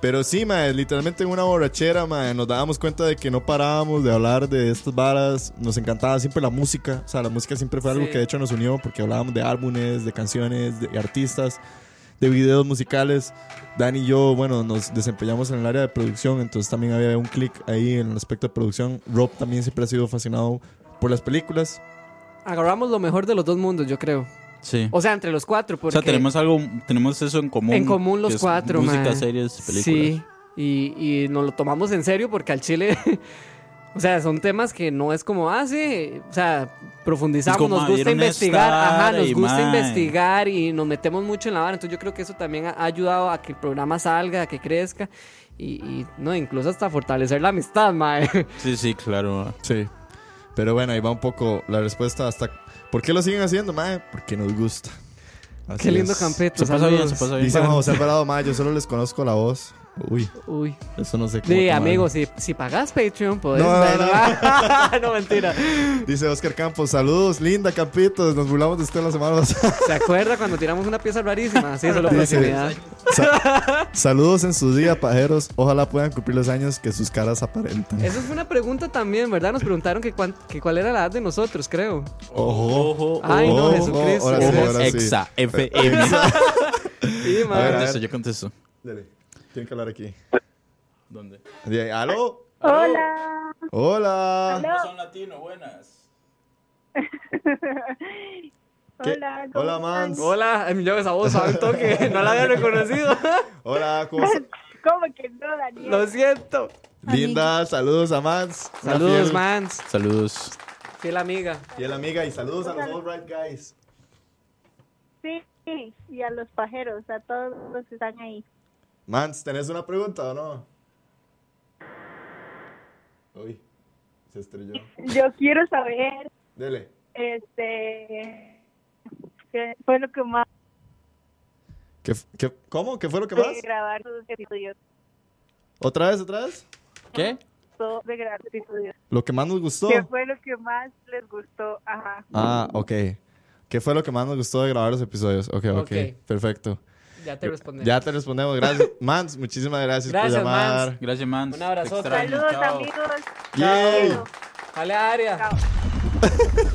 Speaker 5: Pero sí, mae, literalmente en una borrachera, mae, nos dábamos cuenta de que no parábamos de hablar de estas varas. Nos encantaba siempre la música. O sea, la música siempre fue algo
Speaker 7: Sí.
Speaker 5: que de hecho nos unió porque hablábamos de álbumes, de canciones, de artistas, de videos musicales. Dan y yo, bueno, nos desempeñamos en el área de producción, entonces también había un clic ahí en el aspecto de producción. Rob también siempre ha sido fascinado por las películas.
Speaker 7: Agarramos lo mejor de los dos mundos, yo creo.
Speaker 6: Sí.
Speaker 7: O sea, entre los cuatro,
Speaker 6: O
Speaker 7: porque
Speaker 6: sea, tenemos algo, tenemos eso en común.
Speaker 7: en común
Speaker 6: que
Speaker 7: los
Speaker 6: es
Speaker 7: cuatro,
Speaker 6: Música,
Speaker 7: mae.
Speaker 6: series, películas.
Speaker 7: Sí. Y, y nos lo tomamos en serio porque al chile. O sea, son temas que no es como, ah, sí, o sea, profundizamos,
Speaker 6: Es como,
Speaker 7: nos
Speaker 6: ah,
Speaker 7: gusta
Speaker 6: vieron
Speaker 7: investigar,
Speaker 6: esta
Speaker 7: ajá,
Speaker 6: vara
Speaker 7: nos
Speaker 6: y,
Speaker 7: gusta
Speaker 6: mae.
Speaker 7: investigar y nos metemos mucho en la vara, entonces yo creo que eso también ha ha ayudado a que el programa salga, a que crezca y, y, no, incluso hasta fortalecer la amistad, mae.
Speaker 6: Sí, sí, claro. mae.
Speaker 5: Sí. Pero bueno, ahí va un poco la respuesta hasta... ¿Por qué lo siguen haciendo, mae? Porque nos gusta. Así
Speaker 7: Qué lindo
Speaker 5: es.
Speaker 7: campeto.
Speaker 6: Se pasa bien, se
Speaker 7: saludos.
Speaker 6: pasa bien.
Speaker 5: Dice Juan José Alvarado, mae, yo solo les conozco la voz. Uy,
Speaker 7: Uy.
Speaker 5: eso no sé cómo
Speaker 7: Sí,
Speaker 5: tomarlo.
Speaker 7: amigos, si, si pagas Patreon, podés
Speaker 5: No, no,
Speaker 7: ver.
Speaker 5: no.
Speaker 7: No, mentira.
Speaker 5: Dice Oscar Campos, saludos, linda Campitos. Nos burlamos de usted la semana pasada.
Speaker 7: ¿Se acuerda cuando tiramos una pieza rarísima? Sí, solo
Speaker 5: Dice-
Speaker 7: proximidad.
Speaker 5: Sa- saludos en su día, pajeros. Ojalá puedan cumplir los años que sus caras aparentan.
Speaker 7: Eso fue una pregunta también, ¿verdad? Nos preguntaron que, cuán- que cuál era la edad de nosotros, creo.
Speaker 5: Ojo.
Speaker 6: Ojo,
Speaker 7: Ay, no,
Speaker 5: Ojo,
Speaker 7: Jesucristo.
Speaker 5: ahora sí,
Speaker 6: ojo,
Speaker 5: ahora sí.
Speaker 6: exa, FM.
Speaker 7: Sí,
Speaker 6: Yo
Speaker 7: madre.
Speaker 5: ver, a ver.
Speaker 6: contesto, yo contesto.
Speaker 5: Dele, Tienen que hablar aquí.
Speaker 6: ¿Dónde?
Speaker 5: Di- ¿Aló?
Speaker 10: Hola,
Speaker 5: Hola.
Speaker 6: Son latino, buenas.
Speaker 5: ¿Qué?
Speaker 10: hola. ¿cómo
Speaker 5: Hola,
Speaker 10: están?
Speaker 5: Mans.
Speaker 7: Hola, em, yo esa voz, a un toque, no la había reconocido.
Speaker 5: Hola, ¿cómo está?
Speaker 10: ¿Cómo que no, Daniel?
Speaker 7: Lo siento.
Speaker 5: Linda, saludos a Mans. Una
Speaker 7: Saludos,
Speaker 5: fiel-
Speaker 7: mans.
Speaker 6: Saludos.
Speaker 7: Fiel amiga.
Speaker 5: Fiel amiga y saludos a los All Right Guys.
Speaker 10: Sí, y a los pajeros, a todos los que están ahí.
Speaker 5: Mans, ¿tenés una pregunta o no? Uy, se estrelló.
Speaker 10: Yo quiero saber,
Speaker 5: Dele.
Speaker 10: este, qué fue lo que más
Speaker 5: ¿Qué, f- qué, cómo ¿Qué fue lo que más?
Speaker 10: de grabar sus episodios,
Speaker 5: ¿Otra vez, otra vez?
Speaker 6: ¿Qué?
Speaker 10: todo de grabar sus episodios.
Speaker 5: ¿Lo que más nos gustó?
Speaker 10: ¿Qué fue lo que más les gustó? Ajá.
Speaker 5: Ah, ok. ¿Qué fue lo que más nos gustó de grabar los episodios? Ok, ok.
Speaker 7: Ok.
Speaker 5: Perfecto.
Speaker 7: Ya te respondí.
Speaker 5: Ya te respondemos. Gracias. Mans, muchísimas gracias,
Speaker 7: Gracias,
Speaker 5: por llamar.
Speaker 7: Mans.
Speaker 6: Gracias, man.
Speaker 7: Un abrazote.
Speaker 10: Saludos, amigos.
Speaker 5: Yay.
Speaker 10: Chao.
Speaker 7: Dale, Aria.
Speaker 10: Chao.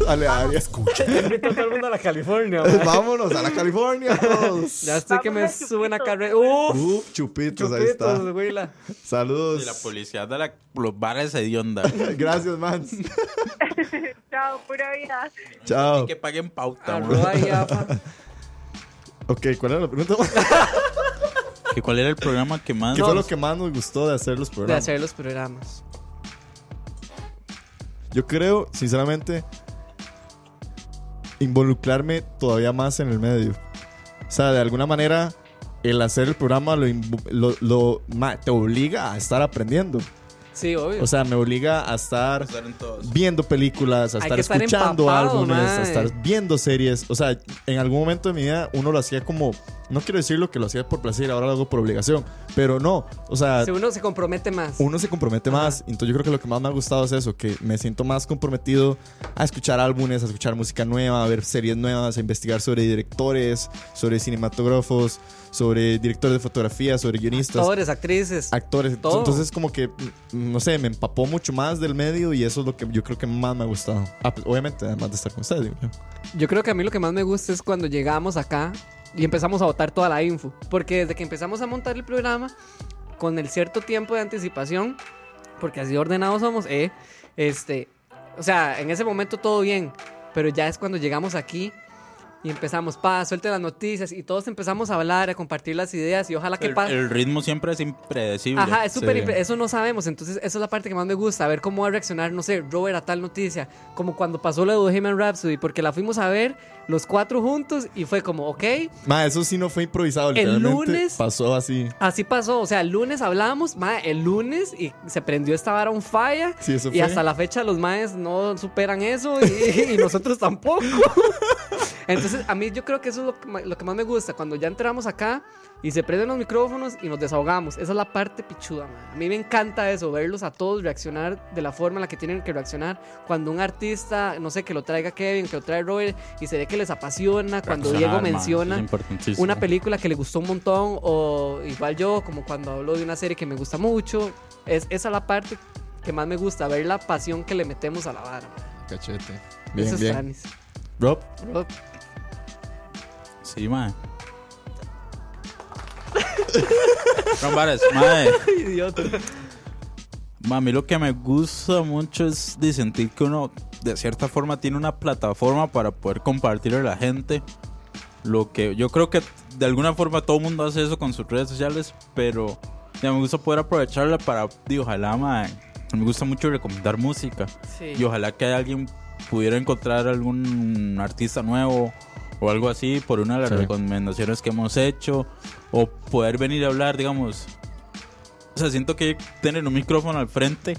Speaker 5: Alearia.
Speaker 1: Escucha.
Speaker 7: Invito a todo el mundo a la California. mae.
Speaker 5: Vámonos a la California. todos.
Speaker 7: Ya estoy que me sube una carrera. uf,
Speaker 5: Uf, chupitos, ahí
Speaker 7: Chupitos,
Speaker 5: está.
Speaker 7: güila.
Speaker 5: Saludos.
Speaker 6: Y la policía de la, los bares hedionda.
Speaker 5: Gracias, Mans.
Speaker 10: Chao, pura vida.
Speaker 5: Chao.
Speaker 6: que paguen pauta, bro.
Speaker 7: Arroba y APA.
Speaker 5: Ok, ¿cuál era la pregunta?
Speaker 6: ¿Que ¿Cuál era el programa que más?
Speaker 5: ¿Qué fue lo que más nos gustó de hacer los
Speaker 7: De
Speaker 5: programas?
Speaker 7: hacer los programas.
Speaker 5: Yo creo, sinceramente, involucrarme todavía más en el medio. O sea, de alguna manera, el hacer el programa lo, invo- lo- lo- ma- te obliga a estar aprendiendo.
Speaker 7: Sí, obvio.
Speaker 5: O sea, me obliga a estar
Speaker 6: Estar en todos.
Speaker 5: viendo películas, a
Speaker 7: Hay
Speaker 5: estar
Speaker 7: que estar
Speaker 5: escuchando
Speaker 7: empapado,
Speaker 5: álbumes, a
Speaker 7: mae.
Speaker 5: estar viendo series. O sea, en algún momento de mi vida uno lo hacía como, no quiero decir lo que lo hacía por placer, ahora lo hago por obligación, pero no, o sea,
Speaker 7: si uno se compromete más.
Speaker 5: uno se compromete más. Entonces yo creo que lo que más me ha gustado es eso, que me siento más comprometido a escuchar álbumes, a escuchar música nueva, a ver series nuevas, a investigar sobre directores, sobre cinematógrafos, sobre directores de fotografía, sobre guionistas
Speaker 7: Actores, actrices.
Speaker 5: actores.
Speaker 7: Todo.
Speaker 5: Entonces, como que, mm, no sé, me empapó mucho más del medio y eso es lo que yo creo que más me ha gustado. Ah, pues, obviamente, además de estar con ustedes, digo yo.
Speaker 7: Yo creo que a mí lo que más me gusta es cuando llegamos acá y empezamos a votar toda la info. Porque desde que empezamos a montar el programa, con el cierto tiempo de anticipación, porque así ordenados somos, eh, este, o sea, en ese momento todo bien, pero ya es cuando llegamos aquí y empezamos, pa, suelten las noticias y todos empezamos a hablar, a compartir las ideas y ojalá Ah, que
Speaker 6: El,
Speaker 7: pase.
Speaker 6: el ritmo siempre es impredecible.
Speaker 7: Ajá, es súper
Speaker 6: Sí.
Speaker 7: impre- Eso no sabemos. Entonces, esa es la parte que más me gusta. ver cómo va a reaccionar, no sé, Robert a tal noticia. Como cuando pasó lo de Bohemian Rhapsody, porque la fuimos a ver los cuatro juntos y fue como, ok,
Speaker 5: Ma, eso sí no fue improvisado. Literalmente
Speaker 7: lunes-
Speaker 5: pasó así.
Speaker 7: así pasó. O sea, el lunes hablamos, ma, el lunes y se prendió esta vara un falla.
Speaker 5: Sí, eso
Speaker 7: Y
Speaker 5: fue.
Speaker 7: hasta la fecha los maes no superan eso y, y nosotros tampoco. Entonces, a mí yo creo que eso es lo que, ma- lo que más me gusta. Cuando ya entramos acá y se prenden los micrófonos y nos desahogamos. Esa es la parte pichuda, ma. A mí me encanta eso, verlos a todos reaccionar de la forma en la que tienen que reaccionar. Cuando un artista, no sé, que lo traiga Kevin, que lo trae Robert y se ve que les apasiona. Cuando
Speaker 6: Reaccionar,
Speaker 7: Diego
Speaker 6: man, eso es
Speaker 7: menciona
Speaker 6: importantísimo.
Speaker 7: una película que le gustó un montón o igual yo como cuando hablo de una serie que me gusta mucho es esa es la parte que más me gusta ver la pasión que le metemos a la vara
Speaker 5: Cachete. Bien,
Speaker 7: eso es
Speaker 5: bien.
Speaker 7: Tanis.
Speaker 5: Rob,
Speaker 7: Rob,
Speaker 6: Sí, mae. Ron Bares, mae.
Speaker 7: idiota
Speaker 6: Ma, A mí lo que me gusta mucho es de sentir que uno de cierta forma tiene una plataforma para poder compartirle a la gente lo que yo creo que de alguna forma todo el mundo hace eso con sus redes sociales, pero ya me gusta poder aprovecharla para, y ojalá, ma, me gusta mucho recomendar música
Speaker 7: sí
Speaker 6: y ojalá que alguien pudiera encontrar algún artista nuevo o algo así por una de las
Speaker 5: Sí.
Speaker 6: recomendaciones que hemos hecho o poder venir a hablar, digamos. O sea, siento que tener un micrófono al frente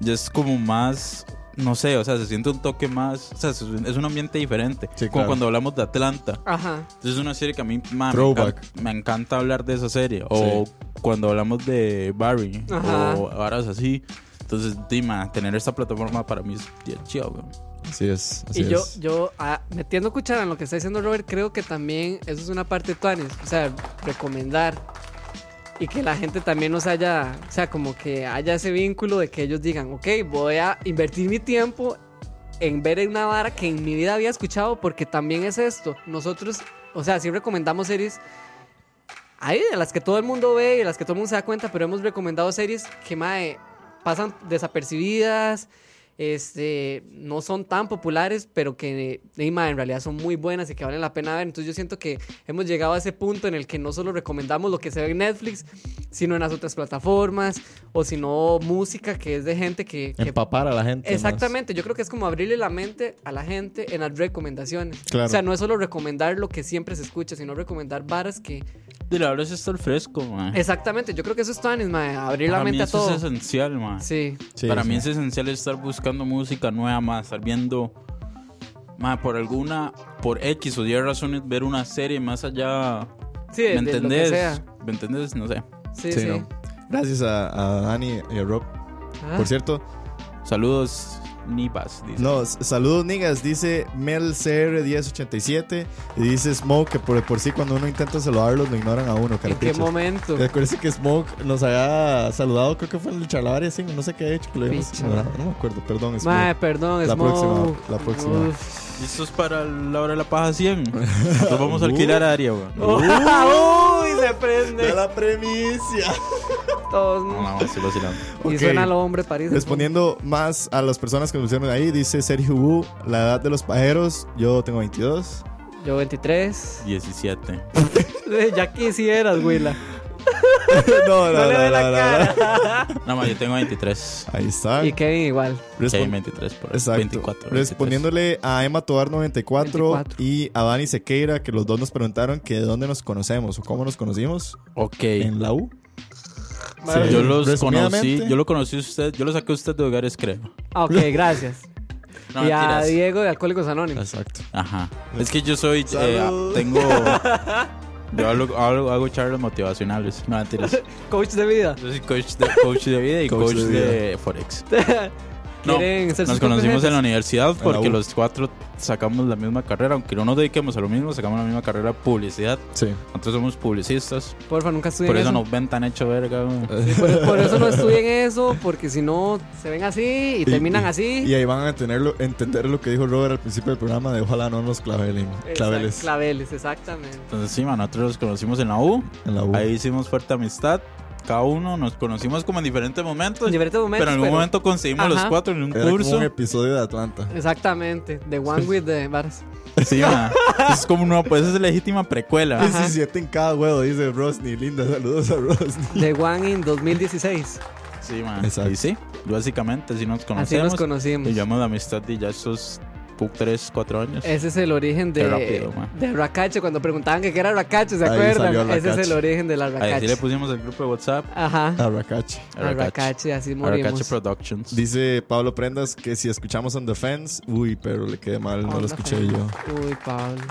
Speaker 6: ya es como más, no sé, o sea, se siente un toque más, o sea, es un es un ambiente diferente,
Speaker 5: Sí,
Speaker 6: como
Speaker 5: claro.
Speaker 6: cuando hablamos de Atlanta.
Speaker 7: ajá
Speaker 6: Entonces es una serie que a mí ma, me,
Speaker 5: Throwback.
Speaker 6: encanta, me encanta hablar de esa serie. O cuando hablamos de Barry
Speaker 7: Ajá.
Speaker 6: o varas así. Entonces, Dima, tener esta plataforma para mí es bien chido, weón.
Speaker 5: así es. Así
Speaker 7: y yo,
Speaker 5: es.
Speaker 7: yo ah, metiendo cuchara en lo que está diciendo Robert, creo que también eso es una parte de Tuanis. O sea, recomendar y que la gente también nos haya, o sea, como que haya ese vínculo de que ellos digan, ok, voy a invertir mi tiempo en ver una vara que en mi vida había escuchado, porque también es esto. Nosotros, o sea, sí recomendamos series. Hay de las que todo el mundo ve y de las que todo el mundo se da cuenta, pero hemos recomendado series que mae, pasan desapercibidas, este, no son tan populares, pero que eh, mae, en realidad son muy buenas y que valen la pena ver. Entonces yo siento que hemos llegado a ese punto en el que no solo recomendamos lo que se ve en Netflix, sino en las otras plataformas, o sino música que es de gente que... que-
Speaker 5: Empapar a la gente. más.
Speaker 7: Exactamente, yo creo que es como abrirle la mente a la gente en las recomendaciones.
Speaker 5: Claro.
Speaker 7: O sea, no es solo recomendar lo que siempre se escucha, sino recomendar varas que...
Speaker 6: Y la verdad es estar fresco,
Speaker 5: Ah.
Speaker 6: man.
Speaker 7: Exactamente, yo creo que eso es Tuanis, mae, abrir la
Speaker 6: para mí
Speaker 7: mente a
Speaker 6: eso
Speaker 7: todo.
Speaker 6: es esencial, man.
Speaker 7: Sí,
Speaker 5: Sí,
Speaker 6: para
Speaker 5: sí.
Speaker 6: mí es esencial estar buscando música nueva, más estar viendo, ma, por alguna, por X o Y razones, ver una serie más allá.
Speaker 7: sí,
Speaker 6: ¿Me
Speaker 7: de- de lo que
Speaker 6: entendés?
Speaker 7: sea.
Speaker 6: ¿Me entendés? No sé.
Speaker 7: Sí,
Speaker 5: Sí,
Speaker 7: sí.
Speaker 5: ¿no? Gracias a, a Dani y a Rob.
Speaker 7: Ah,
Speaker 5: Por cierto,
Speaker 6: Saludos Nivas, dice.
Speaker 5: No, s- saludos, niggas. Dice MelCR1087 y dice Smoke, que por, por sí cuando uno intenta saludarlos lo ignoran a uno.
Speaker 7: ¿En qué
Speaker 5: carapichas.
Speaker 7: momento?
Speaker 5: Acuérdense que Smoke nos había saludado, creo que fue en el charlavaria, sí, no sé qué ha hecho, que lo habíamos
Speaker 7: Picha.
Speaker 5: ignorado. No me acuerdo, perdón, Smoke.
Speaker 7: Mae, perdón,
Speaker 5: La próxima,
Speaker 7: Smoke.
Speaker 5: la próxima.
Speaker 6: Listos para la hora de la paja 100. Nos vamos a Uh. alquilar área, güey.
Speaker 5: Uh.
Speaker 7: Uy, se
Speaker 5: De
Speaker 7: prende.
Speaker 5: la premicia.
Speaker 7: Todos.
Speaker 6: No, no, estoy vacilando.
Speaker 7: Y
Speaker 5: Ah, Ok.
Speaker 7: suena lo hombre París.
Speaker 5: Respondiendo más a las personas que nos pusieron ahí, dice Sergio Wu, la edad de los pajeros, yo tengo 22.
Speaker 7: Yo 23.
Speaker 6: 17.
Speaker 7: Eh, ya quisieras, güila.
Speaker 5: no, no,
Speaker 7: No
Speaker 5: no,
Speaker 7: le ve
Speaker 5: no,
Speaker 7: la
Speaker 5: no, no.
Speaker 7: cara.
Speaker 6: No, más, yo tengo 23.
Speaker 5: Ahí está.
Speaker 7: Y Kevin igual.
Speaker 6: Sí,
Speaker 5: Respon-
Speaker 6: 23 por ahí.
Speaker 5: Exacto.
Speaker 6: 24. 23.
Speaker 5: Respondiéndole a Emma Tobar 94
Speaker 7: 24.
Speaker 5: y a Dani Sequeira, que los dos nos preguntaron que de dónde nos conocemos o cómo nos conocimos
Speaker 6: Ok.
Speaker 5: en la U.
Speaker 7: Madre.
Speaker 6: Yo los conocí,
Speaker 5: Resumidamente.
Speaker 6: yo lo conocí a usted, yo lo saqué a usted de hogares, creo.
Speaker 7: Ah, ok, gracias.
Speaker 6: No,
Speaker 7: y a
Speaker 6: mentiras.
Speaker 7: Diego de Alcohólicos Anónimos.
Speaker 5: Exacto.
Speaker 6: Ajá. Es que yo soy. eh,
Speaker 5: Salud.
Speaker 6: tengo. Yo hablo- hablo- hago charlas motivacionales. No, mentiras.
Speaker 7: Coach de vida.
Speaker 6: Yo soy coach de, coach de vida y
Speaker 5: Coach
Speaker 6: coach,
Speaker 5: de
Speaker 6: de, Forex. No,
Speaker 7: ¿Quieren ser sus
Speaker 6: nos conocimos en la
Speaker 7: competencias?
Speaker 6: universidad porque
Speaker 5: U.
Speaker 6: los cuatro sacamos la misma carrera. Aunque no nos dediquemos a lo mismo, sacamos la misma carrera publicidad.
Speaker 5: Sí.
Speaker 6: Nosotros somos publicistas.
Speaker 7: Porfa, nunca estudien
Speaker 6: Por eso
Speaker 7: eso. Eh.
Speaker 6: nos ven tan hecho verga. güey.
Speaker 7: Por, por eso no estudien eso, porque si no, se ven así y, terminan
Speaker 5: y-
Speaker 7: así.
Speaker 5: Y ahí van a tenerlo, entender lo que dijo Robert al principio del programa de ojalá no nos clavelen,
Speaker 7: Exact-
Speaker 5: claveles
Speaker 7: Claveles, exactamente.
Speaker 6: Entonces, sí, man, nosotros nos conocimos en la U.
Speaker 5: en la U.
Speaker 6: Ahí hicimos fuerte amistad. Cada uno nos conocimos como en diferentes momentos.
Speaker 7: En diferentes momentos.
Speaker 6: pero en algún momento conseguimos los
Speaker 7: Ajá.
Speaker 6: cuatro en un
Speaker 5: Era como
Speaker 6: curso.
Speaker 5: un episodio de Atlanta.
Speaker 7: Exactamente, de One With de Varas.
Speaker 6: Sí, ma. Es como una, pues es legítima precuela.
Speaker 5: 17 en cada huevo, dice Rosny. Linda, saludos a Rosny.
Speaker 7: De One in 2016.
Speaker 6: Sí, ma.
Speaker 5: Exacto.
Speaker 6: Y sí, básicamente así nos
Speaker 7: Así
Speaker 6: conocemos.
Speaker 7: nos conocimos.
Speaker 6: y llevamos la amistad de ya esos 3, 4 años.
Speaker 7: Ese es el origen de,
Speaker 6: Qué rápido, ma.
Speaker 7: de Racache. Cuando preguntaban que qué era Racache, ¿se
Speaker 5: Ahí
Speaker 7: acuerdan?
Speaker 5: salió
Speaker 7: Ese es el
Speaker 5: Racache.
Speaker 7: origen de la
Speaker 6: Ahí sí le
Speaker 7: Racache.
Speaker 6: pusimos el grupo de WhatsApp.
Speaker 7: Ajá.
Speaker 5: Ah, Arracache.
Speaker 7: La Racache, así
Speaker 6: Arracache
Speaker 7: morimos.
Speaker 6: Productions.
Speaker 5: Dice Pablo Prendas que si escuchamos On the Fence, uy, pero le quedé mal, no
Speaker 7: On
Speaker 5: lo
Speaker 7: the
Speaker 5: escuché
Speaker 7: Fence.
Speaker 5: yo.
Speaker 7: Uy, Pablo.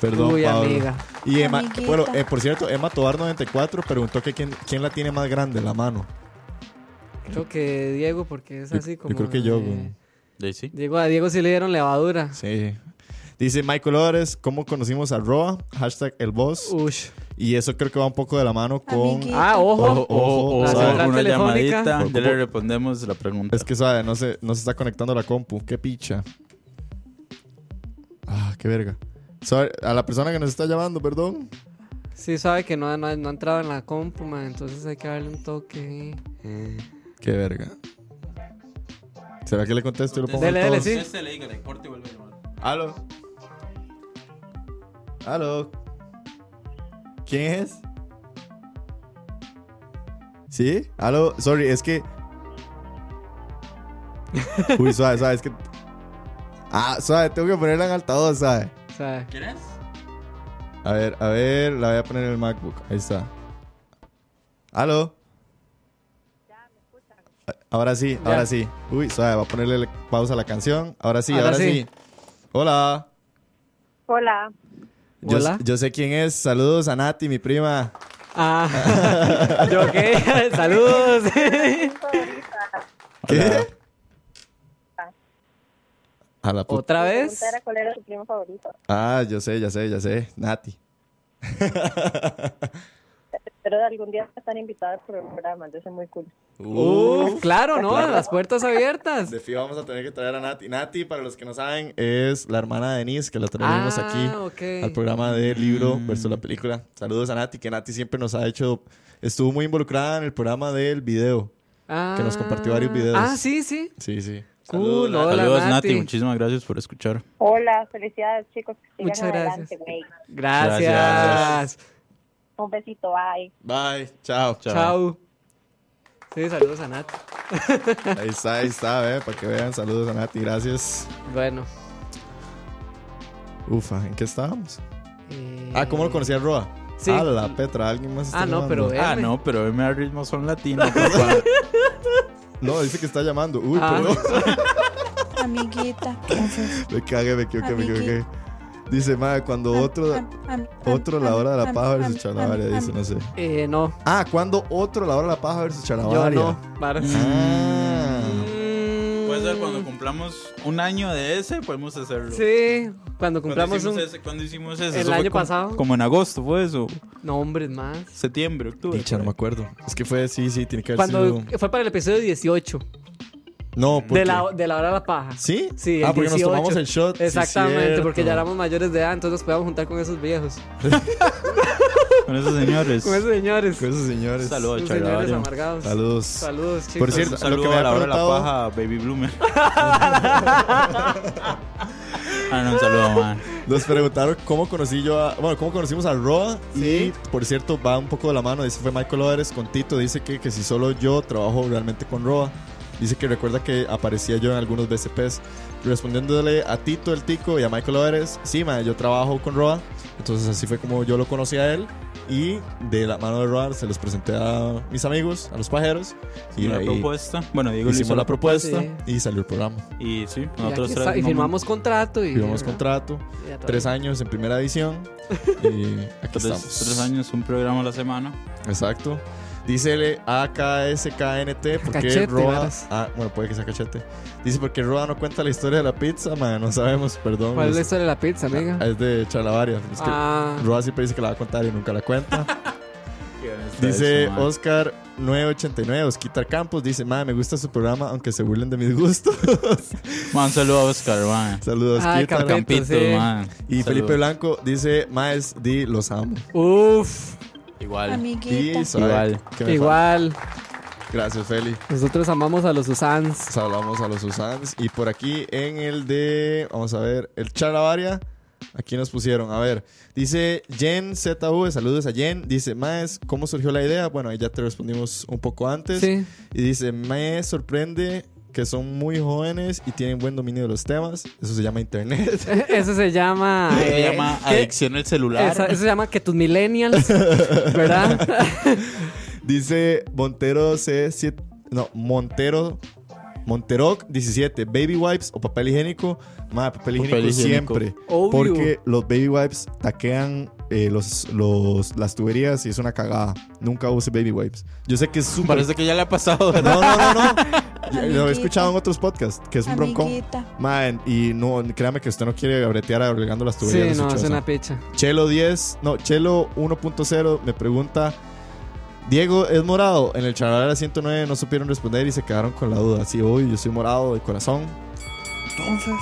Speaker 5: Perdón,
Speaker 7: Uy,
Speaker 5: Pablo.
Speaker 7: amiga.
Speaker 5: Y Emma,
Speaker 8: Amiguita.
Speaker 5: bueno, eh, por cierto, Emma Tobar 94 preguntó que quién, quién la tiene más grande, la mano.
Speaker 7: Creo que Diego, porque es
Speaker 5: Yo-
Speaker 7: así
Speaker 5: yo
Speaker 7: como.
Speaker 5: creo que yo,
Speaker 7: eh,
Speaker 5: güey.
Speaker 6: Sí, sí.
Speaker 7: Diego, a Diego sí le dieron levadura.
Speaker 5: Sí. Dice Michael Ores, ¿cómo conocimos a Roa? Hashtag el boss.
Speaker 7: Ush.
Speaker 5: Y eso creo que va un poco de la mano con...
Speaker 8: Amiguita.
Speaker 7: Ah, ojo.
Speaker 5: Ojo,
Speaker 6: O,
Speaker 5: ojo,
Speaker 6: o-
Speaker 7: La
Speaker 5: ¿sabe?
Speaker 7: central
Speaker 6: una
Speaker 7: telefónica.
Speaker 6: llamadita,
Speaker 5: ¿Cómo?
Speaker 6: ya le respondemos la pregunta.
Speaker 5: Es que, sabe, no se, no se está conectando la compu. Qué picha. Ah, qué verga. Sabe, A la persona que nos está llamando, perdón.
Speaker 7: Sí, sabe que no, no, no ha entrado en la compu, man, entonces hay que darle un toque.
Speaker 5: Qué verga. ¿Será que le contesto y lo pongo en
Speaker 7: Dele, dele,
Speaker 5: altavoz?
Speaker 7: sí.
Speaker 5: Aló. Aló. ¿Quién es? ¿Sí? Aló, sorry, es que. Uy, suave, suave, es que. Ah, suave, tengo que ponerla en altavoz, suave.
Speaker 7: O sea,
Speaker 5: A ver, a ver, la voy a poner en el MacBook. Ahí está. Aló. A- Ahora sí,
Speaker 7: Ya.
Speaker 5: ahora sí. Uy, suave, va a ponerle le- pausa a la canción. Ahora sí, ahora,
Speaker 7: Ahora
Speaker 5: sí.
Speaker 7: sí.
Speaker 5: Hola.
Speaker 10: Hola.
Speaker 5: Yo,
Speaker 7: Hola.
Speaker 5: yo sé quién es. Saludos a Nati, mi prima.
Speaker 7: ah, yo qué, saludos.
Speaker 5: ¿Qué?
Speaker 10: Ah.
Speaker 5: A la puta.
Speaker 7: Otra
Speaker 10: Mi
Speaker 7: vez.
Speaker 10: pregunta era cuál era tu primo favorito.
Speaker 5: Ah, yo sé, ya sé, ya sé. Nati.
Speaker 10: Espero algún día estar invitada al programa, yo soy muy cool.
Speaker 7: Uh, claro, ¿no? Las puertas abiertas.
Speaker 5: De fijo vamos a tener que traer a Nati. Nati, para los que no saben, es la hermana de Denise, que la traemos
Speaker 7: Ah,
Speaker 5: aquí
Speaker 7: ok.
Speaker 5: al programa de libro versus la película. Saludos a Nati, que Nati siempre nos ha hecho, estuvo muy involucrada en el programa del video.
Speaker 7: Ah.
Speaker 5: que nos compartió varios videos.
Speaker 7: Ah, sí, sí.
Speaker 5: Sí, sí. Saludos,
Speaker 7: Cool,
Speaker 5: Nati.
Speaker 7: Hola,
Speaker 6: Saludos, Nati.
Speaker 7: Nati.
Speaker 6: Muchísimas gracias por escuchar.
Speaker 10: Hola, felicidades chicos, que sigan
Speaker 7: Muchas
Speaker 10: adelante,
Speaker 7: gracias.
Speaker 10: güey.
Speaker 7: Gracias.
Speaker 6: Gracias.
Speaker 10: Un besito, bye.
Speaker 5: Bye, chao.
Speaker 7: Chao. Sí, saludos a Nat.
Speaker 5: Ahí está, ahí está, eh, para que vean. Saludos a Nati, gracias.
Speaker 7: Bueno.
Speaker 5: Ufa, ¿en qué estábamos?
Speaker 7: eh,
Speaker 5: Ah, ¿cómo lo conocía Roa?
Speaker 7: Sí.
Speaker 5: Ah, la Petra, alguien más. está
Speaker 7: Ah, no,
Speaker 5: llamando?
Speaker 7: pero
Speaker 6: Ah,
Speaker 7: M.
Speaker 6: no, pero M ritmo son latinos.
Speaker 5: No, dice que está llamando. Uy,
Speaker 7: Ah.
Speaker 5: perdón.
Speaker 8: Amiguita. ¿qué haces?
Speaker 5: Me cagué, me equivoqué, me equivoqué.
Speaker 8: Amiguito.
Speaker 5: Dice, madre, cuando otro,
Speaker 8: Am- am- am-
Speaker 5: otro la hora de la
Speaker 8: am-
Speaker 5: paja
Speaker 8: am-
Speaker 5: versus
Speaker 8: am-
Speaker 5: chalabaria,
Speaker 8: am-
Speaker 5: dice, no sé.
Speaker 7: Eh, no.
Speaker 5: Ah, cuando otro la hora de la paja versus
Speaker 7: Yo
Speaker 5: chalabaria.
Speaker 7: no. Varas.
Speaker 5: Ah.
Speaker 7: Mm,
Speaker 6: puede ser cuando cumplamos un año de ese, podemos hacerlo.
Speaker 7: Sí, cuando
Speaker 6: Cuando
Speaker 7: cumplamos
Speaker 6: hicimos
Speaker 7: un.
Speaker 6: ese- ¿Cuándo hicimos ese?
Speaker 7: el
Speaker 6: Eso fue
Speaker 7: año
Speaker 6: como-
Speaker 7: pasado.
Speaker 6: Como en agosto fue eso.
Speaker 7: No, hombres más.
Speaker 6: Septiembre, octubre.
Speaker 5: Dicha, no me acuerdo. Es que fue, sí, sí, tiene que haber
Speaker 7: Cuando
Speaker 5: sido.
Speaker 7: fue para el episodio 18
Speaker 5: No, porque.
Speaker 7: de la, de la hora de la paja.
Speaker 5: ¿Sí?
Speaker 7: Sí,
Speaker 5: ah,
Speaker 7: el
Speaker 5: porque nos
Speaker 7: 18.
Speaker 5: tomamos el shot. sí,
Speaker 7: Exactamente,
Speaker 5: cierto.
Speaker 7: porque ya éramos mayores de edad, entonces nos podíamos juntar con esos viejos,
Speaker 6: Con esos señores.
Speaker 7: con esos señores,
Speaker 5: Con esos señores.
Speaker 6: Saludos,
Speaker 7: esos
Speaker 6: charlavario.
Speaker 7: señores amargados.
Speaker 5: Saludos.
Speaker 7: Saludos, chicos.
Speaker 5: Por cierto,
Speaker 6: Un saludo
Speaker 5: lo que me
Speaker 6: a la hora
Speaker 5: había
Speaker 6: de la
Speaker 5: preguntado-
Speaker 6: paja, Baby Bloomer. ah, no, un saludo, man.
Speaker 5: Nos preguntaron cómo conocí yo a. Bueno, cómo conocimos a Roa.
Speaker 7: Sí.
Speaker 5: Y por cierto, va un poco de la mano. Dice fue Michael Overs con Tito. Dice que, que si solo yo trabajo realmente con Roa. Dice que recuerda que aparecía yo en algunos BCPs. Respondiéndole a Tito, el Tico y a Michael Overs. Sí, mae, yo trabajo con Roa. Entonces así fue como yo lo conocí a él. Y de la mano de Roa se los presenté a mis amigos, a los pajeros. Y
Speaker 6: Una
Speaker 5: ahí
Speaker 6: propuesta. Bueno, Diego le
Speaker 5: hicimos
Speaker 6: hizo
Speaker 5: la propuesta
Speaker 7: propuesta.
Speaker 5: y salió el programa.
Speaker 6: Y sí,
Speaker 7: Y, aquí
Speaker 6: nosotros tres
Speaker 7: está- y
Speaker 6: no-
Speaker 7: firmamos contrato y
Speaker 5: Firmamos contrato.
Speaker 7: y ya todo.
Speaker 5: Tres años en primera edición. Y aquí
Speaker 6: tres,
Speaker 5: estamos.
Speaker 6: tres años, un programa a la semana.
Speaker 5: Exacto. Dícele AKSKNT porque
Speaker 7: Cachete,
Speaker 5: Roa.
Speaker 7: varas.
Speaker 5: Ah, bueno, puede que sea cachete. Dice porque Roa no cuenta la historia de la pizza, man. No sabemos, perdón.
Speaker 7: ¿Cuál es la
Speaker 5: Es,
Speaker 7: historia de la pizza, amiga?
Speaker 5: es de Chalabaria. Ah, Es que
Speaker 7: Ah,
Speaker 5: Roa siempre dice que la va a contar y nunca la cuenta. Dice
Speaker 6: Eso, man.
Speaker 5: Oscar989, Osquitar Campos. Dice, man, me gusta su programa, aunque se burlen de mis gustos.
Speaker 6: Man, un saludo a Oscar, man.
Speaker 5: Saludos,
Speaker 7: Ay,
Speaker 5: Osquitar.
Speaker 7: campeón.
Speaker 6: Campito,
Speaker 7: sí.
Speaker 6: man.
Speaker 5: Y
Speaker 6: Saludos.
Speaker 5: Felipe Blanco dice, Maes, di, los amo.
Speaker 7: uf, Ah,
Speaker 6: Igual.
Speaker 8: Amiguita.
Speaker 5: Y suave,
Speaker 6: Igual.
Speaker 5: que me
Speaker 7: igual.
Speaker 5: falta. Gracias, Feli.
Speaker 7: Nosotros amamos a los Usans.
Speaker 5: Saludamos a los Susans. Y por aquí en el de, vamos a ver, el Charavaria. Aquí nos pusieron, a ver, dice Jen ZV, saludos a Jen, dice Maes, ¿cómo surgió la idea? Bueno, ahí ya te respondimos un poco antes.
Speaker 7: Sí.
Speaker 5: Y dice, me sorprende que son muy jóvenes y tienen buen dominio de los temas. Eso se llama internet.
Speaker 7: Eso se llama.
Speaker 6: Se
Speaker 7: eh,
Speaker 6: llama
Speaker 7: ¿qué?
Speaker 6: adicción al celular.
Speaker 7: Esa- eso se llama que tus millennials, ¿verdad?
Speaker 5: Dice Montero C7. No, Montero. Monteroc 17. Baby wipes o papel higiénico. Más papel higiénico
Speaker 6: Papel higiénico.
Speaker 5: siempre.
Speaker 7: Obvio.
Speaker 5: Porque los baby wipes taquean eh, los, los- las tuberías y es una cagada. Nunca use baby wipes. Yo sé que es súper.
Speaker 6: Parece que ya le ha pasado, ¿verdad?
Speaker 5: No, no, no, no. Ya Lo
Speaker 8: Amiguita.
Speaker 5: he escuchado en otros podcasts, que es un broncón.
Speaker 8: Amiguita.
Speaker 5: Man, y no, créame que usted no quiere bretear agregando las
Speaker 7: Sí,
Speaker 5: tuberías.
Speaker 7: no,
Speaker 5: es
Speaker 7: es
Speaker 5: chosa.
Speaker 7: una picha.
Speaker 5: Chelo 10, no, Chelo 1.0 me pregunta, Diego, ¿es morado? En el charlar 109 no supieron responder y se quedaron con la duda. Sí, uy, yo soy morado de corazón.
Speaker 8: Entonces,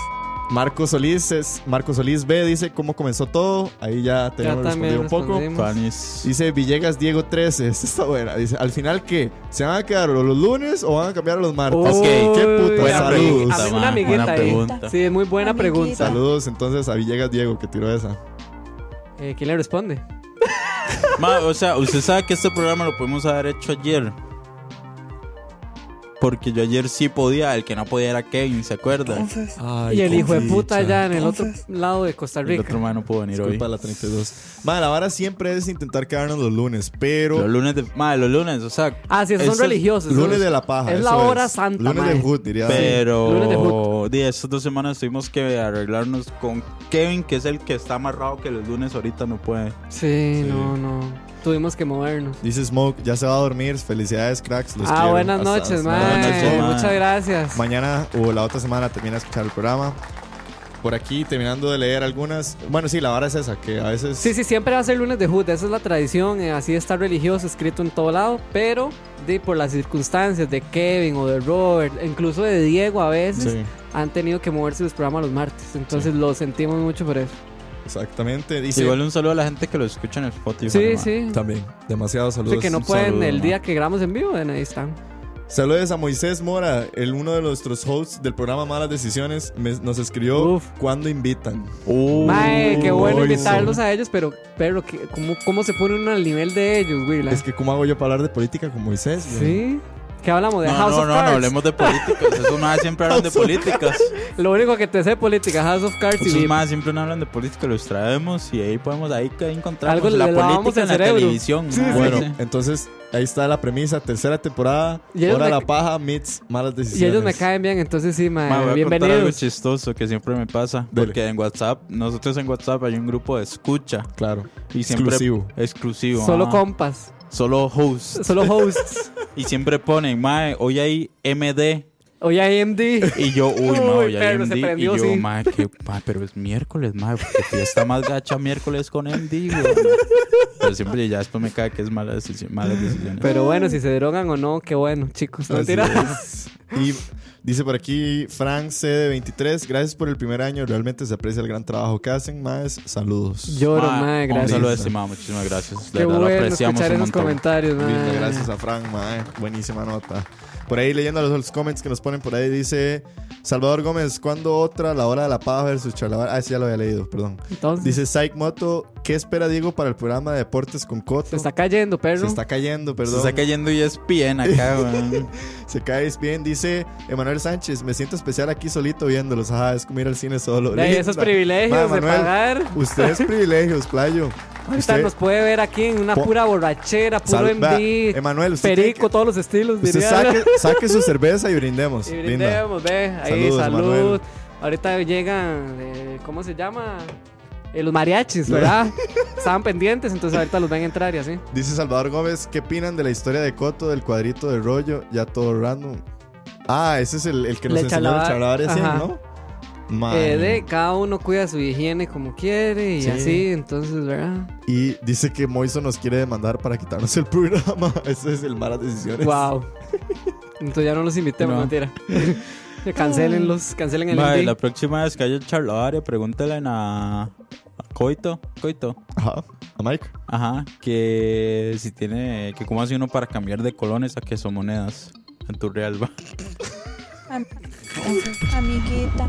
Speaker 5: Marco Solís, es, Marco Solís B dice cómo comenzó todo. Ahí ya
Speaker 7: Ya
Speaker 5: tenemos
Speaker 7: también
Speaker 5: respondido un poco.
Speaker 7: respondimos.
Speaker 6: Panis.
Speaker 5: Dice Villegas Diego 13, esta está buena. Dice, al final, ¿qué? ¿Se van a quedar los lunes o van a cambiar a los martes?
Speaker 7: Uy,
Speaker 6: Ok,
Speaker 5: qué puta
Speaker 6: Buena
Speaker 5: saludos.
Speaker 6: pregunta,
Speaker 7: A mí
Speaker 6: man,
Speaker 7: una amiguita
Speaker 6: buena
Speaker 7: ahí.
Speaker 6: pregunta.
Speaker 7: Sí, muy buena
Speaker 8: Amiguita.
Speaker 7: pregunta.
Speaker 5: Saludos entonces a Villegas Diego que tiró esa.
Speaker 7: Eh, ¿Quién le responde?
Speaker 6: Ma, o sea, usted sabe que este programa lo podemos haber hecho ayer. Porque yo ayer sí podía, el que no podía era Kevin, ¿se acuerda?
Speaker 8: entonces.
Speaker 7: y el hijo de puta allá en el otro
Speaker 8: Entonces-
Speaker 7: lado de Costa
Speaker 6: El
Speaker 7: Rica.
Speaker 6: otro man no pudo venir hoy.
Speaker 5: Disculpa la 32. Ma, la vara siempre es intentar quedarnos los lunes, pero
Speaker 6: Los lunes de. ma, los lunes, o sea.
Speaker 7: Ah, sí, esos son
Speaker 6: esos-
Speaker 7: religiosos.
Speaker 5: lunes
Speaker 7: esos-
Speaker 5: de la paja.
Speaker 7: Es la
Speaker 5: eso
Speaker 7: hora santa,
Speaker 5: Lunes
Speaker 7: mae.
Speaker 5: de Hood, diría.
Speaker 6: Pero.
Speaker 7: lunes de
Speaker 6: di, estas dos semanas tuvimos que arreglarnos con Kevin, que es el que está amarrado que los lunes ahorita no puede.
Speaker 7: Sí,
Speaker 5: Sí.
Speaker 7: no, no. Tuvimos que movernos.
Speaker 5: Dice Smoke, ya se va a dormir. Felicidades, cracks. Los
Speaker 7: ah,
Speaker 5: quiero.
Speaker 7: buenas
Speaker 5: Hasta-
Speaker 7: noches,
Speaker 5: hasta
Speaker 7: man.
Speaker 6: Buenas
Speaker 5: mañana.
Speaker 6: noches, man.
Speaker 7: Muchas gracias.
Speaker 5: Mañana o la otra semana termina de escuchar el programa. Por aquí, terminando de leer algunas. Bueno, sí, la vara es esa, que a veces.
Speaker 7: Sí, sí, siempre va a ser lunes de Hood, esa es la tradición, eh, así está religioso, escrito en todo lado, pero de, por las circunstancias de Kevin o de Robert, incluso de Diego a veces,
Speaker 5: Sí,
Speaker 7: han tenido que moverse los programas los martes, entonces lo sentimos mucho por eso.
Speaker 5: exactamente. Dice.
Speaker 6: Igual un saludo a la gente que lo escucha en el Spotify.
Speaker 7: Sí,
Speaker 6: ma.
Speaker 7: sí.
Speaker 5: También, demasiados saludos.
Speaker 7: Así que no
Speaker 5: Un
Speaker 7: pueden
Speaker 5: saludo,
Speaker 7: el
Speaker 5: ma.
Speaker 7: día que grabamos en vivo, bueno, ahí están.
Speaker 5: Saludos a Moisés Mora, el uno de nuestros hosts del programa Malas Decisiones. me- nos escribió
Speaker 7: Uf.
Speaker 5: cuando invitan.
Speaker 6: Uh,
Speaker 7: Mae, qué bueno
Speaker 5: Moisés.
Speaker 7: invitarlos a ellos, pero, pero ¿qué- ¿cómo, ¿cómo se pone uno al nivel de ellos, güey? La-
Speaker 5: Es que, ¿cómo hago yo para hablar de política con Moisés? güey?
Speaker 7: Sí. ¿Qué hablamos de
Speaker 6: No,
Speaker 7: House
Speaker 6: no,
Speaker 7: of
Speaker 6: no, no
Speaker 7: Cards?
Speaker 6: hablemos de políticas. Esos más siempre hablan de políticas.
Speaker 7: Lo único que te sé de política, House of Cards y
Speaker 6: Esos
Speaker 7: Veep.
Speaker 6: más siempre no hablan de política, los traemos y ahí podemos, ahí que encontramos
Speaker 7: Algo le
Speaker 6: la
Speaker 7: lavamos
Speaker 6: política
Speaker 7: el
Speaker 6: en la
Speaker 7: cerebro.
Speaker 6: televisión.
Speaker 7: Sí,
Speaker 6: ma,
Speaker 7: sí.
Speaker 5: Bueno,
Speaker 6: sí.
Speaker 5: entonces ahí está la premisa, tercera temporada,
Speaker 7: Y ellos
Speaker 5: hora
Speaker 7: me-
Speaker 5: la paja, meets malas
Speaker 7: Y
Speaker 5: decisiones.
Speaker 7: ellos me caen bien, entonces sí, mae,
Speaker 6: Ma, voy a contar algo
Speaker 7: bienvenidos.
Speaker 6: chistoso que siempre me pasa.
Speaker 5: Dele.
Speaker 6: Porque en WhatsApp, nosotros en WhatsApp hay un grupo de escucha.
Speaker 5: Claro.
Speaker 6: Y siempre,
Speaker 5: Exclusivo.
Speaker 6: Exclusivo.
Speaker 7: Solo
Speaker 6: ah.
Speaker 7: compas,
Speaker 6: Solo host.
Speaker 7: solo hosts.
Speaker 6: Y siempre ponen, mae, hoy hay MD.
Speaker 7: Hoy AMD.
Speaker 6: Y yo, uy, ma,
Speaker 7: Uy,
Speaker 6: hoy hay
Speaker 7: perro,
Speaker 6: MD.
Speaker 7: se
Speaker 6: Y
Speaker 7: prendió,
Speaker 6: yo,
Speaker 7: sí.
Speaker 6: ma, que, ma, pero es miércoles, ma, porque fiesta más gacha miércoles con MD, güey. Pero siempre ya después me cae que es mala decisión, malas decisiones.
Speaker 7: Pero bueno, si se drogan o no, qué bueno, chicos. No
Speaker 5: Así
Speaker 7: mentira.
Speaker 5: es. Y dice por aquí Frank CD23, gracias por el primer año, realmente se aprecia el gran trabajo que hacen, más saludos.
Speaker 7: Lloro,
Speaker 6: Ma,
Speaker 7: madre,
Speaker 6: Ah, Un
Speaker 7: gracias.
Speaker 6: saludo estimado, muchísimas gracias. De
Speaker 7: Qué
Speaker 6: verdad, lo
Speaker 7: bueno
Speaker 6: apreciamos
Speaker 7: escuchar
Speaker 6: un
Speaker 7: esos
Speaker 6: montón.
Speaker 7: comentarios,
Speaker 5: Mil
Speaker 7: madre.
Speaker 5: gracias a Frank, mae. buenísima nota. Por ahí leyendo los, los comments que nos ponen por ahí dice Salvador Gómez, ¿cuándo otra la hora de la paja versus charlavar? Ah, sí, ya lo había leído, perdón.
Speaker 7: Entonces,
Speaker 5: Dice Psych Moto, ¿qué espera Diego para el programa de deportes con Coto?
Speaker 7: se está cayendo, perro.
Speaker 5: Se está cayendo,
Speaker 6: Se
Speaker 5: perdón.
Speaker 6: está cayendo E y es bien acá, güey.
Speaker 5: Se cae bien, dice Emanuel Sánchez. Me siento especial aquí solito viéndolos. Ajá, es como ir al cine solo.
Speaker 7: De ahí,
Speaker 5: Linda.
Speaker 7: esos privilegios
Speaker 5: Ma,
Speaker 7: de
Speaker 5: Manuel,
Speaker 7: pagar.
Speaker 5: Ustedes privilegios, playo.
Speaker 7: Ahorita
Speaker 5: Usted-
Speaker 7: nos puede ver aquí en una
Speaker 5: Po-
Speaker 7: pura borrachera, puro
Speaker 5: Sal- vea,
Speaker 7: MD,
Speaker 5: Emanuel, usted tiene
Speaker 7: perico,
Speaker 5: que-
Speaker 7: todos los estilos.
Speaker 5: Usted
Speaker 7: diría.
Speaker 5: saque, saque su cerveza y brindemos.
Speaker 7: Y
Speaker 5: Linda.
Speaker 7: brindemos, ve. Ahí,
Speaker 5: Saludos,
Speaker 7: salud.
Speaker 5: Manuel.
Speaker 7: Ahorita llegan, eh, ¿cómo se llama? Eh, los mariachis, ¿verdad? Estaban pendientes, entonces ahorita los ven entrar y así.
Speaker 5: Dice Salvador Gómez, ¿qué opinan de la historia de Coto, del cuadrito de rollo? Ya todo random. Ah, ese es el, el que nos
Speaker 7: Le
Speaker 5: enseñó el
Speaker 7: chalaba-
Speaker 5: charlabar recién,
Speaker 7: ajá.
Speaker 5: ¿no? Mae.
Speaker 7: Eh, de, cada uno cuida su higiene como quiere y
Speaker 5: Sí.
Speaker 7: así, entonces, ¿verdad?
Speaker 5: Y dice que Moiso nos quiere demandar para quitarnos el programa. Ese es el malas decisiones.
Speaker 7: Wow. Entonces ya Pues. no los invitemos,
Speaker 6: No.
Speaker 7: mentira. Cancelenlos, cancelen el
Speaker 6: Madre,
Speaker 7: MD.
Speaker 6: la próxima vez que haya charlavaria, pregúntale a, a Coito, Coito,
Speaker 5: Ajá. A Mike.
Speaker 6: ajá, que si tiene, que cómo hace uno para cambiar de colones a quesomonedas en tu real, va.
Speaker 8: Am- entonces, amiguita.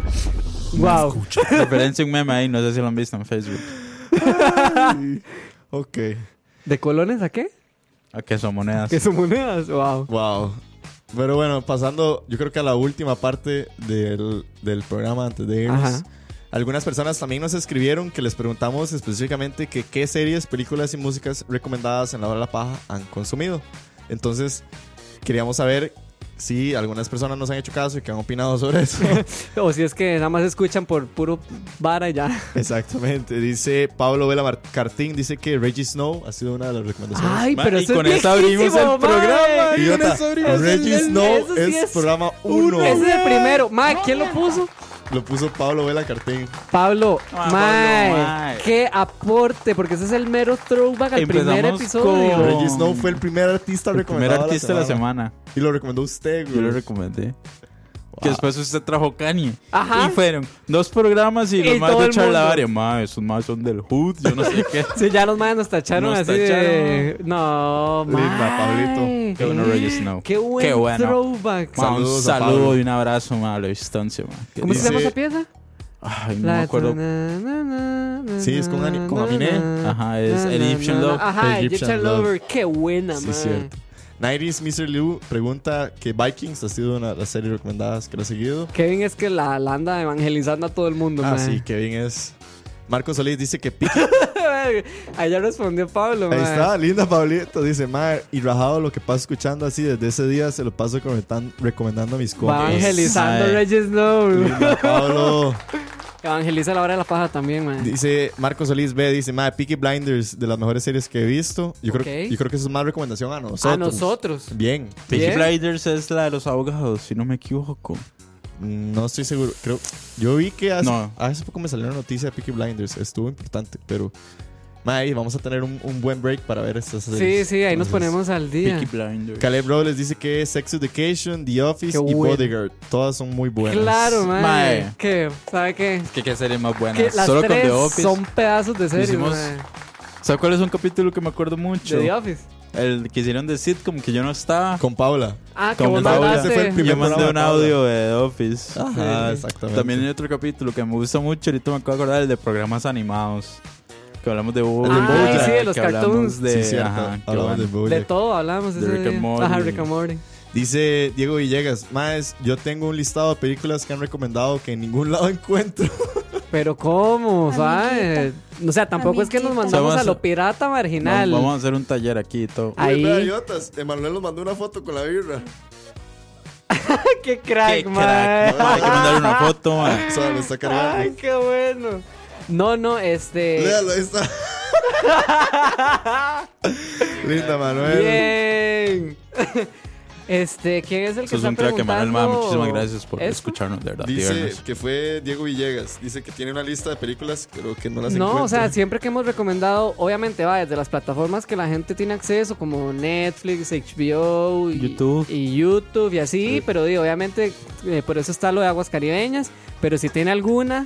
Speaker 7: Wow.
Speaker 6: Referencia un meme ahí, no sé si lo han visto en Facebook.
Speaker 5: Ok.
Speaker 7: ¿De colones a qué?
Speaker 6: A quesomonedas.
Speaker 7: Que son monedas. Wow.
Speaker 5: Wow. Pero bueno, pasando yo creo que a la última parte del, del programa antes de irnos.
Speaker 7: Ajá.
Speaker 5: Algunas personas también nos escribieron que les preguntamos específicamente que qué series, películas y músicas recomendadas en la hora de la paja han consumido. Entonces, queríamos saber si algunas personas nos han hecho caso y que han opinado sobre eso.
Speaker 7: O si es que nada más escuchan por puro vara y ya.
Speaker 5: Exactamente. Dice Pablo Vela Mar- Cartín, dice que Reggie Snow ha sido una de las recomendaciones.
Speaker 7: Ay,
Speaker 6: Ma,
Speaker 7: pero
Speaker 6: y
Speaker 7: eso
Speaker 6: con
Speaker 7: es
Speaker 6: eso abrimos el
Speaker 7: viejísimo,
Speaker 6: programa.
Speaker 7: mae.
Speaker 5: Idiota, Reggie
Speaker 7: el-
Speaker 5: Snow
Speaker 7: eso sí
Speaker 5: es,
Speaker 7: es
Speaker 5: programa 1.
Speaker 7: Ese es el primero. Mae, ¿quién lo puso?
Speaker 5: Lo puso Pablo Vela Cartín.
Speaker 7: Pablo.
Speaker 6: Ah,
Speaker 7: mae,
Speaker 6: Pablo, mae.
Speaker 7: qué aporte, porque ese es el mero throwback al primer
Speaker 6: Empezamos
Speaker 7: episodio.
Speaker 6: con-
Speaker 5: Reggie Snow fue el primer artista
Speaker 6: El primer
Speaker 5: recomendado.
Speaker 6: artista de la semana.
Speaker 5: Y lo recomendó usted, güey.
Speaker 6: Yo lo recomendé. Que después usted trajo Kanye.
Speaker 7: Ajá.
Speaker 6: Y fueron dos programas y los
Speaker 7: Y
Speaker 6: más
Speaker 7: todo
Speaker 6: de
Speaker 7: el mundo.
Speaker 6: charlavaria. Ma, esos más son del Hood, yo no sé qué.
Speaker 7: Sí, ya los maes nos tacharon
Speaker 6: Nos
Speaker 7: así de... No, mae.
Speaker 5: Linda, Pablito.
Speaker 6: Qué bueno, Reggie Snow.
Speaker 7: Qué buen
Speaker 6: Qué bueno.
Speaker 7: throwback.
Speaker 6: Ma, un
Speaker 5: Saludos a Pablo.
Speaker 6: saludo y un abrazo, ma, a la distancia, ma. Qué
Speaker 7: ¿Cómo
Speaker 6: lindo.
Speaker 7: se llama
Speaker 5: Dice-
Speaker 7: esa pieza?
Speaker 6: Ay, no
Speaker 7: La
Speaker 6: me
Speaker 7: de
Speaker 6: acuerdo.
Speaker 7: na, na, na, na,
Speaker 5: Sí, es con Ani- con
Speaker 7: na,
Speaker 5: Aminé.
Speaker 7: na,
Speaker 6: Ajá, es
Speaker 7: na,
Speaker 6: Egyptian
Speaker 7: na, na,
Speaker 6: Love.
Speaker 7: na. Ajá,
Speaker 5: Egyptian
Speaker 7: Egyptian
Speaker 5: Love.
Speaker 7: Lover. Qué buena,
Speaker 5: Sí,
Speaker 7: man.
Speaker 5: cierto. 90s Mr. Liu pregunta que Vikings ha sido una de las series recomendadas que lo ha seguido.
Speaker 7: Kevin es que la, la anda evangelizando a todo el mundo,
Speaker 5: Ah,
Speaker 7: man.
Speaker 5: sí, que bien es. Marco Solís dice que Peaky
Speaker 7: Allá respondió Pablo,
Speaker 5: Ahí
Speaker 7: man.
Speaker 5: está, linda Pablito. Dice, Mar, y rajado lo que paso escuchando así desde ese día se lo paso comentan- recomendando a mis
Speaker 7: Va
Speaker 5: compas.
Speaker 7: evangelizando
Speaker 6: Ay.
Speaker 7: Regis Snow.
Speaker 5: Linda Pablo.
Speaker 7: Evangeliza la hora de la paja también, man.
Speaker 5: Dice Marco Solís B, dice, Mae, Peaky Blinders, de las mejores series que he visto. Yo, creo,
Speaker 7: Ok.
Speaker 5: yo creo que eso es más recomendación a nosotros.
Speaker 7: a nosotros.
Speaker 5: Bien.
Speaker 6: Peaky
Speaker 7: Bien.
Speaker 6: Blinders es la de los abogados, si no me equivoco.
Speaker 5: Mm, No estoy seguro. Creo, yo vi que hace, ah,
Speaker 6: No.
Speaker 5: hace poco me salió una noticia de Peaky Blinders. Estuvo importante, pero... Mae, vamos a tener un, un buen break para ver estas
Speaker 7: Sí,
Speaker 5: series.
Speaker 7: sí, ahí nos
Speaker 5: Entonces,
Speaker 7: ponemos al día.
Speaker 6: Peaky Blinders.
Speaker 5: Caleb Robles dice que Sex Education, The Office
Speaker 7: Qué
Speaker 5: y
Speaker 7: bueno.
Speaker 5: Bodyguard. Todas son muy buenas.
Speaker 7: Claro, man.
Speaker 6: Mae.
Speaker 7: ¿Qué? ¿Sabe qué?
Speaker 6: ¿Qué, qué serie más buena?
Speaker 7: Que las
Speaker 6: Solo con
Speaker 7: tres
Speaker 6: The Office.
Speaker 7: son pedazos de series,
Speaker 6: Hicimos-
Speaker 7: man.
Speaker 6: ¿Sabes cuál es un capítulo que me acuerdo mucho?
Speaker 7: De The Office.
Speaker 6: El que hicieron de sitcom que yo no estaba.
Speaker 5: Con Paula.
Speaker 7: Ah, que
Speaker 6: Como
Speaker 7: vos
Speaker 6: el Paula,
Speaker 7: mandaste.
Speaker 5: ese fue el primer
Speaker 6: Yo mandé un
Speaker 5: programa,
Speaker 6: audio de The Office.
Speaker 5: Ajá,
Speaker 6: Ah, Sí.
Speaker 5: exactamente.
Speaker 6: También hay otro capítulo que me gusta mucho, ahorita me acabo de acordar, el de programas animados. Que hablamos de Bojack,
Speaker 7: Ah, sí, de los
Speaker 6: que hablamos
Speaker 7: cartoons.
Speaker 6: De,
Speaker 5: sí, cierto.
Speaker 6: ajá, qué
Speaker 5: Hablamos
Speaker 6: bueno.
Speaker 5: de Bojack.
Speaker 7: De todo hablamos.
Speaker 6: De
Speaker 7: ese
Speaker 6: Rick and
Speaker 7: día.
Speaker 6: Morty.
Speaker 7: Ajá, Rick and Morty.
Speaker 5: Dice Diego Villegas, más yo tengo un listado de películas que han recomendado que en ningún lado encuentro.
Speaker 7: Pero ¿cómo? ¿Sabes? O sea, tampoco es que nos
Speaker 8: Amiguita.
Speaker 7: mandamos
Speaker 6: Vamos
Speaker 7: a
Speaker 6: a-
Speaker 7: lo pirata marginal.
Speaker 6: Vamos, vamos a hacer un taller aquí y todo.
Speaker 7: Ahí.
Speaker 5: Uy, vea, idiotas, Emanuel nos mandó una foto con la birra.
Speaker 7: ¡Qué
Speaker 6: Qué
Speaker 7: crack, man!
Speaker 6: crack, ma, Hay que mandar una foto, ma.
Speaker 5: O sea, lo está cargando.
Speaker 7: ¡Ay, qué bueno! No, no, este...
Speaker 5: Léalo, ahí está. Linda, Manuel.
Speaker 7: ¡Bien! Este, ¿quién es el que
Speaker 6: Eso es
Speaker 7: está
Speaker 6: un crack, Manuel
Speaker 7: preguntando
Speaker 6: Mae. Muchísimas gracias por
Speaker 7: esto?
Speaker 6: escucharnos, de verdad.
Speaker 5: Dice
Speaker 6: Díganos.
Speaker 5: que fue Diego Villegas. Dice que tiene una lista de películas, pero que no las
Speaker 7: No,
Speaker 5: encuentra.
Speaker 7: o sea, siempre que hemos recomendado, obviamente va desde las plataformas que la gente tiene acceso, como Netflix, HBO, y-
Speaker 6: YouTube.
Speaker 7: y YouTube y así, pero di, obviamente eh, por eso está lo de aguas caribeñas, pero si tiene alguna,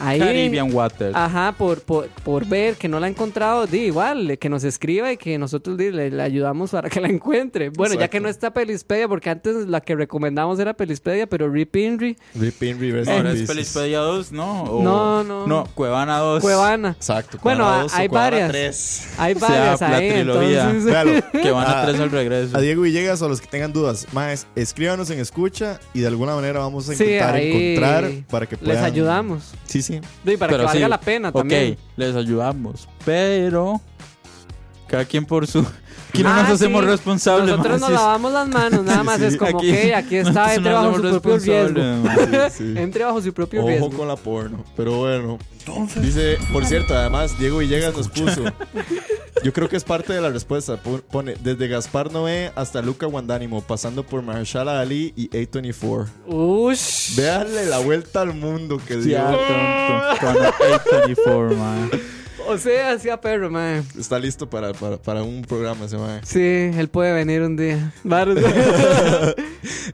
Speaker 7: ahí... Ah,
Speaker 6: Caribbean Water.
Speaker 7: Ajá, por, por, por ver que no la ha encontrado, di igual, eh, que nos escriba y que nosotros di, le, le ayudamos para que la encuentre. Bueno, ya que
Speaker 5: Exacto.
Speaker 7: no está Pelispedia, porque antes la que recomendamos era Pelispedia, pero Rip Inri,
Speaker 11: Rip in reverse in
Speaker 6: Ahora es
Speaker 11: pieces.
Speaker 6: Pelispedia 2, ¿no? O-
Speaker 7: No, no.
Speaker 6: No, Cuevana 2.
Speaker 7: Cuevana.
Speaker 5: Pues, Exacto.
Speaker 7: Bueno,
Speaker 5: Cuadrado
Speaker 7: a-
Speaker 5: dos o
Speaker 7: hay
Speaker 5: cuadrado
Speaker 7: varias.
Speaker 5: tres.
Speaker 7: Hay
Speaker 6: O sea,
Speaker 7: varias
Speaker 6: la
Speaker 7: ahí,
Speaker 6: trilogía.
Speaker 7: entonces...
Speaker 11: Véalo.
Speaker 6: Que van a
Speaker 11: Ah.
Speaker 6: tres al regreso.
Speaker 11: A Diego Villegas o a los que tengan dudas, más escríbanos en escucha y de alguna manera vamos a
Speaker 7: Sí,
Speaker 11: intentar
Speaker 7: ahí
Speaker 11: encontrar para que puedan.
Speaker 7: Les ayudamos.
Speaker 11: Sí, sí.
Speaker 7: Y para
Speaker 6: Pero
Speaker 7: que valga
Speaker 6: sí,
Speaker 7: la pena
Speaker 6: Ok,
Speaker 7: también.
Speaker 6: les ayudamos. Pero. Cada quien por su. Aquí no
Speaker 7: Ah,
Speaker 6: nos hacemos
Speaker 7: sí.
Speaker 6: responsables.
Speaker 7: Nosotros
Speaker 6: ma,
Speaker 7: nos
Speaker 6: si es-
Speaker 7: lavamos las manos, nada más
Speaker 6: Sí,
Speaker 7: es como
Speaker 6: aquí-
Speaker 7: que aquí está,
Speaker 6: nosotros
Speaker 7: entre
Speaker 6: nos
Speaker 7: bajo su
Speaker 6: hacemos
Speaker 7: propio riesgo.
Speaker 6: responsables,
Speaker 5: Sí.
Speaker 7: Entre bajo su propio
Speaker 5: Ojo
Speaker 7: riesgo.
Speaker 5: con la porno. Pero bueno. Dice, por cierto, además, Diego Villegas nos puso. Yo creo que es parte de la respuesta. Pu- Pone, desde Gaspar Noé hasta Luca Guandánimo, pasando por Mahershala Ali y A24.
Speaker 7: Ush.
Speaker 5: Véanle la vuelta al mundo que dio.
Speaker 6: Ya, tonto. Cuando A24, ma.
Speaker 7: O sea, hacía perro, man.
Speaker 5: Está listo para, para, para un programa ese mae.
Speaker 7: Sí, él puede venir un día.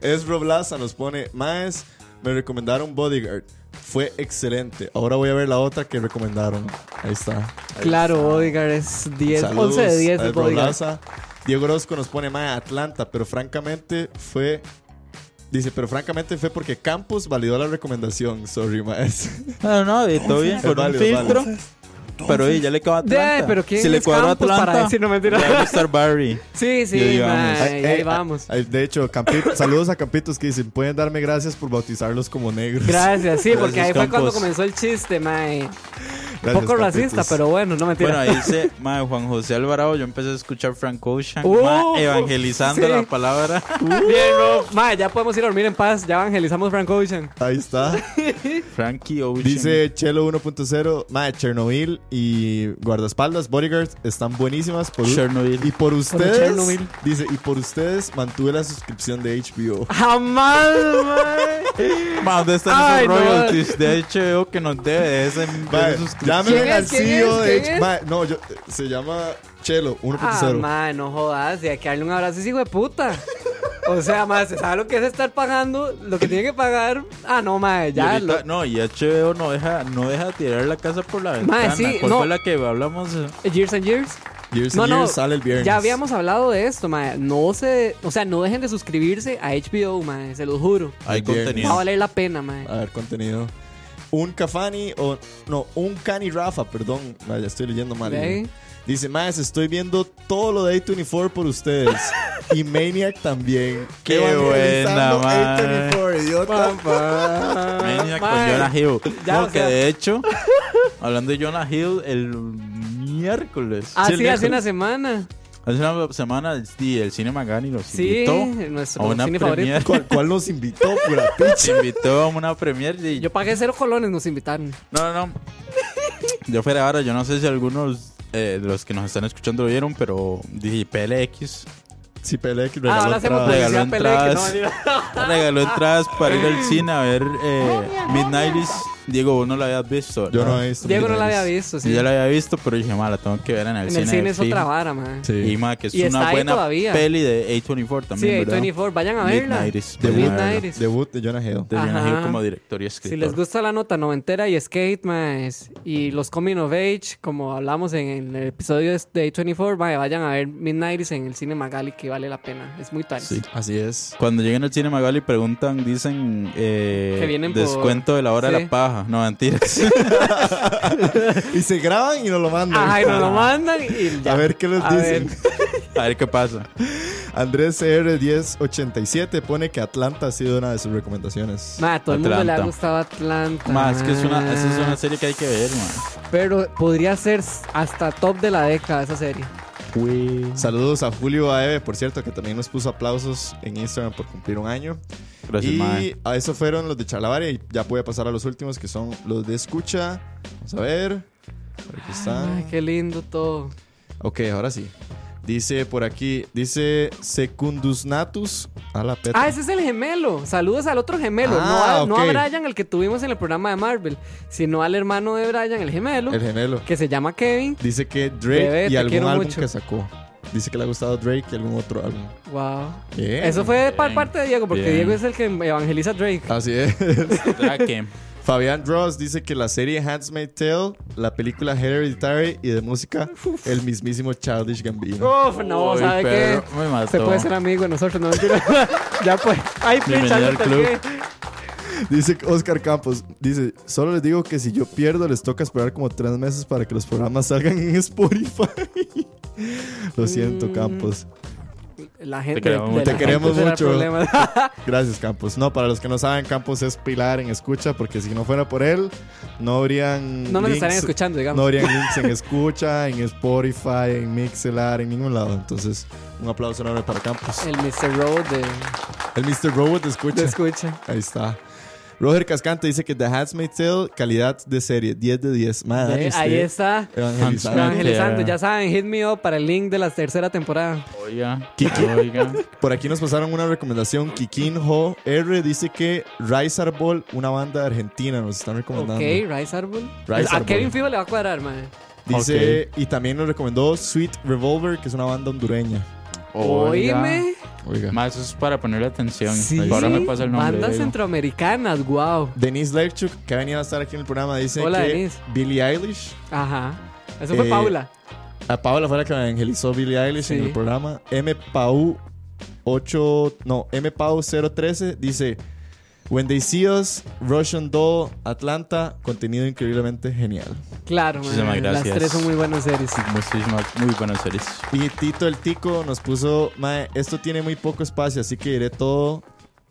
Speaker 5: Es Blaza nos pone, Maes, me recomendaron Bodyguard. Fue excelente. Ahora voy a ver la otra que recomendaron. Ahí está.
Speaker 7: claro, Bodyguard es 10,
Speaker 5: Saludos
Speaker 7: 11 de 10
Speaker 5: a
Speaker 7: de
Speaker 5: Ezra
Speaker 7: Bodyguard.
Speaker 5: Blaza. Diego Orozco nos pone Mae Atlanta, pero francamente fue. Dice, pero francamente fue porque Campos validó la recomendación. Sorry, Maes.
Speaker 7: Eh,
Speaker 6: No, Ah, no, y todo bien.
Speaker 5: Es
Speaker 6: Por un
Speaker 5: válido, es
Speaker 6: filtro.
Speaker 5: válido.
Speaker 6: Pero ey, ya le quedó a Atlanta.
Speaker 7: Ya, pero ¿quién
Speaker 6: si le
Speaker 7: es
Speaker 6: cuadró a
Speaker 7: Campos para
Speaker 6: Atlanta,
Speaker 7: decir? No, mentira.
Speaker 6: le va a gustar Barry.
Speaker 7: Sí,
Speaker 6: Y ahí
Speaker 7: sí, man.
Speaker 6: vamos.
Speaker 7: Ahí,
Speaker 5: Eh, eh,
Speaker 7: vamos.
Speaker 5: eh, de hecho, Campi- saludos a Campitos que dicen, pueden darme gracias por bautizarlos como negros.
Speaker 7: Gracias, sí, porque
Speaker 6: Gracias,
Speaker 7: ahí fue cuando
Speaker 6: Campos.
Speaker 7: comenzó el chiste, man.
Speaker 5: Gracias,
Speaker 7: Poco racista,
Speaker 5: Campitos.
Speaker 7: pero bueno, no mentira.
Speaker 6: Bueno, ahí dice, mae, Juan José Alvarado, yo empecé a escuchar Frank Ocean,
Speaker 7: Uh,
Speaker 6: mae, evangelizando
Speaker 7: sí.
Speaker 6: la palabra.
Speaker 7: Bien, Rob. Ma, ya podemos ir a dormir en paz. Ya evangelizamos Frank Ocean.
Speaker 5: Ahí está.
Speaker 6: Frankie Ocean.
Speaker 5: Dice Chelo 1.0, Mae, Chernobyl y Guardaespaldas, Bodyguards están buenísimas. Por
Speaker 6: Chernobyl.
Speaker 5: Y por ustedes,
Speaker 7: Chernobyl.
Speaker 5: dice, y por ustedes mantuve la suscripción de HBO.
Speaker 7: Jamás, man.
Speaker 6: Ma, ¿dónde están
Speaker 7: Ay,
Speaker 6: esos
Speaker 7: no.
Speaker 6: royalties de HBO que nos debe de ese
Speaker 5: Mae,
Speaker 7: ¿Quién
Speaker 5: llamen
Speaker 7: es?
Speaker 5: al
Speaker 7: ¿Quién
Speaker 5: CEO
Speaker 7: es?
Speaker 5: de
Speaker 7: ¿Quién
Speaker 5: HBO.
Speaker 7: es?
Speaker 5: Mae, no, yo- se llama Chelo 1.0.
Speaker 7: Ah, ma, no jodas. Y hay que darle un abrazo a ese hijo de puta. O sea, ma, se sabe lo que es estar pagando, lo que tiene que pagar. Ah, no, ma,
Speaker 6: Y
Speaker 7: ya.
Speaker 6: ahorita-
Speaker 7: lo-
Speaker 6: No, y HBO no deja, no deja tirar la casa por la ventana.
Speaker 7: sí,
Speaker 6: ¿Cuál
Speaker 7: no.
Speaker 6: fue la que hablamos?
Speaker 7: eh, Years and Years.
Speaker 5: Years
Speaker 7: No,
Speaker 5: and
Speaker 7: no,
Speaker 5: Years sale el viernes.
Speaker 7: Ya habíamos hablado de esto, ma. No se. O sea, no dejen de suscribirse a HBO, ma. Se los juro.
Speaker 6: Hay
Speaker 5: Bien.
Speaker 7: Va a
Speaker 6: contenido.
Speaker 7: valer la pena, ma.
Speaker 5: A ver, contenido. Un Cafani o no, un Cani Rafa, perdón. Mae, ya estoy leyendo mal.
Speaker 7: Ok.
Speaker 5: Dice, Maes, estoy viendo todo lo de A24 por ustedes. y Maniac también.
Speaker 6: Qué
Speaker 5: Evangelizando
Speaker 6: buena,
Speaker 5: A24, idiota.
Speaker 6: Maniac con
Speaker 7: Ah, Mae.
Speaker 6: Jonah Hill.
Speaker 7: Ya,
Speaker 6: no,
Speaker 7: o
Speaker 6: que
Speaker 7: sea.
Speaker 6: de hecho, hablando de Jonah Hill, el miércoles.
Speaker 7: Ah,
Speaker 6: Sí, el
Speaker 7: sí, hace
Speaker 6: miércoles.
Speaker 7: una semana.
Speaker 6: Hace una semana el, sí, el Cine Magani los
Speaker 7: Sí,
Speaker 6: invitó a
Speaker 7: nuestro
Speaker 6: una
Speaker 7: cine
Speaker 6: premier.
Speaker 7: favorito.
Speaker 5: ¿Cuál, cuál nos invitó, pura picha?
Speaker 6: invitó a una premier y
Speaker 7: Yo pagué cero colones, nos invitaron.
Speaker 6: No, no, no. Yo fuera ahora, yo no sé si algunos eh, de los que nos están escuchando lo vieron, pero dije PLX
Speaker 5: Sí, Pelec regaló
Speaker 7: Ah, ahora hacemos
Speaker 5: entradas.
Speaker 7: publicidad
Speaker 6: Regaló
Speaker 7: pelea que no
Speaker 6: entradas.
Speaker 7: mentira.
Speaker 6: regaló entradas para ir al cine a ver eh, Midnighties. Diego, vos no la habías visto. ¿verdad?
Speaker 5: Yo no he visto.
Speaker 7: pues. Diego no la
Speaker 5: Millonarios.
Speaker 7: había visto,
Speaker 6: Yo
Speaker 7: sí.
Speaker 6: ya la había visto, pero dije, ma, la tengo que ver en el
Speaker 7: En
Speaker 6: cine.
Speaker 7: el cine es
Speaker 6: fijo".
Speaker 7: otra vara, man.
Speaker 5: Sí.
Speaker 6: Y ma, que es
Speaker 7: Y está
Speaker 6: una
Speaker 7: ahí
Speaker 6: buena
Speaker 7: todavía.
Speaker 6: peli de A24 también.
Speaker 7: Sí,
Speaker 6: ¿verdad?
Speaker 7: 24, vayan a verla.
Speaker 6: Midnighties,
Speaker 7: The
Speaker 6: vayan a verla.
Speaker 7: Midnighties.
Speaker 5: Debut de Jonah Hill.
Speaker 6: De Jonah
Speaker 7: Ajá.
Speaker 6: Hill como director y escritor.
Speaker 7: Si les gusta la nota noventera y skate, más y los coming of age, como hablamos en el episodio de A24, mae, vayan a ver Midnights en el cine Magali, que vale la pena. Es muy tarde.
Speaker 6: Sí.
Speaker 5: Así es.
Speaker 6: Cuando lleguen al cine Magali preguntan, dicen eh,
Speaker 7: Que vienen por-
Speaker 6: descuento de la hora de
Speaker 7: Sí.
Speaker 6: la paja. No, mentiras.
Speaker 5: Y se graban y nos lo mandan.
Speaker 7: Ajá, y nos lo mandan y ya.
Speaker 5: A ver qué les
Speaker 7: A
Speaker 5: dicen.
Speaker 7: ver.
Speaker 6: a ver qué pasa.
Speaker 5: Andrés CR1087 pone que Atlanta ha sido una de sus recomendaciones.
Speaker 7: Mae, a todo el mundo le
Speaker 6: Atlanta.
Speaker 7: ha gustado Atlanta.
Speaker 6: Más que es una, esa es una
Speaker 7: mae.
Speaker 6: serie que hay que ver, man.
Speaker 7: Pero podría ser hasta top de la década esa serie.
Speaker 5: Saludos a Julio Aeve, por cierto, que también nos puso aplausos en Instagram por cumplir un año.
Speaker 6: Gracias,
Speaker 5: y
Speaker 6: mae.
Speaker 5: a eso fueron los de Chalabaria. Y ya voy a pasar a los últimos, que son los de Escucha. Vamos a ver. Por Aquí está.
Speaker 7: Ay, qué lindo todo.
Speaker 5: Ok, ahora sí. Dice por aquí, dice Secundusnatus a la peta.
Speaker 7: Ah, ese es el gemelo. Saludos al otro gemelo.
Speaker 5: Ah,
Speaker 7: no, a, no a
Speaker 5: ok.
Speaker 7: Brian, el que tuvimos en el programa de Marvel, sino al hermano de Brian, el gemelo,
Speaker 5: el gemelo.
Speaker 7: que se llama Kevin.
Speaker 5: Dice que Drake
Speaker 7: Bebé,
Speaker 5: y
Speaker 7: te
Speaker 5: algún
Speaker 7: quiero
Speaker 5: álbum
Speaker 7: mucho.
Speaker 5: que sacó. Dice que le ha gustado Drake y algún otro álbum.
Speaker 7: Wow.
Speaker 5: Bien.
Speaker 7: Eso fue por parte de Diego, porque
Speaker 5: Bien. Ah.
Speaker 7: Diego es el que evangeliza a Drake.
Speaker 5: Así es. Fabián Ross dice que la serie Handmaid's Tale, la película Hereditary y de música, el mismísimo Childish Gambino.
Speaker 7: Uf, no,
Speaker 5: Uy,
Speaker 7: ¿sabe qué?
Speaker 5: perro, me mató.
Speaker 7: Se puede ser amigo de nosotros, no mentira. ya pues. Ay,
Speaker 5: Bienvenido
Speaker 7: pincha,
Speaker 5: al club. Dice Oscar Campos, dice, solo les digo que si yo pierdo les toca esperar como tres meses para que los programas salgan en Spotify. Lo
Speaker 7: Mm.
Speaker 5: siento, Campos.
Speaker 7: La gente.
Speaker 5: Te queremos,
Speaker 7: de la gente será
Speaker 5: mucho.
Speaker 7: problema.
Speaker 5: Gracias, Campos. No, para los que no saben, Campos es pilar en escucha, porque si no fuera por él, no habrían.
Speaker 7: No nos
Speaker 5: links-
Speaker 7: estarían escuchando, digamos.
Speaker 5: No habrían links en escucha, en Spotify, en Mixelar, en ningún lado. Entonces, un aplauso enorme para Campos.
Speaker 7: El Mr. Road de.
Speaker 5: El Mr. Robot te escucha.
Speaker 7: Te escucha.
Speaker 5: Ahí está. Roger Cascante dice que The Handmaid's Tale, calidad de serie, 10 de 10. Madre,
Speaker 7: de- ahí
Speaker 5: usted,
Speaker 7: está.
Speaker 5: Ah, Evangelizando.
Speaker 7: Evangelizando. Ya saben, hit me up para el link de la tercera temporada.
Speaker 6: Oiga.
Speaker 5: Kiki.
Speaker 6: Oiga.
Speaker 5: Por aquí nos pasaron una recomendación. Kikin Ho R dice que Rise Arbol, una banda de argentina, nos están recomendando.
Speaker 7: Ok, Rice Arbol.
Speaker 5: Rice
Speaker 7: a
Speaker 5: Arbol.
Speaker 7: Kevin Fibo le va a cuadrar, man.
Speaker 5: Dice, y también nos recomendó Sweet Revolver, que es una banda hondureña.
Speaker 7: Oíme.
Speaker 5: Oiga.
Speaker 6: Más eso es para ponerle atención.
Speaker 5: Sí.
Speaker 6: Ahora me pasa el nombre.
Speaker 7: Bandas
Speaker 6: digo.
Speaker 7: centroamericanas, wow.
Speaker 5: Denise Levchuk, que ha venido a estar aquí en el programa, dice
Speaker 7: Hola,
Speaker 5: que
Speaker 7: Denise.
Speaker 5: Billie Eilish.
Speaker 7: Ajá. Eso fue
Speaker 5: Eh,
Speaker 7: Paula.
Speaker 5: A Paula fue la que evangelizó Billie Eilish en
Speaker 7: Sí.
Speaker 5: el programa. M. Pau 8, no, M. Pau 013 dice: When They See Us, Russian Doll, Atlanta, contenido increíblemente genial.
Speaker 7: Claro, man.
Speaker 6: Muchísimas gracias.
Speaker 7: Las tres son muy buenas series.
Speaker 6: Muchísimas, muy buenas series.
Speaker 5: Y Tito el Tico nos puso: Mae, esto tiene muy poco espacio, así que iré todo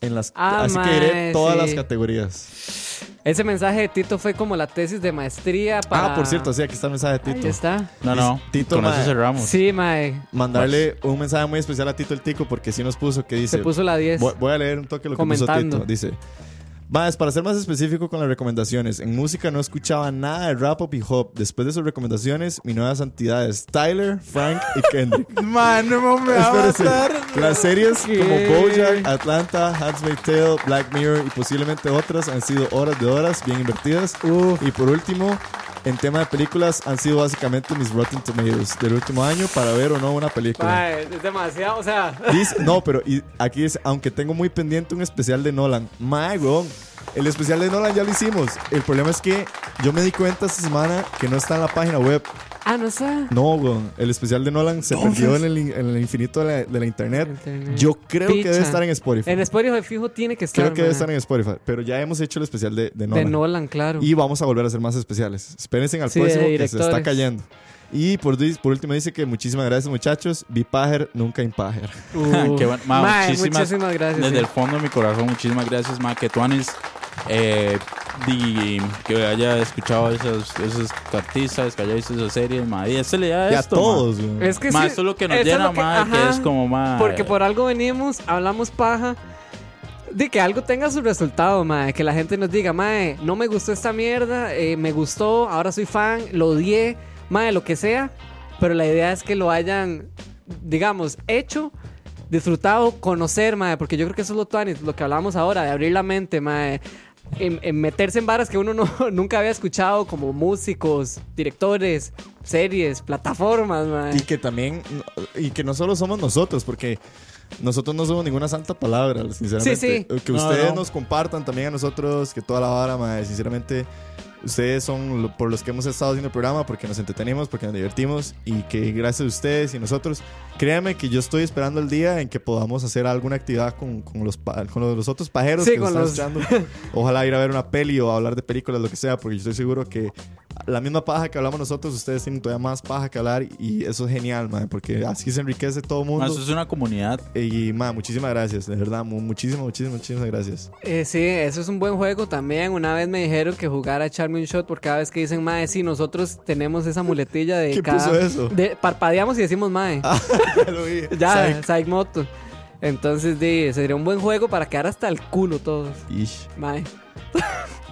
Speaker 5: en las.
Speaker 7: Ah,
Speaker 5: así
Speaker 7: mae,
Speaker 5: que iré todas
Speaker 7: sí.
Speaker 5: las categorías.
Speaker 7: Ese mensaje de Tito fue como la tesis de maestría para.
Speaker 5: Ah, por cierto, sí, aquí está el mensaje de Tito.
Speaker 7: Ahí está.
Speaker 6: No, no.
Speaker 5: Tito,
Speaker 6: con
Speaker 5: mae.
Speaker 6: eso cerramos.
Speaker 7: Sí, mae.
Speaker 5: Mandarle un mensaje muy especial a Tito el Tico porque sí nos puso que dice.
Speaker 7: Se puso la 10.
Speaker 5: Voy, voy a leer un toque lo
Speaker 7: Comentando.
Speaker 5: que puso Tito. Dice. Más, para ser más específico con las recomendaciones, en música no escuchaba nada de rap o hip hop. Después de sus recomendaciones, mi nueva santidad es Tyler, Frank y Kendrick.
Speaker 6: Man, no me
Speaker 5: Espérese. Las series
Speaker 6: ¿Qué?
Speaker 5: como Bojack, Atlanta, Handmaid's Tale, Black Mirror y posiblemente otras han sido horas de horas bien invertidas. Y por último, en tema de películas han sido básicamente mis Rotten Tomatoes del último año para ver o no una película.
Speaker 7: Mae, es demasiado, o sea.
Speaker 5: Dice- no, pero y aquí dice, aunque tengo muy pendiente un especial de Nolan. My weón. El especial de Nolan ya lo hicimos. El problema es que yo me di cuenta esta semana que no está en la página web.
Speaker 7: Ah, no sé.
Speaker 5: No, weón. El especial de Nolan se
Speaker 7: Entonces-
Speaker 5: perdió en el, in- en el infinito de la, de la internet.
Speaker 7: Internet.
Speaker 5: Yo creo que debe
Speaker 7: Picha.
Speaker 5: estar en Spotify.
Speaker 7: En Spotify fijo tiene que estar.
Speaker 5: creo que debe
Speaker 7: mae.
Speaker 5: estar en Spotify. Pero ya hemos hecho el especial de, de
Speaker 7: De
Speaker 5: Nolan.
Speaker 7: Nolan, claro.
Speaker 5: Y vamos a volver a hacer más especiales. Espérense al
Speaker 7: Sí, de
Speaker 5: próximo que se está
Speaker 7: directores.
Speaker 5: cayendo. Y por, di- por último dice que muchísimas gracias muchachos. Bipager, nunca impager.
Speaker 7: Uh,
Speaker 6: Ah, Qué bueno. Ma,
Speaker 7: mae,
Speaker 6: muchísimas,
Speaker 7: muchísimas gracias,
Speaker 6: Desde
Speaker 7: sí.
Speaker 6: el fondo de mi corazón, muchísimas gracias, Ma, que Tuanis eh, di- que haya escuchado esos, esos artistas, que haya visto esas series, Ma. Y ese le da
Speaker 5: Y a
Speaker 6: esto, ma.
Speaker 5: todos, weón.
Speaker 7: Es que
Speaker 6: Ma,
Speaker 7: sí,
Speaker 6: eso es lo que nos
Speaker 7: eso es
Speaker 6: llena,
Speaker 7: lo que-
Speaker 6: ma, que
Speaker 7: ajá.
Speaker 6: es como, ma,
Speaker 7: Porque por algo venimos, hablamos paja. De que algo tenga su resultado, mae. Que la gente nos diga, mae, no me gustó esta mierda, eh, me gustó, ahora soy fan, lo odié, mae, lo que sea. Pero la idea es que lo hayan, digamos, hecho, disfrutado, conocer, mae. Porque yo creo que eso es lo, tuanis, lo que hablamos ahora, de abrir la mente, mae. En, en meterse en varas que uno no, nunca había escuchado, como músicos, directores, series, plataformas, mae.
Speaker 5: Y que también, y que no solo somos nosotros, porque nosotros no somos ninguna santa palabra, sinceramente.
Speaker 7: Sí, sí.
Speaker 5: Que
Speaker 6: No,
Speaker 5: ustedes
Speaker 6: no.
Speaker 5: nos compartan también a nosotros, que toda la vara, mae, sinceramente, ustedes son lo- por los que hemos estado haciendo el programa, porque nos entretenemos, porque nos divertimos, y que gracias a ustedes y nosotros, créanme que yo estoy esperando el día en que podamos hacer alguna actividad con, con los, pa- con los, los otros pajeros
Speaker 7: Sí,
Speaker 5: que nos
Speaker 7: con
Speaker 5: están escuchando. Ojalá ir a ver una peli o hablar de películas, lo que sea, porque yo estoy seguro que la misma paja que hablamos nosotros, ustedes tienen todavía más paja que hablar y eso es genial, man, porque así se enriquece todo el mundo.
Speaker 6: Ma, eso es una comunidad.
Speaker 5: Y, man, muchísimas gracias, de verdad, mu- muchísimas, muchísimas, muchísimas gracias.
Speaker 7: Eh, sí, eso es un buen juego también. Una vez me dijeron que jugara a echarme un shot por cada vez que dicen mae, sí, nosotros tenemos esa muletilla de
Speaker 5: ¿Quién
Speaker 7: cada-
Speaker 5: puso eso? Ah,
Speaker 7: de- parpadeamos y decimos mae. ya, Psych Moto. Entonces, di, sería un buen juego para quedar hasta el culo todos.
Speaker 5: Ish,
Speaker 7: Mae.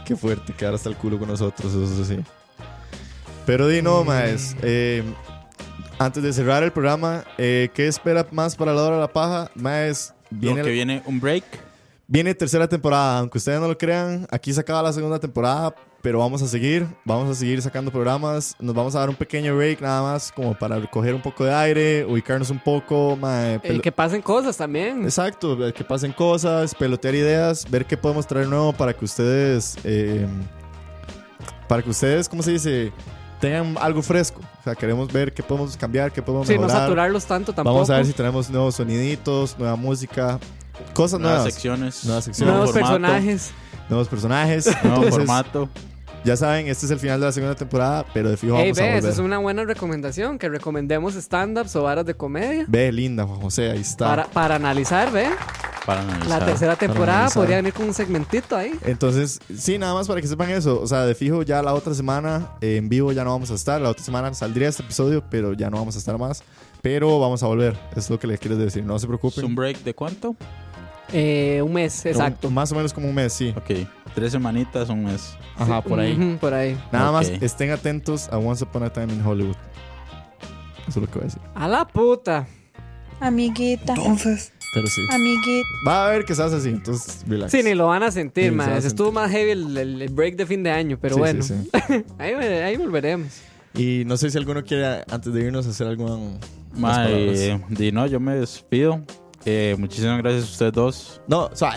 Speaker 5: qué fuerte quedar
Speaker 6: Mm.
Speaker 5: hasta el culo con nosotros, eso sí. Pero di no, maes, eh, Antes de cerrar el programa, eh, ¿qué espera más para la hora de la paja? Más viene,
Speaker 6: Lo que viene un break.
Speaker 5: viene tercera temporada, aunque ustedes no lo crean, aquí se acaba la segunda temporada, pero vamos a seguir, vamos a seguir sacando programas, nos vamos a dar un pequeño break nada más como para recoger un poco de aire, ubicarnos un poco, mae,
Speaker 7: El
Speaker 5: pelo-
Speaker 7: Eh, que pasen cosas también.
Speaker 5: Exacto, ver que pasen cosas, pelotear ideas, ver qué podemos traer nuevo para que ustedes, eh, para que ustedes, ¿cómo se dice? Tengan algo fresco. O sea, queremos ver qué podemos cambiar, qué podemos
Speaker 7: Sí, no
Speaker 5: mejorar.
Speaker 7: saturarlos tanto tampoco.
Speaker 5: Vamos a ver si tenemos nuevos soniditos, nueva música, cosas
Speaker 6: Nuevas
Speaker 5: nuevas.
Speaker 6: secciones,
Speaker 5: Nuevas secciones.
Speaker 6: nuevo Nuevos formato. personajes.
Speaker 5: Nuevos personajes.
Speaker 6: Nuevo
Speaker 5: Entonces,
Speaker 6: formato.
Speaker 5: Ya saben, este es el final de la segunda temporada, pero de fijo
Speaker 7: Ey,
Speaker 5: vamos a
Speaker 7: ve,
Speaker 5: volver.
Speaker 7: esa es una buena recomendación, que recomendemos stand-ups o varas de comedia.
Speaker 5: Ve, linda, Juan José, ahí está.
Speaker 7: Para, para analizar, ve.
Speaker 6: Para
Speaker 7: La tercera temporada
Speaker 5: analizar.
Speaker 7: podría venir con un segmentito ahí.
Speaker 5: Entonces, sí, nada más para que sepan eso. O sea, de fijo, ya la otra semana eh, en vivo ya no vamos a estar. La otra semana saldría este episodio, pero ya no vamos a estar más. Pero vamos a volver. Es lo que les quiero decir. No se
Speaker 6: ¿Es un
Speaker 5: preocupen.
Speaker 6: break de cuánto?
Speaker 7: Eh, un mes, exacto.
Speaker 5: Un- más o menos como un mes, sí.
Speaker 6: Ok. Tres semanitas, un mes.
Speaker 5: Ajá, por ahí.
Speaker 7: Ujú, por ahí.
Speaker 5: Nada
Speaker 6: Ok.
Speaker 5: más estén atentos a Once Upon a Time in Hollywood. Eso es lo que voy a decir.
Speaker 7: A la puta.
Speaker 8: Amiguita.
Speaker 2: Entonces.
Speaker 5: Pero sí.
Speaker 8: Amiguita.
Speaker 5: Va a haber que estás así, entonces relax.
Speaker 7: Ah. Sí, ni lo van a sentir,
Speaker 5: Ni lo
Speaker 7: man.
Speaker 5: se va a
Speaker 7: Ese Estuvo más heavy el, el- el break de fin de año, pero
Speaker 5: Sí,
Speaker 7: bueno.
Speaker 5: sí, sí.
Speaker 7: ahí, vere- ahí volveremos.
Speaker 5: Y no sé si alguno quiere, antes de irnos, hacer algún. unas palabras.
Speaker 6: Mae, di no, yo me despido. Eh, muchísimas gracias a ustedes dos.
Speaker 5: No, o sea,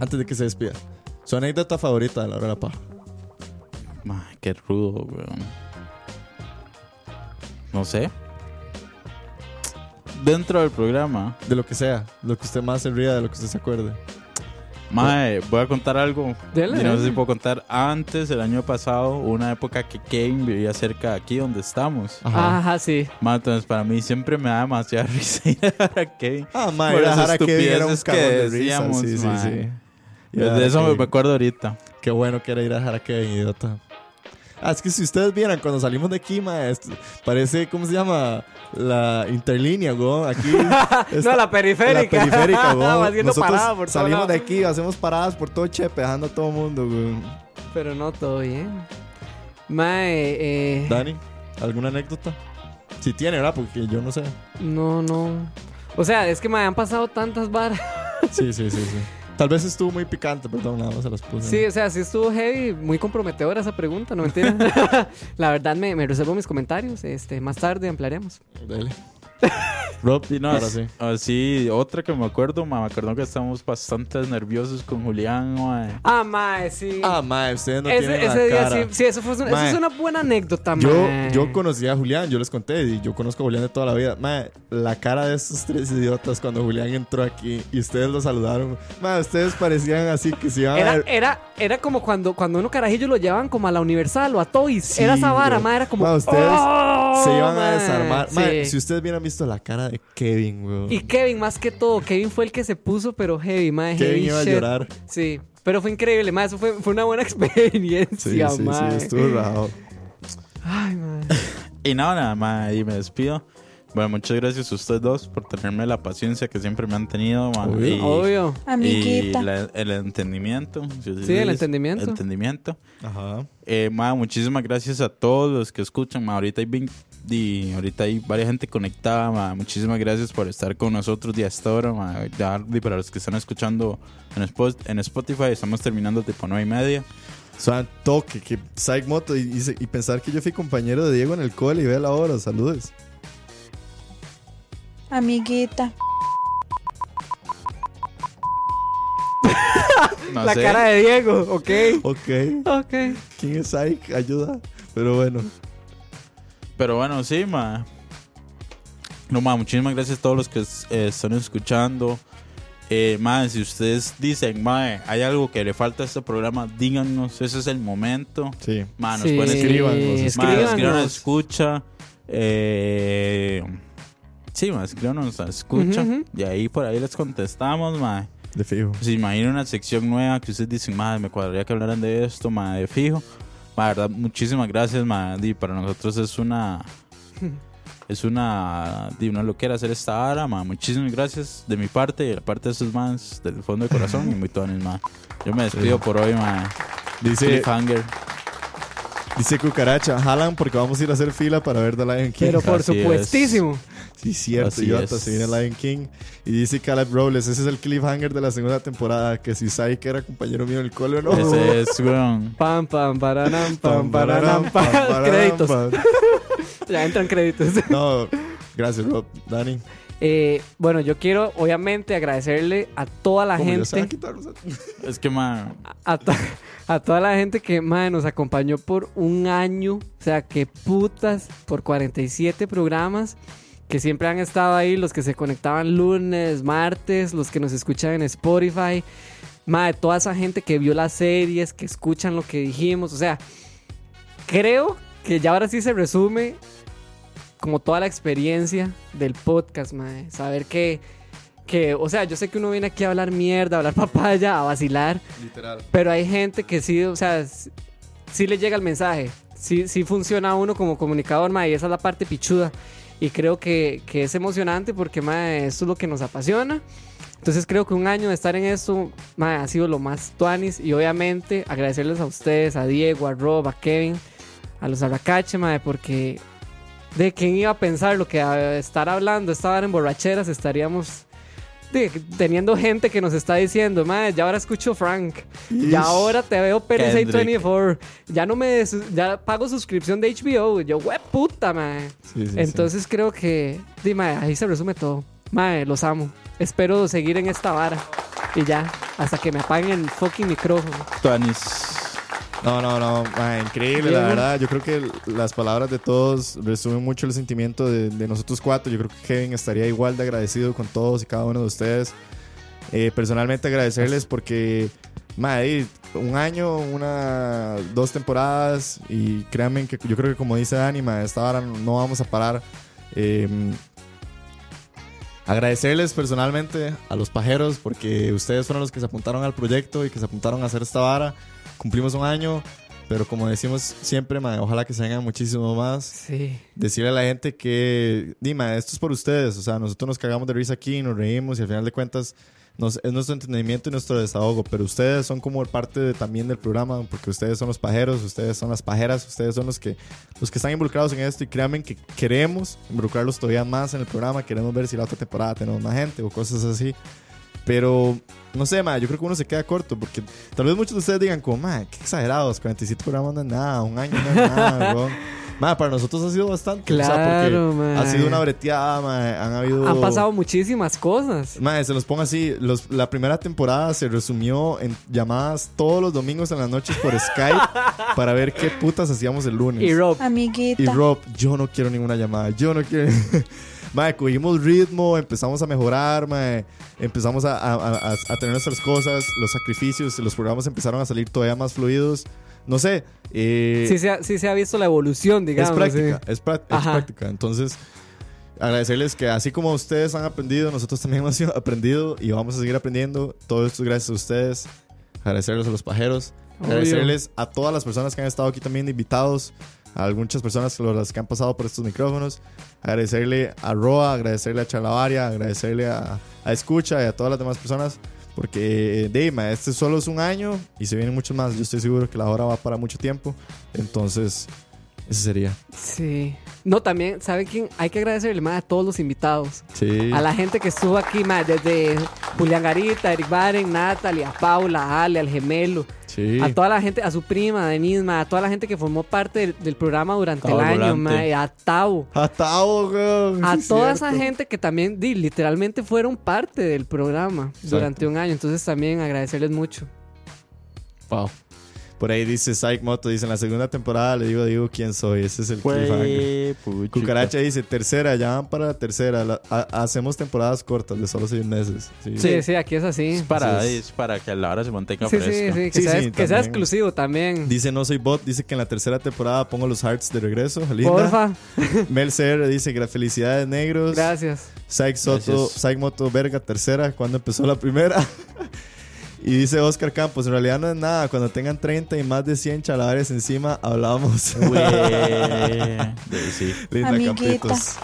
Speaker 5: antes de que se despida. Su anécdota favorita de la hora de la paja.
Speaker 6: Mae, qué rudo, weón. No sé. Dentro del programa,
Speaker 5: De lo que sea, lo que usted más se ría, de lo que usted se acuerde.
Speaker 6: Mae, voy a contar algo.
Speaker 7: Dele,
Speaker 6: Y no sé
Speaker 7: dele.
Speaker 6: si puedo contar. Antes, el año pasado, hubo una época que Kevin vivía cerca de aquí donde estamos.
Speaker 7: Ajá, sí.
Speaker 6: Mae, entonces para mí siempre me da demasiada risa ir a ver a Kevin.
Speaker 5: Ah, mae,
Speaker 6: Por
Speaker 5: era
Speaker 6: las
Speaker 5: Jara Kevin, era un
Speaker 6: estupideces que
Speaker 5: cagón de risa.
Speaker 6: decíamos,
Speaker 5: Sí, sí,
Speaker 6: mae.
Speaker 5: sí.
Speaker 6: Pues
Speaker 5: Era
Speaker 6: de eso me-
Speaker 5: Kevin.
Speaker 6: me acuerdo ahorita.
Speaker 5: Qué bueno que era ir a Jara Kevin, idiota. Ah, es que si ustedes vieran, cuando salimos de aquí, mae, esto- parece, ¿cómo se llama? La interlínea, weón. Aquí.
Speaker 7: No, la
Speaker 5: La
Speaker 7: periférica.
Speaker 5: periférica,
Speaker 7: Estamos
Speaker 5: weón.
Speaker 7: haciendo
Speaker 5: Nosotros
Speaker 7: parada por todo
Speaker 5: salimos
Speaker 7: lado.
Speaker 5: de aquí, hacemos paradas por todo Chepe, dejando a todo mundo, weón.
Speaker 7: Pero no todo bien. Mae, eh,
Speaker 5: Dani, ¿alguna anécdota? Si tiene, ¿verdad? Porque yo no sé.
Speaker 7: no, no. O sea, es que me han pasado tantas varas.
Speaker 5: Sí, sí, sí, sí. Tal vez estuvo muy picante, perdón, nada más se las puse.
Speaker 7: Sí, o sea, sí estuvo heavy, muy comprometedora esa pregunta, no mentira. La verdad me, me reservo mis comentarios, este, más tarde ampliaremos.
Speaker 5: Dale. Rob,
Speaker 6: Sí, no,
Speaker 5: ahora
Speaker 6: as-
Speaker 5: sí.
Speaker 6: así, ah, otra que me acuerdo, ma, me acuerdo que estamos bastante nerviosos con Julián, mae.
Speaker 7: Ah, mae, sí.
Speaker 5: Ah, mae, ustedes no tienen
Speaker 7: ese
Speaker 5: la
Speaker 7: ese día
Speaker 5: cara.
Speaker 7: sí, sí, eso fue una, eso
Speaker 5: Mae.
Speaker 7: es una buena anécdota,
Speaker 5: Yo,
Speaker 7: mae.
Speaker 5: yo conocí a Julián, yo les conté, y yo conozco a Julián de toda la vida. Mae, la cara de esos tres idiotas cuando Julián entró aquí y ustedes lo saludaron. Mae, ustedes parecían así que se iban a
Speaker 7: Era,
Speaker 5: ver.
Speaker 7: era, era como cuando, cuando uno carajillo lo llevaban como a la Universal o a Toys.
Speaker 5: Sí,
Speaker 7: era esa vara,
Speaker 5: güey.
Speaker 7: mae, era como.
Speaker 5: Mae, ustedes
Speaker 7: "Oh,
Speaker 5: se iban a
Speaker 7: mae".
Speaker 5: desarmar. Mae,
Speaker 7: Sí.
Speaker 5: si ustedes hubieran visto la cara de Kevin, weón.
Speaker 7: Y Kevin, más que todo, Kevin fue el que se puso, pero heavy, mae.
Speaker 5: Kevin
Speaker 7: heavy
Speaker 5: iba a
Speaker 7: shit.
Speaker 5: llorar.
Speaker 7: Sí, pero fue increíble, mae. Eso fue, fue una buena experiencia, mae.
Speaker 5: estuvo rajado.
Speaker 7: Ay, mae.
Speaker 6: Y nada, nada, mae, y me despido. Bueno, muchas gracias a ustedes dos por tenerme la paciencia que siempre me han tenido, ma,
Speaker 5: Obvio.
Speaker 6: y-
Speaker 7: Obvio.
Speaker 8: Amiguita.
Speaker 6: Y la- el entendimiento. si así
Speaker 7: Sí,
Speaker 6: se
Speaker 7: el
Speaker 6: dice,
Speaker 7: entendimiento.
Speaker 6: entendimiento.
Speaker 5: Ajá.
Speaker 6: Eh, ma, muchísimas gracias a todos los que escuchan. ma. ahorita, hay vin- di- ahorita hay varias gente conectada. ma. Muchísimas gracias por estar con nosotros de hasta ahora. ma. Ya, di, para los que están escuchando en, Spot- en Spotify, estamos terminando tipo nueve y media.
Speaker 5: O sea, toque, que Psych Moto y, y se- y pensar que yo fui compañero de Diego en el cole y ve la hora, saludes.
Speaker 8: Amiguita.
Speaker 6: No
Speaker 7: la
Speaker 6: sé.
Speaker 7: cara de Diego, ok.
Speaker 5: Ok,
Speaker 7: Ok.
Speaker 5: ¿quién es Psych? Ayuda. Pero bueno,
Speaker 6: Pero bueno, sí, ma. No, ma, muchísimas gracias a todos los que es- eh, están escuchando. Eh, ma, si ustedes dicen, ma, eh, hay algo que le falta a este programa, díganos, ese es el momento.
Speaker 5: sí.
Speaker 6: Ma, nos
Speaker 7: Sí,
Speaker 6: pueden escribir.
Speaker 5: escríbanos,
Speaker 6: Ma,
Speaker 7: escríbanos.
Speaker 6: escriban a escucha. Eh, sí, ma, escríbanos a escucha.
Speaker 7: Ujú, ujú.
Speaker 6: Y ahí por ahí les contestamos, ma.
Speaker 5: De fijo.
Speaker 6: Se imagina una sección nueva que ustedes dicen, madre, me cuadraría que hablaran de esto, madre, de fijo. Ma, verdad, muchísimas gracias, madre. Di, Para nosotros es una. Es una. Di, una loquera hacer esta hora, madre. Muchísimas gracias de mi parte y de la parte de sus más del fondo de corazón y muy tonis, madre. Yo me despido por hoy, madre.
Speaker 5: Dice,
Speaker 6: Cliffhanger.
Speaker 5: Dice cucaracha, jalan porque vamos a ir a hacer fila para ver The Lion King.
Speaker 7: Pero por Así es. supuestísimo.
Speaker 5: Sí, cierto,
Speaker 12: Así
Speaker 5: idiota,
Speaker 12: es.
Speaker 5: se viene Lion King. Y dice Caleb Robles, ese es el cliffhanger de la segunda temporada, que si sabe que era compañero mío en el cole,
Speaker 7: Oh.
Speaker 5: ¿no?
Speaker 6: Ese es, weón.
Speaker 7: Pam, pam, paranam, pam, paranam, pam. Créditos. ya entran créditos.
Speaker 5: No, gracias, Rob. Dani.
Speaker 7: Eh, bueno, yo quiero obviamente agradecerle a toda la
Speaker 6: ¿Cómo le vas a
Speaker 7: gente.
Speaker 6: Es que, man.
Speaker 7: a, to- a toda la gente que madre, nos acompañó por un año. O sea, que putas, por 47 programas que siempre han estado ahí, los que se conectaban lunes, martes, los que nos escuchan en Spotify. Madre, toda esa gente que vio las series, que escuchan lo que dijimos. O sea, creo que ya ahora sí se resume como toda la experiencia del podcast, mae. Saber que, que, o sea, yo sé que uno viene aquí a hablar mierda, a hablar papaya, a vacilar.
Speaker 5: Literal.
Speaker 7: Pero hay gente que sí, o sea, s- sí le llega el mensaje. Sí, sí funciona a uno como comunicador, mae, y esa es la parte pichuda. Y creo que, que es emocionante porque, mae, esto es lo que nos apasiona. Entonces creo que un año de estar en esto mae, ha sido lo más tuanis. Y obviamente agradecerles a ustedes, a Diego, a Rob, a Kevin, a los Arracache, mae, porque de quién iba a pensar lo que eh, estar hablando, estar en borracheras, estaríamos de- teniendo gente que nos está diciendo, madre, ya ahora escucho Frank,
Speaker 5: Ish.
Speaker 7: ya ahora te veo Pérez
Speaker 5: Kendrick.
Speaker 7: 24 ya no me, des- ya pago suscripción de HBO, yo, wey, puta, madre.
Speaker 5: Sí, sí, sí.
Speaker 7: Entonces creo que, di, mae, ahí se resume todo. Madre, los amo. Espero seguir en esta vara. Y ya, hasta que me apaguen el fucking micrófono.
Speaker 6: Tuanis.
Speaker 5: No, no, no, ma, increíble, la
Speaker 7: Diego.
Speaker 5: verdad. Yo creo que las palabras de todos resumen mucho el sentimiento de, de nosotros cuatro. Yo creo que Kevin estaría igual de agradecido con todos y cada uno de ustedes. Eh, personalmente agradecerles porque, madre, un año, una, dos temporadas y créanme que yo creo que como dice Dani, ma, esta hora no vamos a parar. Eh, Agradecerles personalmente a los pajeros porque ustedes fueron los que se apuntaron al proyecto y que se apuntaron a hacer esta vara. Cumplimos un año, pero como decimos siempre, mae, ojalá que se hagan muchísimo más.
Speaker 7: Sí.
Speaker 5: Decirle a la gente que, Dima, esto es por ustedes. O sea, nosotros nos cagamos de risa aquí, nos reímos y al final de cuentas nos- es nuestro entendimiento y nuestro desahogo. Pero ustedes son como parte de- también del programa porque ustedes son los pajeros, ustedes son las pajeras, ustedes son los que, los que están involucrados en esto y créanme que queremos involucrarlos todavía más en el programa. Queremos ver si la otra temporada tenemos más gente o cosas así. Pero no sé, ma, yo creo que uno se queda corto porque tal vez muchos de ustedes digan como, ma, qué exagerados, 47 programas no es nada, un año no es nada, weón". Ma, para nosotros ha sido bastante. o sea, porque
Speaker 7: Claro, ma.
Speaker 5: Ha sido una breteada, ma, han habido...
Speaker 7: Han pasado muchísimas cosas.
Speaker 5: Ma, se los pongo así, los- la primera temporada se resumió en llamadas todos los domingos en las noches por Skype para ver qué putas hacíamos el lunes.
Speaker 7: Y Rob.
Speaker 8: Amiguita.
Speaker 5: Y Rob, yo no quiero ninguna llamada. Yo no quiero. Mae, cogimos ritmo, empezamos a mejorar, mae, empezamos a, a- a- a- a tener nuestras cosas, los sacrificios, los programas empezaron a salir todavía más fluidos. No sé. eh,
Speaker 7: Sí se, ha, sí se ha visto la evolución, digamos.
Speaker 5: es práctica,
Speaker 7: sí.
Speaker 5: es, prá- es
Speaker 7: Ajá.
Speaker 5: práctica. Entonces, agradecerles que así como ustedes han aprendido, nosotros también hemos aprendido y vamos a seguir aprendiendo. Todo esto es gracias a ustedes. Agradecerles a los pajeros.
Speaker 12: Obvio.
Speaker 5: Agradecerles a todas las personas que han estado aquí también invitados. A muchas personas que, las que han pasado por estos micrófonos. Agradecerle a Roa, agradecerle a Charlavaria, agradecerle a, a Escucha y a todas las demás personas. Porque, Dima, este solo es un año y se vienen muchos más. Yo estoy seguro que la hora va para mucho tiempo. Entonces, ese sería.
Speaker 7: Sí. No, también, ¿saben quién? Hay que agradecerle más a todos los invitados.
Speaker 5: Sí.
Speaker 7: A la gente que estuvo aquí, más desde Julián Garita, Eric Baren, Natalia, a Paula, a Ale, al gemelo.
Speaker 5: Sí.
Speaker 7: A toda la gente, a su prima, a Denise, ma, a toda la gente que formó parte del, del programa durante
Speaker 5: Tavo
Speaker 7: el
Speaker 5: el
Speaker 7: año,
Speaker 5: volante.
Speaker 7: ma, a Tavo.
Speaker 5: A Tavo, weón.
Speaker 7: A
Speaker 5: sí es
Speaker 7: toda
Speaker 5: cierto.
Speaker 7: esa gente que también, di, literalmente fueron parte del programa durante un año. Entonces también agradecerles mucho.
Speaker 5: Wow. Por ahí dice Psych Moto, dice en la segunda temporada le digo digo quién soy, ese es el
Speaker 6: Güey,
Speaker 5: cliffhanger.
Speaker 6: puchica.
Speaker 5: Cucaracha dice tercera, ya van para la tercera, la- ha- hacemos temporadas cortas de solo seis meses. Sí,
Speaker 7: Sí, sí, aquí es así.
Speaker 6: Es para, es para que a la hora se mantenga
Speaker 7: Sí, sí,
Speaker 6: fresca.
Speaker 7: sí, que sea- que sea
Speaker 5: también.
Speaker 7: exclusivo también.
Speaker 5: Dice no soy bot, dice que en la tercera temporada pongo los hearts de regreso, linda.
Speaker 7: Porfa.
Speaker 5: Mel CR dice "Gra- felicidades negros.
Speaker 7: Gracias.
Speaker 5: Psych Soto,
Speaker 12: Gracias.
Speaker 5: Psych Moto Verga tercera, cuando empezó la primera. Y dice Oscar Campos, en realidad no es nada, cuando tengan 30 y más de 100 chalabares encima, hablamos.
Speaker 6: Güey. Sí.
Speaker 5: Linda
Speaker 6: Amiguita.
Speaker 5: Campitos.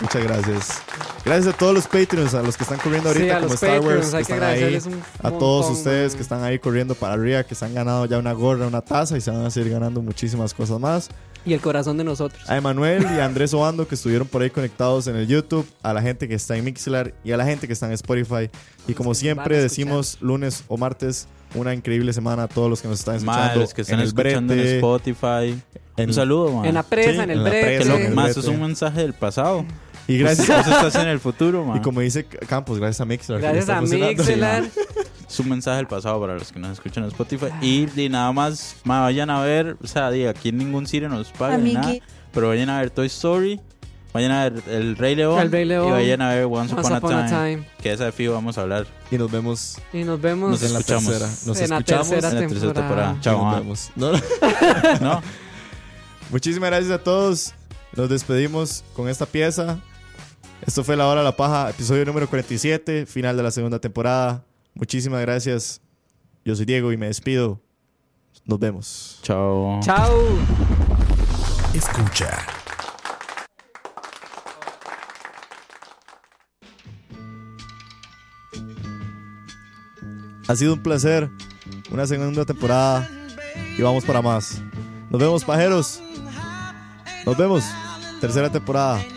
Speaker 5: Muchas gracias. Gracias a todos los Patreons, a los que están corriendo
Speaker 7: Sí,
Speaker 5: ahorita,
Speaker 7: a
Speaker 5: como
Speaker 7: los
Speaker 5: Star Wars,
Speaker 7: Patreons,
Speaker 5: que
Speaker 7: hay que
Speaker 5: están ahí,
Speaker 7: agradecerles un
Speaker 5: a todos
Speaker 7: montón,
Speaker 5: ustedes que están ahí corriendo para arriba, que se han ganado ya una gorra, una taza y se van a seguir ganando muchísimas cosas más.
Speaker 7: Y el corazón de nosotros.
Speaker 5: A Emanuel y a Andrés Obando que estuvieron por ahí conectados en el YouTube, a la gente que está en Mixlar y a la gente que está en Spotify. Y como siempre
Speaker 6: escuchar.
Speaker 5: decimos, lunes o martes, una increíble semana a todos los que nos están escuchando.
Speaker 6: Madre, los que están
Speaker 5: en el
Speaker 6: escuchando en
Speaker 5: brete,
Speaker 6: Spotify.
Speaker 5: en-
Speaker 6: un saludo, man.
Speaker 7: en la presa, en el brete.
Speaker 6: Que lo
Speaker 5: en el
Speaker 6: más
Speaker 5: brete.
Speaker 6: es un mensaje del pasado.
Speaker 5: Y gracias.
Speaker 6: Vos estás en el futuro, man.
Speaker 5: Y como dice Campos, gracias a Mixlar. que le
Speaker 6: Gracias
Speaker 5: está
Speaker 6: a
Speaker 5: funcionando.
Speaker 6: Mixelar. Es un mensaje del pasado para los que nos escuchan en Spotify. Y, y nada más, ma, vayan a ver, o sea, di, aquí ningún cine nos paga ni
Speaker 7: Amigui.
Speaker 6: nada. Pero vayan a ver Toy Story, vayan a ver El Rey León,
Speaker 7: El Rey León.
Speaker 6: y vayan a ver Once,
Speaker 7: Once
Speaker 6: Upon,
Speaker 7: Upon
Speaker 6: a,
Speaker 7: a
Speaker 6: time,
Speaker 7: Time.
Speaker 6: Que esa de fijo vamos a hablar.
Speaker 5: Y nos vemos.
Speaker 7: Y nos vemos
Speaker 6: Nos escuchamos.
Speaker 7: en la tercera
Speaker 6: en la tercera temporada.
Speaker 7: temporada.
Speaker 6: Chao,
Speaker 5: Y nos
Speaker 6: ma.
Speaker 5: vemos. No, no. Muchísimas gracias a todos. Nos despedimos con esta pieza. Esto fue La Hora de la Paja, episodio número 47, final de la segunda temporada. Muchísimas gracias. Yo soy Diego y me despido. Nos vemos.
Speaker 6: Chao.
Speaker 7: Chao.
Speaker 1: Escucha.
Speaker 5: Ha sido un placer. Una segunda temporada y vamos para más. Nos vemos, pajeros. Nos vemos. Tercera temporada.
Speaker 9: Oh,
Speaker 3: oh,